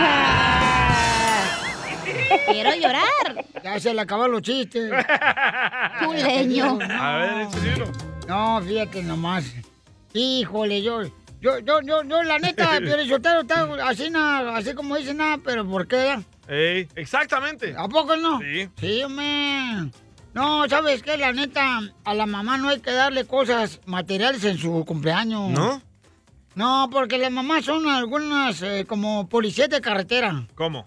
[SPEAKER 3] Ah.
[SPEAKER 2] Quiero llorar.
[SPEAKER 3] Ya se le acabaron los chistes.
[SPEAKER 2] Tuleño.
[SPEAKER 1] A ver, échale uno.
[SPEAKER 3] No, fíjate nomás. Híjole, yo, yo, yo, yo, yo, la neta, pero yo está así, na- así como dice nada, pero ¿por qué?
[SPEAKER 1] Ey, exactamente.
[SPEAKER 3] ¿A poco no?
[SPEAKER 1] Sí.
[SPEAKER 3] Sí, hombre. No, ¿sabes qué? La neta, a la mamá no hay que darle cosas materiales en su cumpleaños.
[SPEAKER 1] ¿No?
[SPEAKER 3] No, porque las mamás son algunas eh, como policías de carretera.
[SPEAKER 1] ¿Cómo?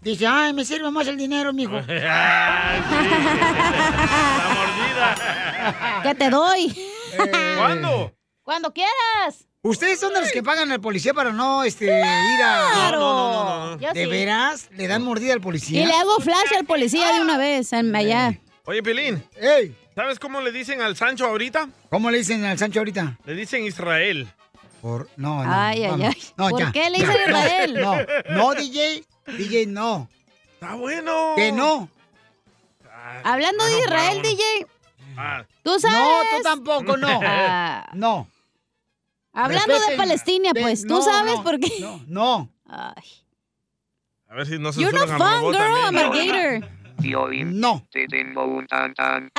[SPEAKER 3] Dice, ay, me sirve más el dinero, mijo.
[SPEAKER 1] Ah,
[SPEAKER 3] Ah.
[SPEAKER 2] ¿Qué te doy?
[SPEAKER 1] ¿Cuándo?
[SPEAKER 2] Cuando quieras.
[SPEAKER 3] Eh, ¿Ustedes son de los que pagan al policía para no este, ir a...?
[SPEAKER 2] Claro. No, no, no, no, no. Yo
[SPEAKER 3] ¿De
[SPEAKER 2] sí.
[SPEAKER 3] veras? ¿Le dan mordida al policía?
[SPEAKER 2] Y le hago flash al policía de una vez, en allá.
[SPEAKER 1] Oye, Pelín.
[SPEAKER 3] Ey.
[SPEAKER 1] ¿Sabes cómo le dicen al Sancho ahorita?
[SPEAKER 3] ¿Cómo le dicen al Sancho ahorita?
[SPEAKER 1] Le dicen Israel.
[SPEAKER 3] Por... No, no.
[SPEAKER 2] Ay, ay,
[SPEAKER 3] vamos.
[SPEAKER 2] ay.
[SPEAKER 3] No,
[SPEAKER 2] ¿Por
[SPEAKER 3] ya,
[SPEAKER 2] qué le
[SPEAKER 3] ya.
[SPEAKER 2] dicen Israel?
[SPEAKER 3] No, no, DJ. DJ, no.
[SPEAKER 1] Está bueno.
[SPEAKER 3] Que no.
[SPEAKER 2] Hablando de Israel, DJ,
[SPEAKER 1] Ah,
[SPEAKER 2] ¿tú sabes?
[SPEAKER 3] No, tú tampoco, no.
[SPEAKER 2] Ah,
[SPEAKER 3] No.
[SPEAKER 2] hablando de
[SPEAKER 3] Respeten.
[SPEAKER 2] Palestina,
[SPEAKER 3] Ve-
[SPEAKER 2] pues, ¿tú
[SPEAKER 3] no,
[SPEAKER 2] sabes
[SPEAKER 3] no,
[SPEAKER 2] por qué?
[SPEAKER 3] No. no.
[SPEAKER 1] a ver si no se
[SPEAKER 2] You're not fun, girl, I'm a gator.
[SPEAKER 3] Violín, no.
[SPEAKER 13] te tengo un tan tan.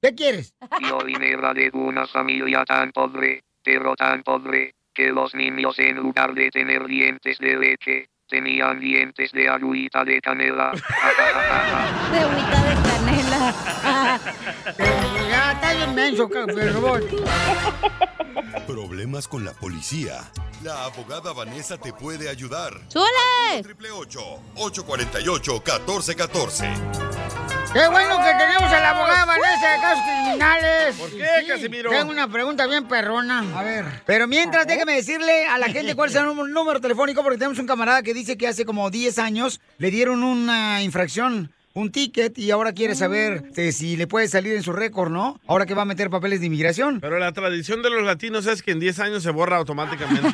[SPEAKER 3] ¿Qué quieres?
[SPEAKER 13] Violín era de una familia tan pobre, pero tan pobre, que los niños en lugar de tener dientes de leche, tenían dientes de agüita de canela.
[SPEAKER 2] De agüita de canela.
[SPEAKER 3] ya Ah, está bien menso, ca- pero-
[SPEAKER 5] Problemas con la policía. La abogada Vanessa te puede ayudar.
[SPEAKER 2] ¡Súbele!
[SPEAKER 5] 848-1414.
[SPEAKER 3] ¡Qué bueno que tenemos a la abogada Vanessa de casos criminales! ¿Por
[SPEAKER 1] qué, Casimiro?
[SPEAKER 3] Tengo una pregunta bien perrona. A ver. Pero mientras, déjeme decirle a la gente cuál es el número, número telefónico, porque tenemos un camarada que dice que hace como 10 años le dieron una infracción, un ticket, y ahora quiere saber este, si le puede salir en su récord, ¿no? Ahora que va a meter papeles de inmigración.
[SPEAKER 1] Pero la tradición de los latinos es que en 10 años se borra automáticamente.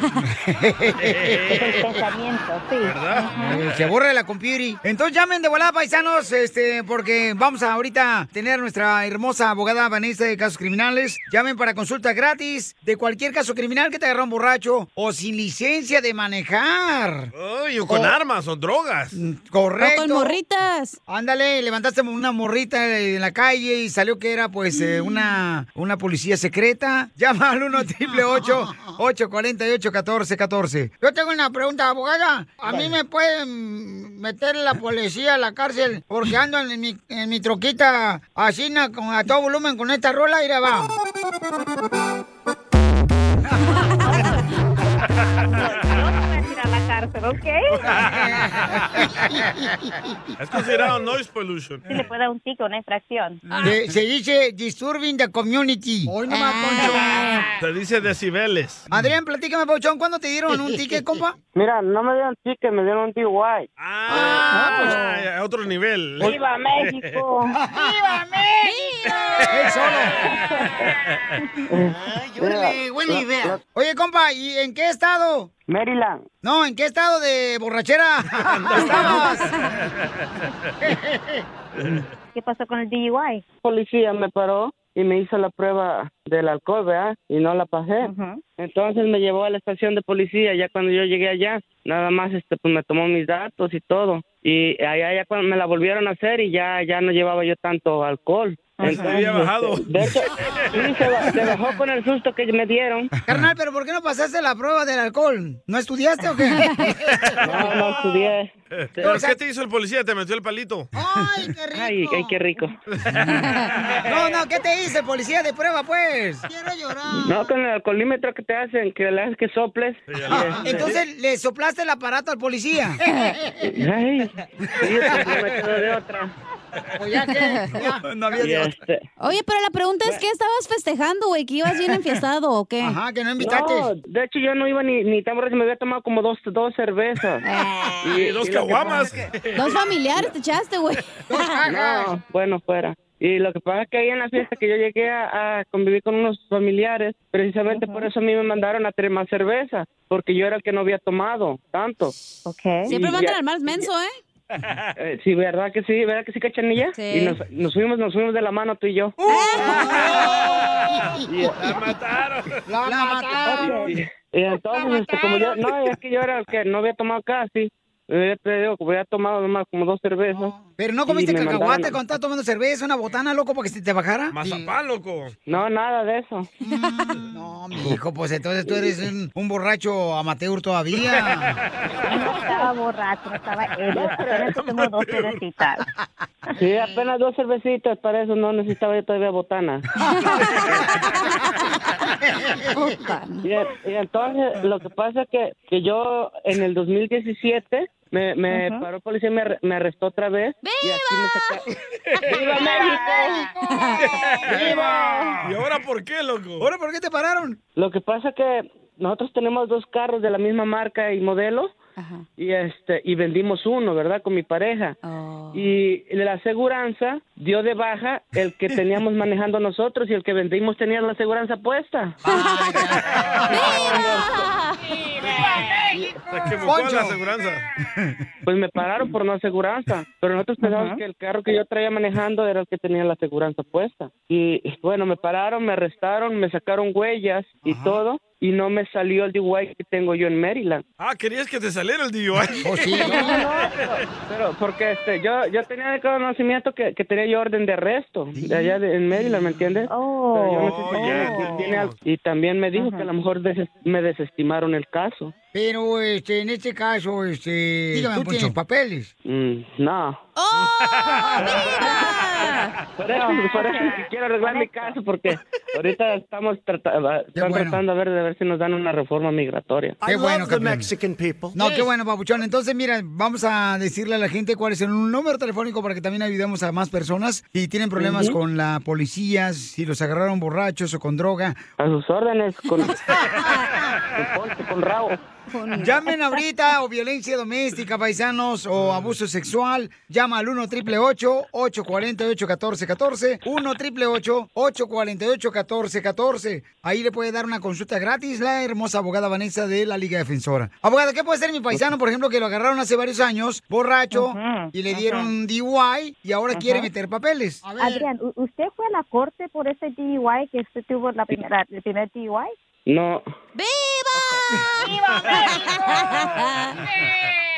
[SPEAKER 3] pensamiento, sí. Eh, Se borra de la computer. Entonces llamen de volada, paisanos, este, porque vamos a ahorita tener a nuestra hermosa abogada Vanessa de casos criminales. Llamen para consulta gratis de cualquier caso criminal que te agarra un borracho o sin licencia de manejar.
[SPEAKER 1] Ay, o con
[SPEAKER 3] O-
[SPEAKER 1] armas o drogas.
[SPEAKER 3] Correcto.
[SPEAKER 1] O con
[SPEAKER 2] morritas.
[SPEAKER 3] Ándale, levantaste una morrita en la calle y salió que era pues eh, una, una policía secreta. Llama al 1 triple 848 1414 Yo tengo una pregunta, abogada. A mí me pueden meter la policía a la cárcel porque ando en mi, en mi troquita así na, con, a todo volumen con esta rola y va.
[SPEAKER 18] No, no te voy a tirar la
[SPEAKER 8] pero ok.
[SPEAKER 1] Es considerado noise pollution.
[SPEAKER 8] Si le puede dar un tico, una infracción.
[SPEAKER 3] Se, se dice disturbing the community. Hoy nomás,
[SPEAKER 1] Se dice decibeles.
[SPEAKER 3] Adrián, platícame, Pauchón, ¿cuándo te dieron un ticket, compa?
[SPEAKER 30] Mira, no me dieron ticket, me dieron un DUI.
[SPEAKER 3] pues.
[SPEAKER 1] Ah, a otro nivel.
[SPEAKER 30] ¡Viva México!
[SPEAKER 18] ¡Viva México!
[SPEAKER 3] ¡Él solo!
[SPEAKER 18] Ay, órale, buena idea.
[SPEAKER 3] Oye, compa, ¿y en qué estado?
[SPEAKER 30] Maryland.
[SPEAKER 3] No, ¿en qué estado de borrachera estabas?
[SPEAKER 8] ¿Qué pasó con el DUI?
[SPEAKER 30] Policía me paró y me hizo la prueba del alcohol, ¿verdad? Y no la pasé. Entonces me llevó a la estación de policía. Ya cuando yo llegué allá, nada más este, pues me tomó mis datos y todo. Y allá ya cuando me la volvieron a hacer y ya, ya no llevaba yo tanto alcohol.
[SPEAKER 1] Se había bajado.
[SPEAKER 30] este, De hecho, sí, se, ba- se bajó con el susto que me dieron.
[SPEAKER 3] Carnal, ¿pero por qué no pasaste la prueba del alcohol? ¿No estudiaste o qué?
[SPEAKER 30] No, no estudié.
[SPEAKER 1] ¿Pero qué te hizo el policía? ¿Te metió el palito?
[SPEAKER 3] ¡Ay, qué rico!
[SPEAKER 30] Ay, ay, qué rico.
[SPEAKER 3] No, no, ¿qué te hice, policía de prueba, pues?
[SPEAKER 30] No, con el alcoholímetro que te hacen, que le haces que soples. este,
[SPEAKER 3] Ah, Entonces, ¿le soplaste el aparato al policía?
[SPEAKER 30] Ay, sí, pues, no me quedo de otra. este,
[SPEAKER 3] Pues ya que, ya.
[SPEAKER 30] No había de otra.
[SPEAKER 2] Oye, pero la pregunta es, ¿qué estabas festejando, güey? ¿Que ibas bien enfiestado o qué?
[SPEAKER 3] Ajá, que no
[SPEAKER 30] No, de hecho yo no iba ni, ni tan borracho, me había tomado como dos, dos cervezas.
[SPEAKER 3] Ah.
[SPEAKER 1] Y dos
[SPEAKER 30] y lo que
[SPEAKER 1] caguamas.
[SPEAKER 30] pasa es
[SPEAKER 2] Dos familiares te echaste, güey.
[SPEAKER 30] No, bueno, fuera. Y lo que pasa es que ahí en la fiesta que yo llegué a, a convivir con unos familiares, precisamente por eso a mí me mandaron a traer más cerveza, porque yo era el que no había tomado tanto.
[SPEAKER 8] Ok.
[SPEAKER 2] Siempre
[SPEAKER 30] Y
[SPEAKER 2] mandan
[SPEAKER 30] ya-
[SPEAKER 2] al más menso, ¿eh?
[SPEAKER 30] eh, sí, ¿verdad que sí? ¿Verdad que sí, cachanilla?
[SPEAKER 2] Sí.
[SPEAKER 30] Y nos, nos fuimos, nos fuimos de la mano tú y yo. Y-
[SPEAKER 3] La, mataron.
[SPEAKER 30] Y y entonces, este, como yo, no, es que yo era el que no había tomado casi. Yo te digo, había tomado nomás como dos cervezas.
[SPEAKER 3] ¿Pero no comiste cacahuate cuando estabas tomando cerveza, una botana, loco, para que se te bajara? Mm,
[SPEAKER 1] Mazapán, loco.
[SPEAKER 30] No, nada de eso.
[SPEAKER 3] No, mi hijo, pues entonces tú eres un, un borracho amateur todavía.
[SPEAKER 8] No estaba borracho, estaba ebrio. Apenas tengo dos cervecitas.
[SPEAKER 30] Sí, apenas dos cervecitas, para eso no necesitaba yo todavía botana. Y, y entonces, lo que pasa es que, que yo en el 2017 me, me
[SPEAKER 8] Ujú.
[SPEAKER 30] paró policía y me, arre- me arrestó otra vez. Y así me saca- ¡Viva México!
[SPEAKER 1] ¿Y ahora por qué, loco?
[SPEAKER 3] ¿Ahora por qué te pararon?
[SPEAKER 30] Lo que pasa que nosotros tenemos dos carros de la misma marca y modelo y este y vendimos uno, ¿verdad? Con mi pareja. Y la aseguranza dio de baja el que teníamos manejando nosotros y el que vendimos tenía la aseguranza puesta.
[SPEAKER 1] Se equivocó
[SPEAKER 30] Poncho.
[SPEAKER 1] la aseguranza.
[SPEAKER 30] Pues me pararon por no aseguranza, pero nosotros pensábamos que el carro que yo traía manejando era el que tenía la aseguranza puesta. Y bueno, me pararon, me arrestaron, me sacaron huellas y todo y no me salió el DUI que tengo yo en Maryland.
[SPEAKER 1] Ah, querías que te saliera el DUI.
[SPEAKER 30] Pero porque este, yo, yo tenía el conocimiento que, que tenía yo orden de arresto de allá de- en Maryland, ¿me entiendes? Pero yo no sé si tiene- tiene algo. Y también me dijo que a lo mejor deses- me desestimaron el caso.
[SPEAKER 3] Pero este, en este caso, este, tú
[SPEAKER 30] Poncho.
[SPEAKER 3] tienes papeles.
[SPEAKER 30] Mm, no.
[SPEAKER 3] ¡Oh,
[SPEAKER 30] Por eso, por eso ni quiero arreglar mi caso porque ahorita estamos trata- va- están tratando a ver de ver si nos dan una reforma migratoria.
[SPEAKER 3] Qué bueno, campeón. No, qué bueno, papuchón. Entonces, mira, vamos a decirle a la gente cuál es el número telefónico para que también ayudemos a más personas si tienen problemas
[SPEAKER 30] Ujú.
[SPEAKER 3] con la policía, si los agarraron borrachos o con droga.
[SPEAKER 30] A sus órdenes, con, con, ponche, con rabo.
[SPEAKER 3] Llamen ahorita o violencia doméstica, paisanos, o abuso sexual. Llama al 1 triple 848 1414 1 triple 848 1414 Ahí le puede dar una consulta gratis la hermosa abogada Vanessa de la Liga Defensora. Abogada, ¿qué puede ser mi paisano, por ejemplo, que lo agarraron hace varios años, borracho,
[SPEAKER 8] Ujú,
[SPEAKER 3] y le
[SPEAKER 8] ujú.
[SPEAKER 3] dieron un DUI y ahora
[SPEAKER 8] Ujú.
[SPEAKER 3] quiere meter papeles?
[SPEAKER 8] Adrián, ¿u- ¿usted fue a la corte por ese DUI que usted tuvo la primera, el primer DUI?
[SPEAKER 30] No,
[SPEAKER 8] ¡Viva! ¡Viva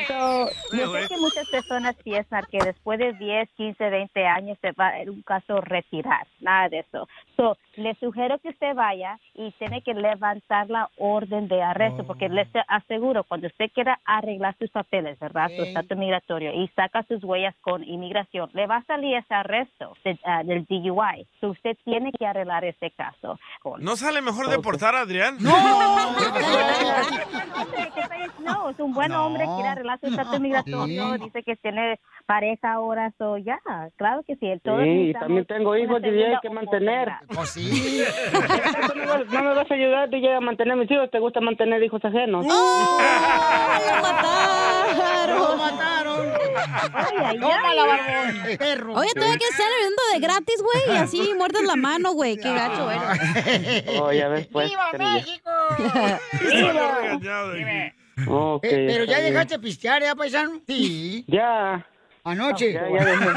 [SPEAKER 8] So, yo sé que muchas personas piensan que después de 10, 15, 20 años se va en un caso retirar, nada de eso. So, le sugiero que usted vaya y tiene que levantar la orden de arresto, porque les aseguro, cuando usted quiera arreglar sus papeles, ¿verdad? Su
[SPEAKER 24] Ok.
[SPEAKER 8] estatus migratorio y saca sus huellas con inmigración, le va a salir ese arresto de- ah, del DUI. So, usted tiene que arreglar ese caso.
[SPEAKER 1] ¿No sale mejor deportar a Adrián?
[SPEAKER 8] No, es un buen hombre, quiere arreglar su estatus migratorio,
[SPEAKER 30] Sí.
[SPEAKER 8] dice que tiene pareja ahora, so ya, claro que sí. Todos
[SPEAKER 30] Sí, y
[SPEAKER 8] necesitamos
[SPEAKER 30] también tengo
[SPEAKER 8] una
[SPEAKER 30] hijos, DJ,
[SPEAKER 8] segunda
[SPEAKER 30] que mantener.
[SPEAKER 8] oportunidad.
[SPEAKER 30] ¿No me vas- ¿No me vas a ayudar, DJ, a mantener mis hijos? ¿Te gusta mantener hijos ajenos?
[SPEAKER 18] ¡Lo
[SPEAKER 3] mataron!
[SPEAKER 18] ¡Tómala, barbón!
[SPEAKER 3] ¡Perro!
[SPEAKER 18] Oye, todavía que estar vendiendo de gratis, güey, y así muertas la mano, güey. ¡Qué gacho, eres!
[SPEAKER 30] Oh, ya ves, pues. tenía- Ok,
[SPEAKER 3] Pe- Eh, Pero
[SPEAKER 30] está
[SPEAKER 3] ya
[SPEAKER 30] bien.
[SPEAKER 3] dejaste pistear, ¿ya, paisano? Sí.
[SPEAKER 30] Ya.
[SPEAKER 3] Anoche.
[SPEAKER 30] Ya, ya dejé.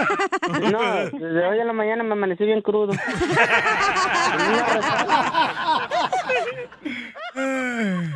[SPEAKER 30] No, desde hoy en la mañana me amanecí bien crudo.